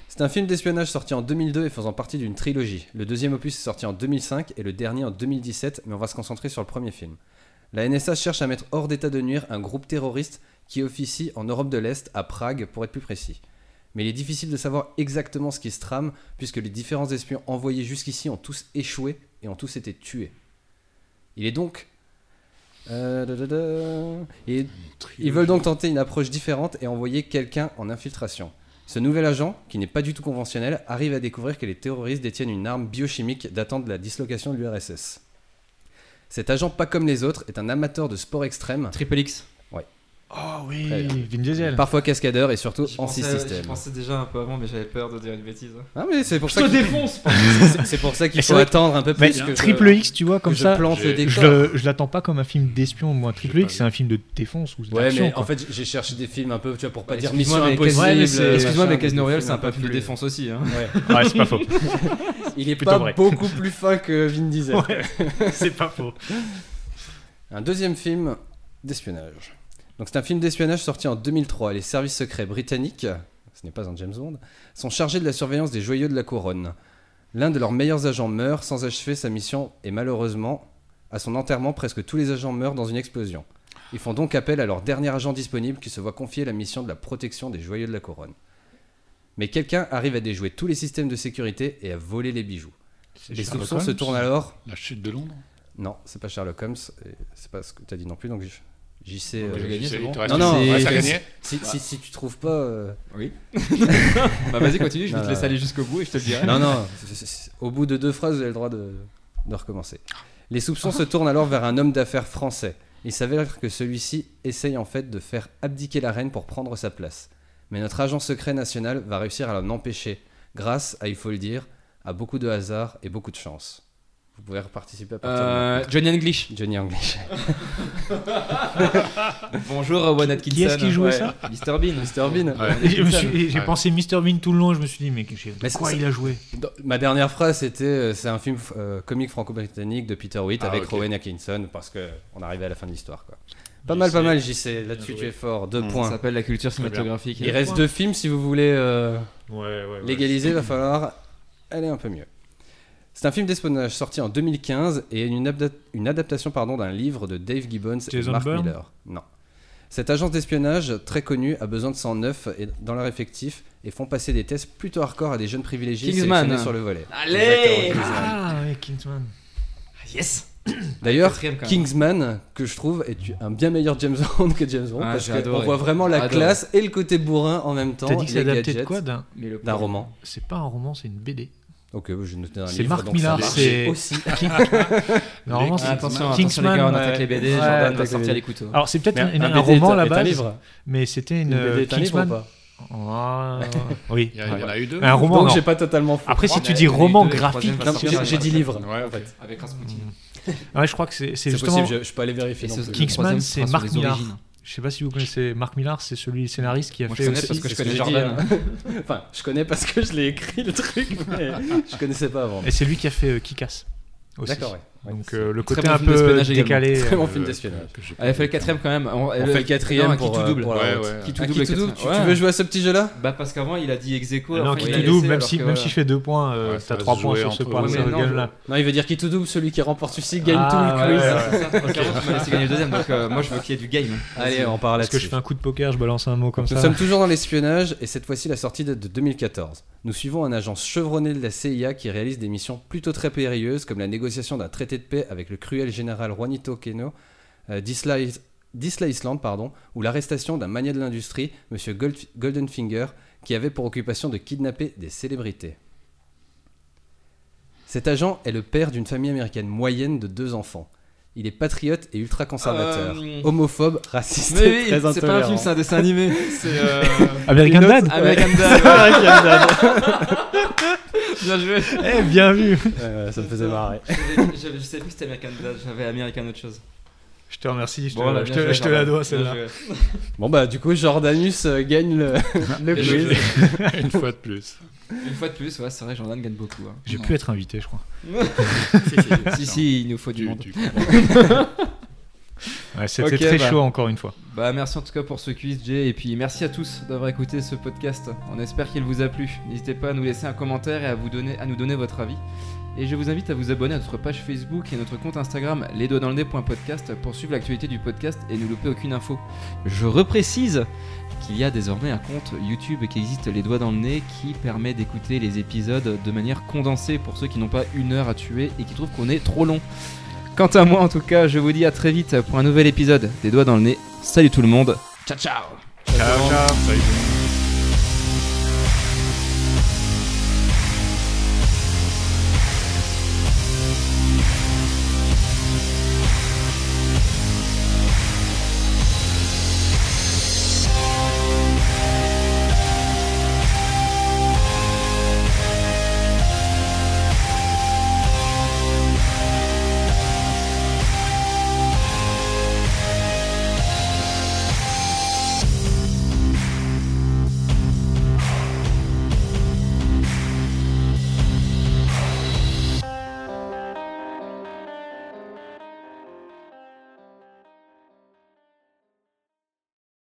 Speaker 8: C'est un film d'espionnage sorti en 2002 et faisant partie d'une trilogie. Le deuxième opus est sorti en 2005 et le dernier en 2017, mais on va se concentrer sur le premier film. La NSA cherche à mettre hors d'état de nuire un groupe terroriste qui officie en Europe de l'Est, à Prague pour être plus précis. Mais il est difficile de savoir exactement ce qui se trame, puisque les différents espions envoyés jusqu'ici ont tous échoué et ont tous été tués. Il est donc... Euh, da, da, da. Il est ils veulent donc tenter une approche différente et envoyer quelqu'un en infiltration. Ce nouvel agent, qui n'est pas du tout conventionnel, arrive à découvrir que les terroristes détiennent une arme biochimique datant de la dislocation de l'URSS. Cet agent, pas comme les autres, est un amateur de sport extrême,
Speaker 1: Triple X.
Speaker 4: Oh oui,
Speaker 8: Très bien.
Speaker 4: Vin Diesel.
Speaker 8: parfois cascadeur et surtout
Speaker 1: J'y pensais, hein.
Speaker 8: anti-système.
Speaker 1: j'y pensais déjà un peu avant, mais j'avais peur de dire une bêtise.
Speaker 8: Ah mais c'est pour,
Speaker 1: Je
Speaker 8: ça
Speaker 1: te
Speaker 8: qu'il-
Speaker 1: défonce
Speaker 8: (laughs) c'est- c'est pour ça qu'il
Speaker 4: Mais c'est
Speaker 8: faut
Speaker 4: vrai que-
Speaker 8: attendre un peu
Speaker 4: Mais
Speaker 8: plus que je-
Speaker 4: Triple X, tu vois,
Speaker 8: que
Speaker 4: comme
Speaker 8: je
Speaker 4: ça.
Speaker 8: plante le
Speaker 9: j'ai-
Speaker 8: décor.
Speaker 4: Je, le- je l'attends pas comme un film d'espion, moi. Triple
Speaker 9: J'ai
Speaker 4: X,
Speaker 9: pas
Speaker 4: c'est un film de défense ou
Speaker 8: Ouais,
Speaker 4: d'action.
Speaker 8: mais
Speaker 4: quoi.
Speaker 8: en fait, j'ai cherché des films un peu, tu vois, pour pas
Speaker 1: Ouais,
Speaker 8: dire
Speaker 1: excuse-moi,
Speaker 8: Mission
Speaker 1: mais
Speaker 8: Impossible.
Speaker 1: Casino-
Speaker 4: Ouais, mais c'est-
Speaker 8: euh,
Speaker 1: Excuse-moi, mais
Speaker 8: machin,
Speaker 1: Casino
Speaker 8: des
Speaker 1: Royale,
Speaker 8: films
Speaker 1: c'est un peu plus
Speaker 8: plus-
Speaker 1: défense aussi. Hein.
Speaker 8: (laughs)
Speaker 4: (laughs)
Speaker 8: Ouais.
Speaker 4: Ouais, c'est pas faux.
Speaker 8: Il est
Speaker 4: Plutôt
Speaker 8: pas
Speaker 4: vrai.
Speaker 8: beaucoup plus fin que Vin Diesel.
Speaker 4: c'est pas faux.
Speaker 8: Un deuxième film d'espionnage. Donc c'est un film d'espionnage sorti en 2003. Les services secrets britanniques, ce n'est pas un James Bond, sont chargés de la surveillance des joyeux de la couronne. L'un de leurs meilleurs agents meurt sans achever sa mission et malheureusement, à son enterrement, presque tous les agents meurent dans une explosion. Ils font donc appel à leur dernier agent disponible qui se voit confier la mission de la protection des joyeux de la couronne. Mais quelqu'un arrive à déjouer tous les systèmes de sécurité et à voler les bijoux.
Speaker 9: C'est
Speaker 8: Les
Speaker 9: Sherlock
Speaker 8: soupçons se
Speaker 9: Holmes
Speaker 8: tournent alors.
Speaker 9: La chute de Londres
Speaker 8: Non, c'est pas Sherlock Holmes, et c'est pas ce que t'as dit non plus, donc j- j'y sais.
Speaker 9: Donc,
Speaker 8: euh,
Speaker 9: j'ai gagné, c'est bon.
Speaker 8: Non, non,
Speaker 9: Ouais,
Speaker 8: si-
Speaker 9: t'as gagné.
Speaker 8: Si, si, si tu trouves pas. euh,
Speaker 1: Bah.
Speaker 8: (laughs)
Speaker 1: Oui. Bah, vas-y, continue, je vais
Speaker 8: Non,
Speaker 1: te
Speaker 8: non.
Speaker 1: laisser aller jusqu'au bout et je te le dirai.
Speaker 8: Non, non, c'est- c'est- c'est- au bout de deux phrases, vous avez le droit de, de recommencer. Les soupçons se tournent alors vers un homme d'affaires français. Il s'avère que celui-ci essaye en fait de faire abdiquer la reine pour prendre sa place. Mais notre agent secret national va réussir à l'en empêcher, grâce à, il faut le dire, à beaucoup de hasard et beaucoup de chance. Vous pouvez participer à partir
Speaker 1: Euh,
Speaker 8: de
Speaker 1: Johnny English.
Speaker 8: Johnny English.
Speaker 1: Bonjour, euh, Rowan Atkinson.
Speaker 4: Qui est-ce qui jouait
Speaker 1: Ouais.
Speaker 8: hein.
Speaker 4: ça
Speaker 8: (laughs)
Speaker 1: Mr. Bean.
Speaker 8: Mr. Bean.
Speaker 9: Ouais.
Speaker 4: Et je me suis- et J'ai
Speaker 9: Ouais.
Speaker 4: pensé Mr Bean tout le long, je me suis dit, mais de
Speaker 8: Mais c'est-
Speaker 4: quoi
Speaker 8: c'est-
Speaker 4: il a joué
Speaker 8: Dans- Ma dernière phrase, c'était euh, c'est un film euh, comique franco-britannique de Peter Witt
Speaker 9: Ah,
Speaker 8: avec
Speaker 9: ok.
Speaker 8: Rowan Atkinson parce que on arrivait à la fin de l'histoire. quoi. Pas mal, pas mal, JC. Là-dessus,
Speaker 4: Bien
Speaker 8: tu
Speaker 4: joué.
Speaker 8: es fort.
Speaker 9: Mmh.
Speaker 8: Deux
Speaker 1: Ça
Speaker 8: points.
Speaker 1: s'appelle la culture cinématographique.
Speaker 8: Il reste deux films si vous voulez euh,
Speaker 4: Ouais, ouais.
Speaker 8: légaliser, va falloir aller un peu mieux. C'est un film d'espionnage sorti en 2015 et une, abda- une adaptation pardon d'un livre de Dave Gibbons et
Speaker 4: Jason
Speaker 8: Mark
Speaker 4: Bourne
Speaker 8: Miller. Non. Cette agence d'espionnage très connue a besoin de 109 et dans leur effectif et font passer des tests plutôt hardcore à des jeunes privilégiés
Speaker 1: Kingsman.
Speaker 8: sélectionnés sur le volet.
Speaker 1: Allez
Speaker 8: Exactement, Kingsman.
Speaker 4: Ah, ouais, Kingsman.
Speaker 1: Yes
Speaker 8: D'ailleurs,
Speaker 1: Quatrième, quand même.
Speaker 8: Kingsman, que je trouve est un bien meilleur James Bond que James Bond,
Speaker 1: Ah,
Speaker 8: parce
Speaker 1: j'ai
Speaker 8: qu'on
Speaker 1: adoré.
Speaker 8: voit vraiment la
Speaker 1: Adoré.
Speaker 8: classe et le côté bourrin en même temps.
Speaker 4: T'as dit que c'est
Speaker 8: les
Speaker 4: adapté de
Speaker 8: gadgets
Speaker 4: quoi d'un-
Speaker 1: Mais le
Speaker 8: D'un roman.
Speaker 4: C'est pas un roman, c'est une BD.
Speaker 8: Ok, je notais un
Speaker 4: C'est
Speaker 8: livre,
Speaker 4: Marc
Speaker 8: donc ça
Speaker 4: Millar,
Speaker 8: marche.
Speaker 4: c'est-
Speaker 8: (laughs) aussi.
Speaker 4: Normalement, c'est
Speaker 1: Attention, attention les
Speaker 4: Kingsman.
Speaker 1: gars, on
Speaker 4: ouais.
Speaker 1: attaque les BD,
Speaker 4: Ouais,
Speaker 1: Jordan va
Speaker 8: attaque
Speaker 1: sortir
Speaker 8: les
Speaker 1: les couteaux.
Speaker 4: Alors, c'est peut-être
Speaker 8: Mais
Speaker 4: un, un
Speaker 8: BD est
Speaker 4: roman à la
Speaker 8: est un
Speaker 4: base,
Speaker 8: livre. Euh,
Speaker 4: mais c'était une, euh,
Speaker 8: Une BD est un livre ou
Speaker 4: Kingsman.
Speaker 8: pas
Speaker 4: Ah, oui.
Speaker 9: Il y, a- il y en a eu deux.
Speaker 4: Mais Un roman.
Speaker 8: Donc
Speaker 4: non.
Speaker 8: j'ai pas totalement faux.
Speaker 4: Après, si
Speaker 1: Ouais,
Speaker 4: tu
Speaker 1: mais
Speaker 4: dis
Speaker 1: il y en a eu
Speaker 4: roman
Speaker 1: deux, et le
Speaker 4: graphique,
Speaker 1: troisième va
Speaker 8: Non,
Speaker 1: sortir
Speaker 8: j'ai-
Speaker 1: dans
Speaker 8: j'ai dit
Speaker 1: quatre-
Speaker 8: livre.
Speaker 9: Ouais, ok.
Speaker 1: Avec Rasputin.
Speaker 4: ouais, je crois que c'est c'est
Speaker 8: C'est
Speaker 4: justement.
Speaker 8: possible, je, je peux aller vérifier.
Speaker 1: Et
Speaker 8: non
Speaker 1: ce-
Speaker 8: plus.
Speaker 1: le
Speaker 4: Kingsman,
Speaker 1: troisième
Speaker 4: c'est
Speaker 1: sera sur
Speaker 4: Marc
Speaker 1: les
Speaker 4: Millar.
Speaker 1: origines.
Speaker 4: Je sais pas si vous connaissez Marc Millar, c'est celui le scénariste qui a
Speaker 1: Moi, je
Speaker 4: fait
Speaker 1: connais
Speaker 4: aussi-
Speaker 1: parce que je
Speaker 8: c'est ce
Speaker 1: connais
Speaker 8: que j'ai dit,
Speaker 1: Jordan.
Speaker 8: (laughs) Enfin, je connais parce que je l'ai écrit le truc, mais (laughs) je connaissais pas avant.
Speaker 4: Et c'est lui qui a fait euh, Kick-Ass aussi.
Speaker 8: D'accord, ouais. Ouais.
Speaker 4: Donc euh, le
Speaker 1: Très
Speaker 4: côté
Speaker 1: bon
Speaker 4: un
Speaker 1: film
Speaker 4: peu
Speaker 1: d'espionnage également.
Speaker 4: décalé.
Speaker 8: Très bon
Speaker 4: euh,
Speaker 8: film
Speaker 9: Euh,
Speaker 8: d'espionnage.
Speaker 9: que j'ai-
Speaker 1: Allez, fais le quatrième quand même. On,
Speaker 8: On fait le quatrième
Speaker 1: non,
Speaker 8: pour,
Speaker 1: qui tout
Speaker 8: euh,
Speaker 1: double.
Speaker 8: pour la
Speaker 9: Ouais,
Speaker 8: route.
Speaker 9: ouais.
Speaker 1: Qui tout
Speaker 8: Ah,
Speaker 1: double,
Speaker 8: qui tout double,
Speaker 1: quatre-
Speaker 8: tu,
Speaker 1: ouais.
Speaker 8: tu veux jouer à ce petit jeu-là
Speaker 1: Bah parce qu'avant il a dit ex aequo,
Speaker 4: Non,
Speaker 1: après,
Speaker 4: qui
Speaker 1: il
Speaker 4: tout
Speaker 1: a
Speaker 4: double,
Speaker 1: laissé,
Speaker 4: même
Speaker 1: alors
Speaker 4: si,
Speaker 1: que
Speaker 4: même
Speaker 1: voilà.
Speaker 4: si je fais deux points, euh,
Speaker 9: Ouais, ça
Speaker 4: t'as
Speaker 9: va
Speaker 4: trois
Speaker 9: se
Speaker 4: points
Speaker 9: jouer
Speaker 4: sur ce
Speaker 9: entre-
Speaker 4: point
Speaker 1: Ouais, mais non,
Speaker 4: là
Speaker 8: Non, il veut dire qui tout double, celui qui remporte celui-ci gagne
Speaker 4: Ah,
Speaker 8: tout le
Speaker 4: ouais,
Speaker 8: quiz.
Speaker 4: ouais, ouais.
Speaker 1: C'est ça, parce qu'avant, tu m'as laissé gagner le deuxième, donc
Speaker 8: Ah,
Speaker 1: euh, moi je veux qu'il y ait du game.
Speaker 8: Allez, on parle
Speaker 4: Parce que je
Speaker 8: là-dessus.
Speaker 4: fais un coup de poker, je balance un mot comme
Speaker 8: Nous
Speaker 4: ça.
Speaker 8: sommes toujours dans l'espionnage et cette fois-ci la sortie date de 2014. Nous suivons un agent chevronné de la CIA qui réalise des missions plutôt très périlleuses comme la négociation d'un traité de paix avec le cruel général Juanito Keno euh, d'Isla Is- d'Isla Island pardon, ou l'arrestation d'un mania de l'industrie, Monsieur Gold- Goldenfinger, qui avait pour occupation de kidnapper des célébrités. Cet agent est le père d'une famille américaine moyenne de deux enfants. Il est patriote et ultra-conservateur,
Speaker 1: Euh,
Speaker 8: homophobe, raciste
Speaker 1: Mais
Speaker 8: et
Speaker 1: oui,
Speaker 8: très
Speaker 1: c'est pas un
Speaker 8: intolérant.
Speaker 1: film, (laughs) c'est un dessin animé. C'est euh,
Speaker 4: American
Speaker 8: Une autre-
Speaker 4: Dad
Speaker 1: (laughs) American Dad. ouais. (laughs) Bien joué.
Speaker 4: Eh, bien vu
Speaker 8: Ouais, ouais, ça me faisait marrer.
Speaker 1: J'avais- j'avais- Je sais plus que c'était American Dad, j'avais American autre chose.
Speaker 4: Je te remercie, je te,
Speaker 1: Bon, voilà,
Speaker 4: je
Speaker 1: bien
Speaker 4: te-
Speaker 1: joué,
Speaker 4: je te la
Speaker 1: Jordan.
Speaker 4: dois
Speaker 1: Bien
Speaker 4: celle-là.
Speaker 1: joué.
Speaker 8: Bon bah du coup Jordanus euh, gagne le, (laughs) le
Speaker 1: Et
Speaker 8: quiz.
Speaker 1: je-
Speaker 9: Une fois de plus.
Speaker 1: Une fois de plus, ouais, c'est vrai, Jordan gagne beaucoup. hein.
Speaker 4: J'ai pu être invité, je crois.
Speaker 1: si, si, il nous faut du
Speaker 9: Tu,
Speaker 1: monde. (laughs)
Speaker 9: tu-
Speaker 4: Ouais, C'était
Speaker 1: Ok,
Speaker 4: très
Speaker 1: bah.
Speaker 4: chaud encore une fois.
Speaker 1: Bah, merci en tout cas pour ce quiz, Jay, et puis merci à tous d'avoir écouté ce podcast. On espère qu'il vous a plu. N'hésitez pas à nous laisser un commentaire et à, vous donner, à nous donner votre avis. Et je vous invite à vous abonner à notre page Facebook et à notre compte Instagram lesdoigtsdansledet.podcast pour suivre l'actualité du podcast et ne louper aucune info. Je reprécise qu'il y a désormais un compte YouTube qui existe Les Doigts dans le Nez qui permet d'écouter les épisodes de manière condensée pour ceux qui n'ont pas une heure à tuer et qui trouvent qu'on est trop long. Quant à moi en tout cas, je vous dis à très vite pour un nouvel épisode des Doigts dans le Nez. Salut tout le monde Ciao ciao
Speaker 9: Ciao, ciao. Salut.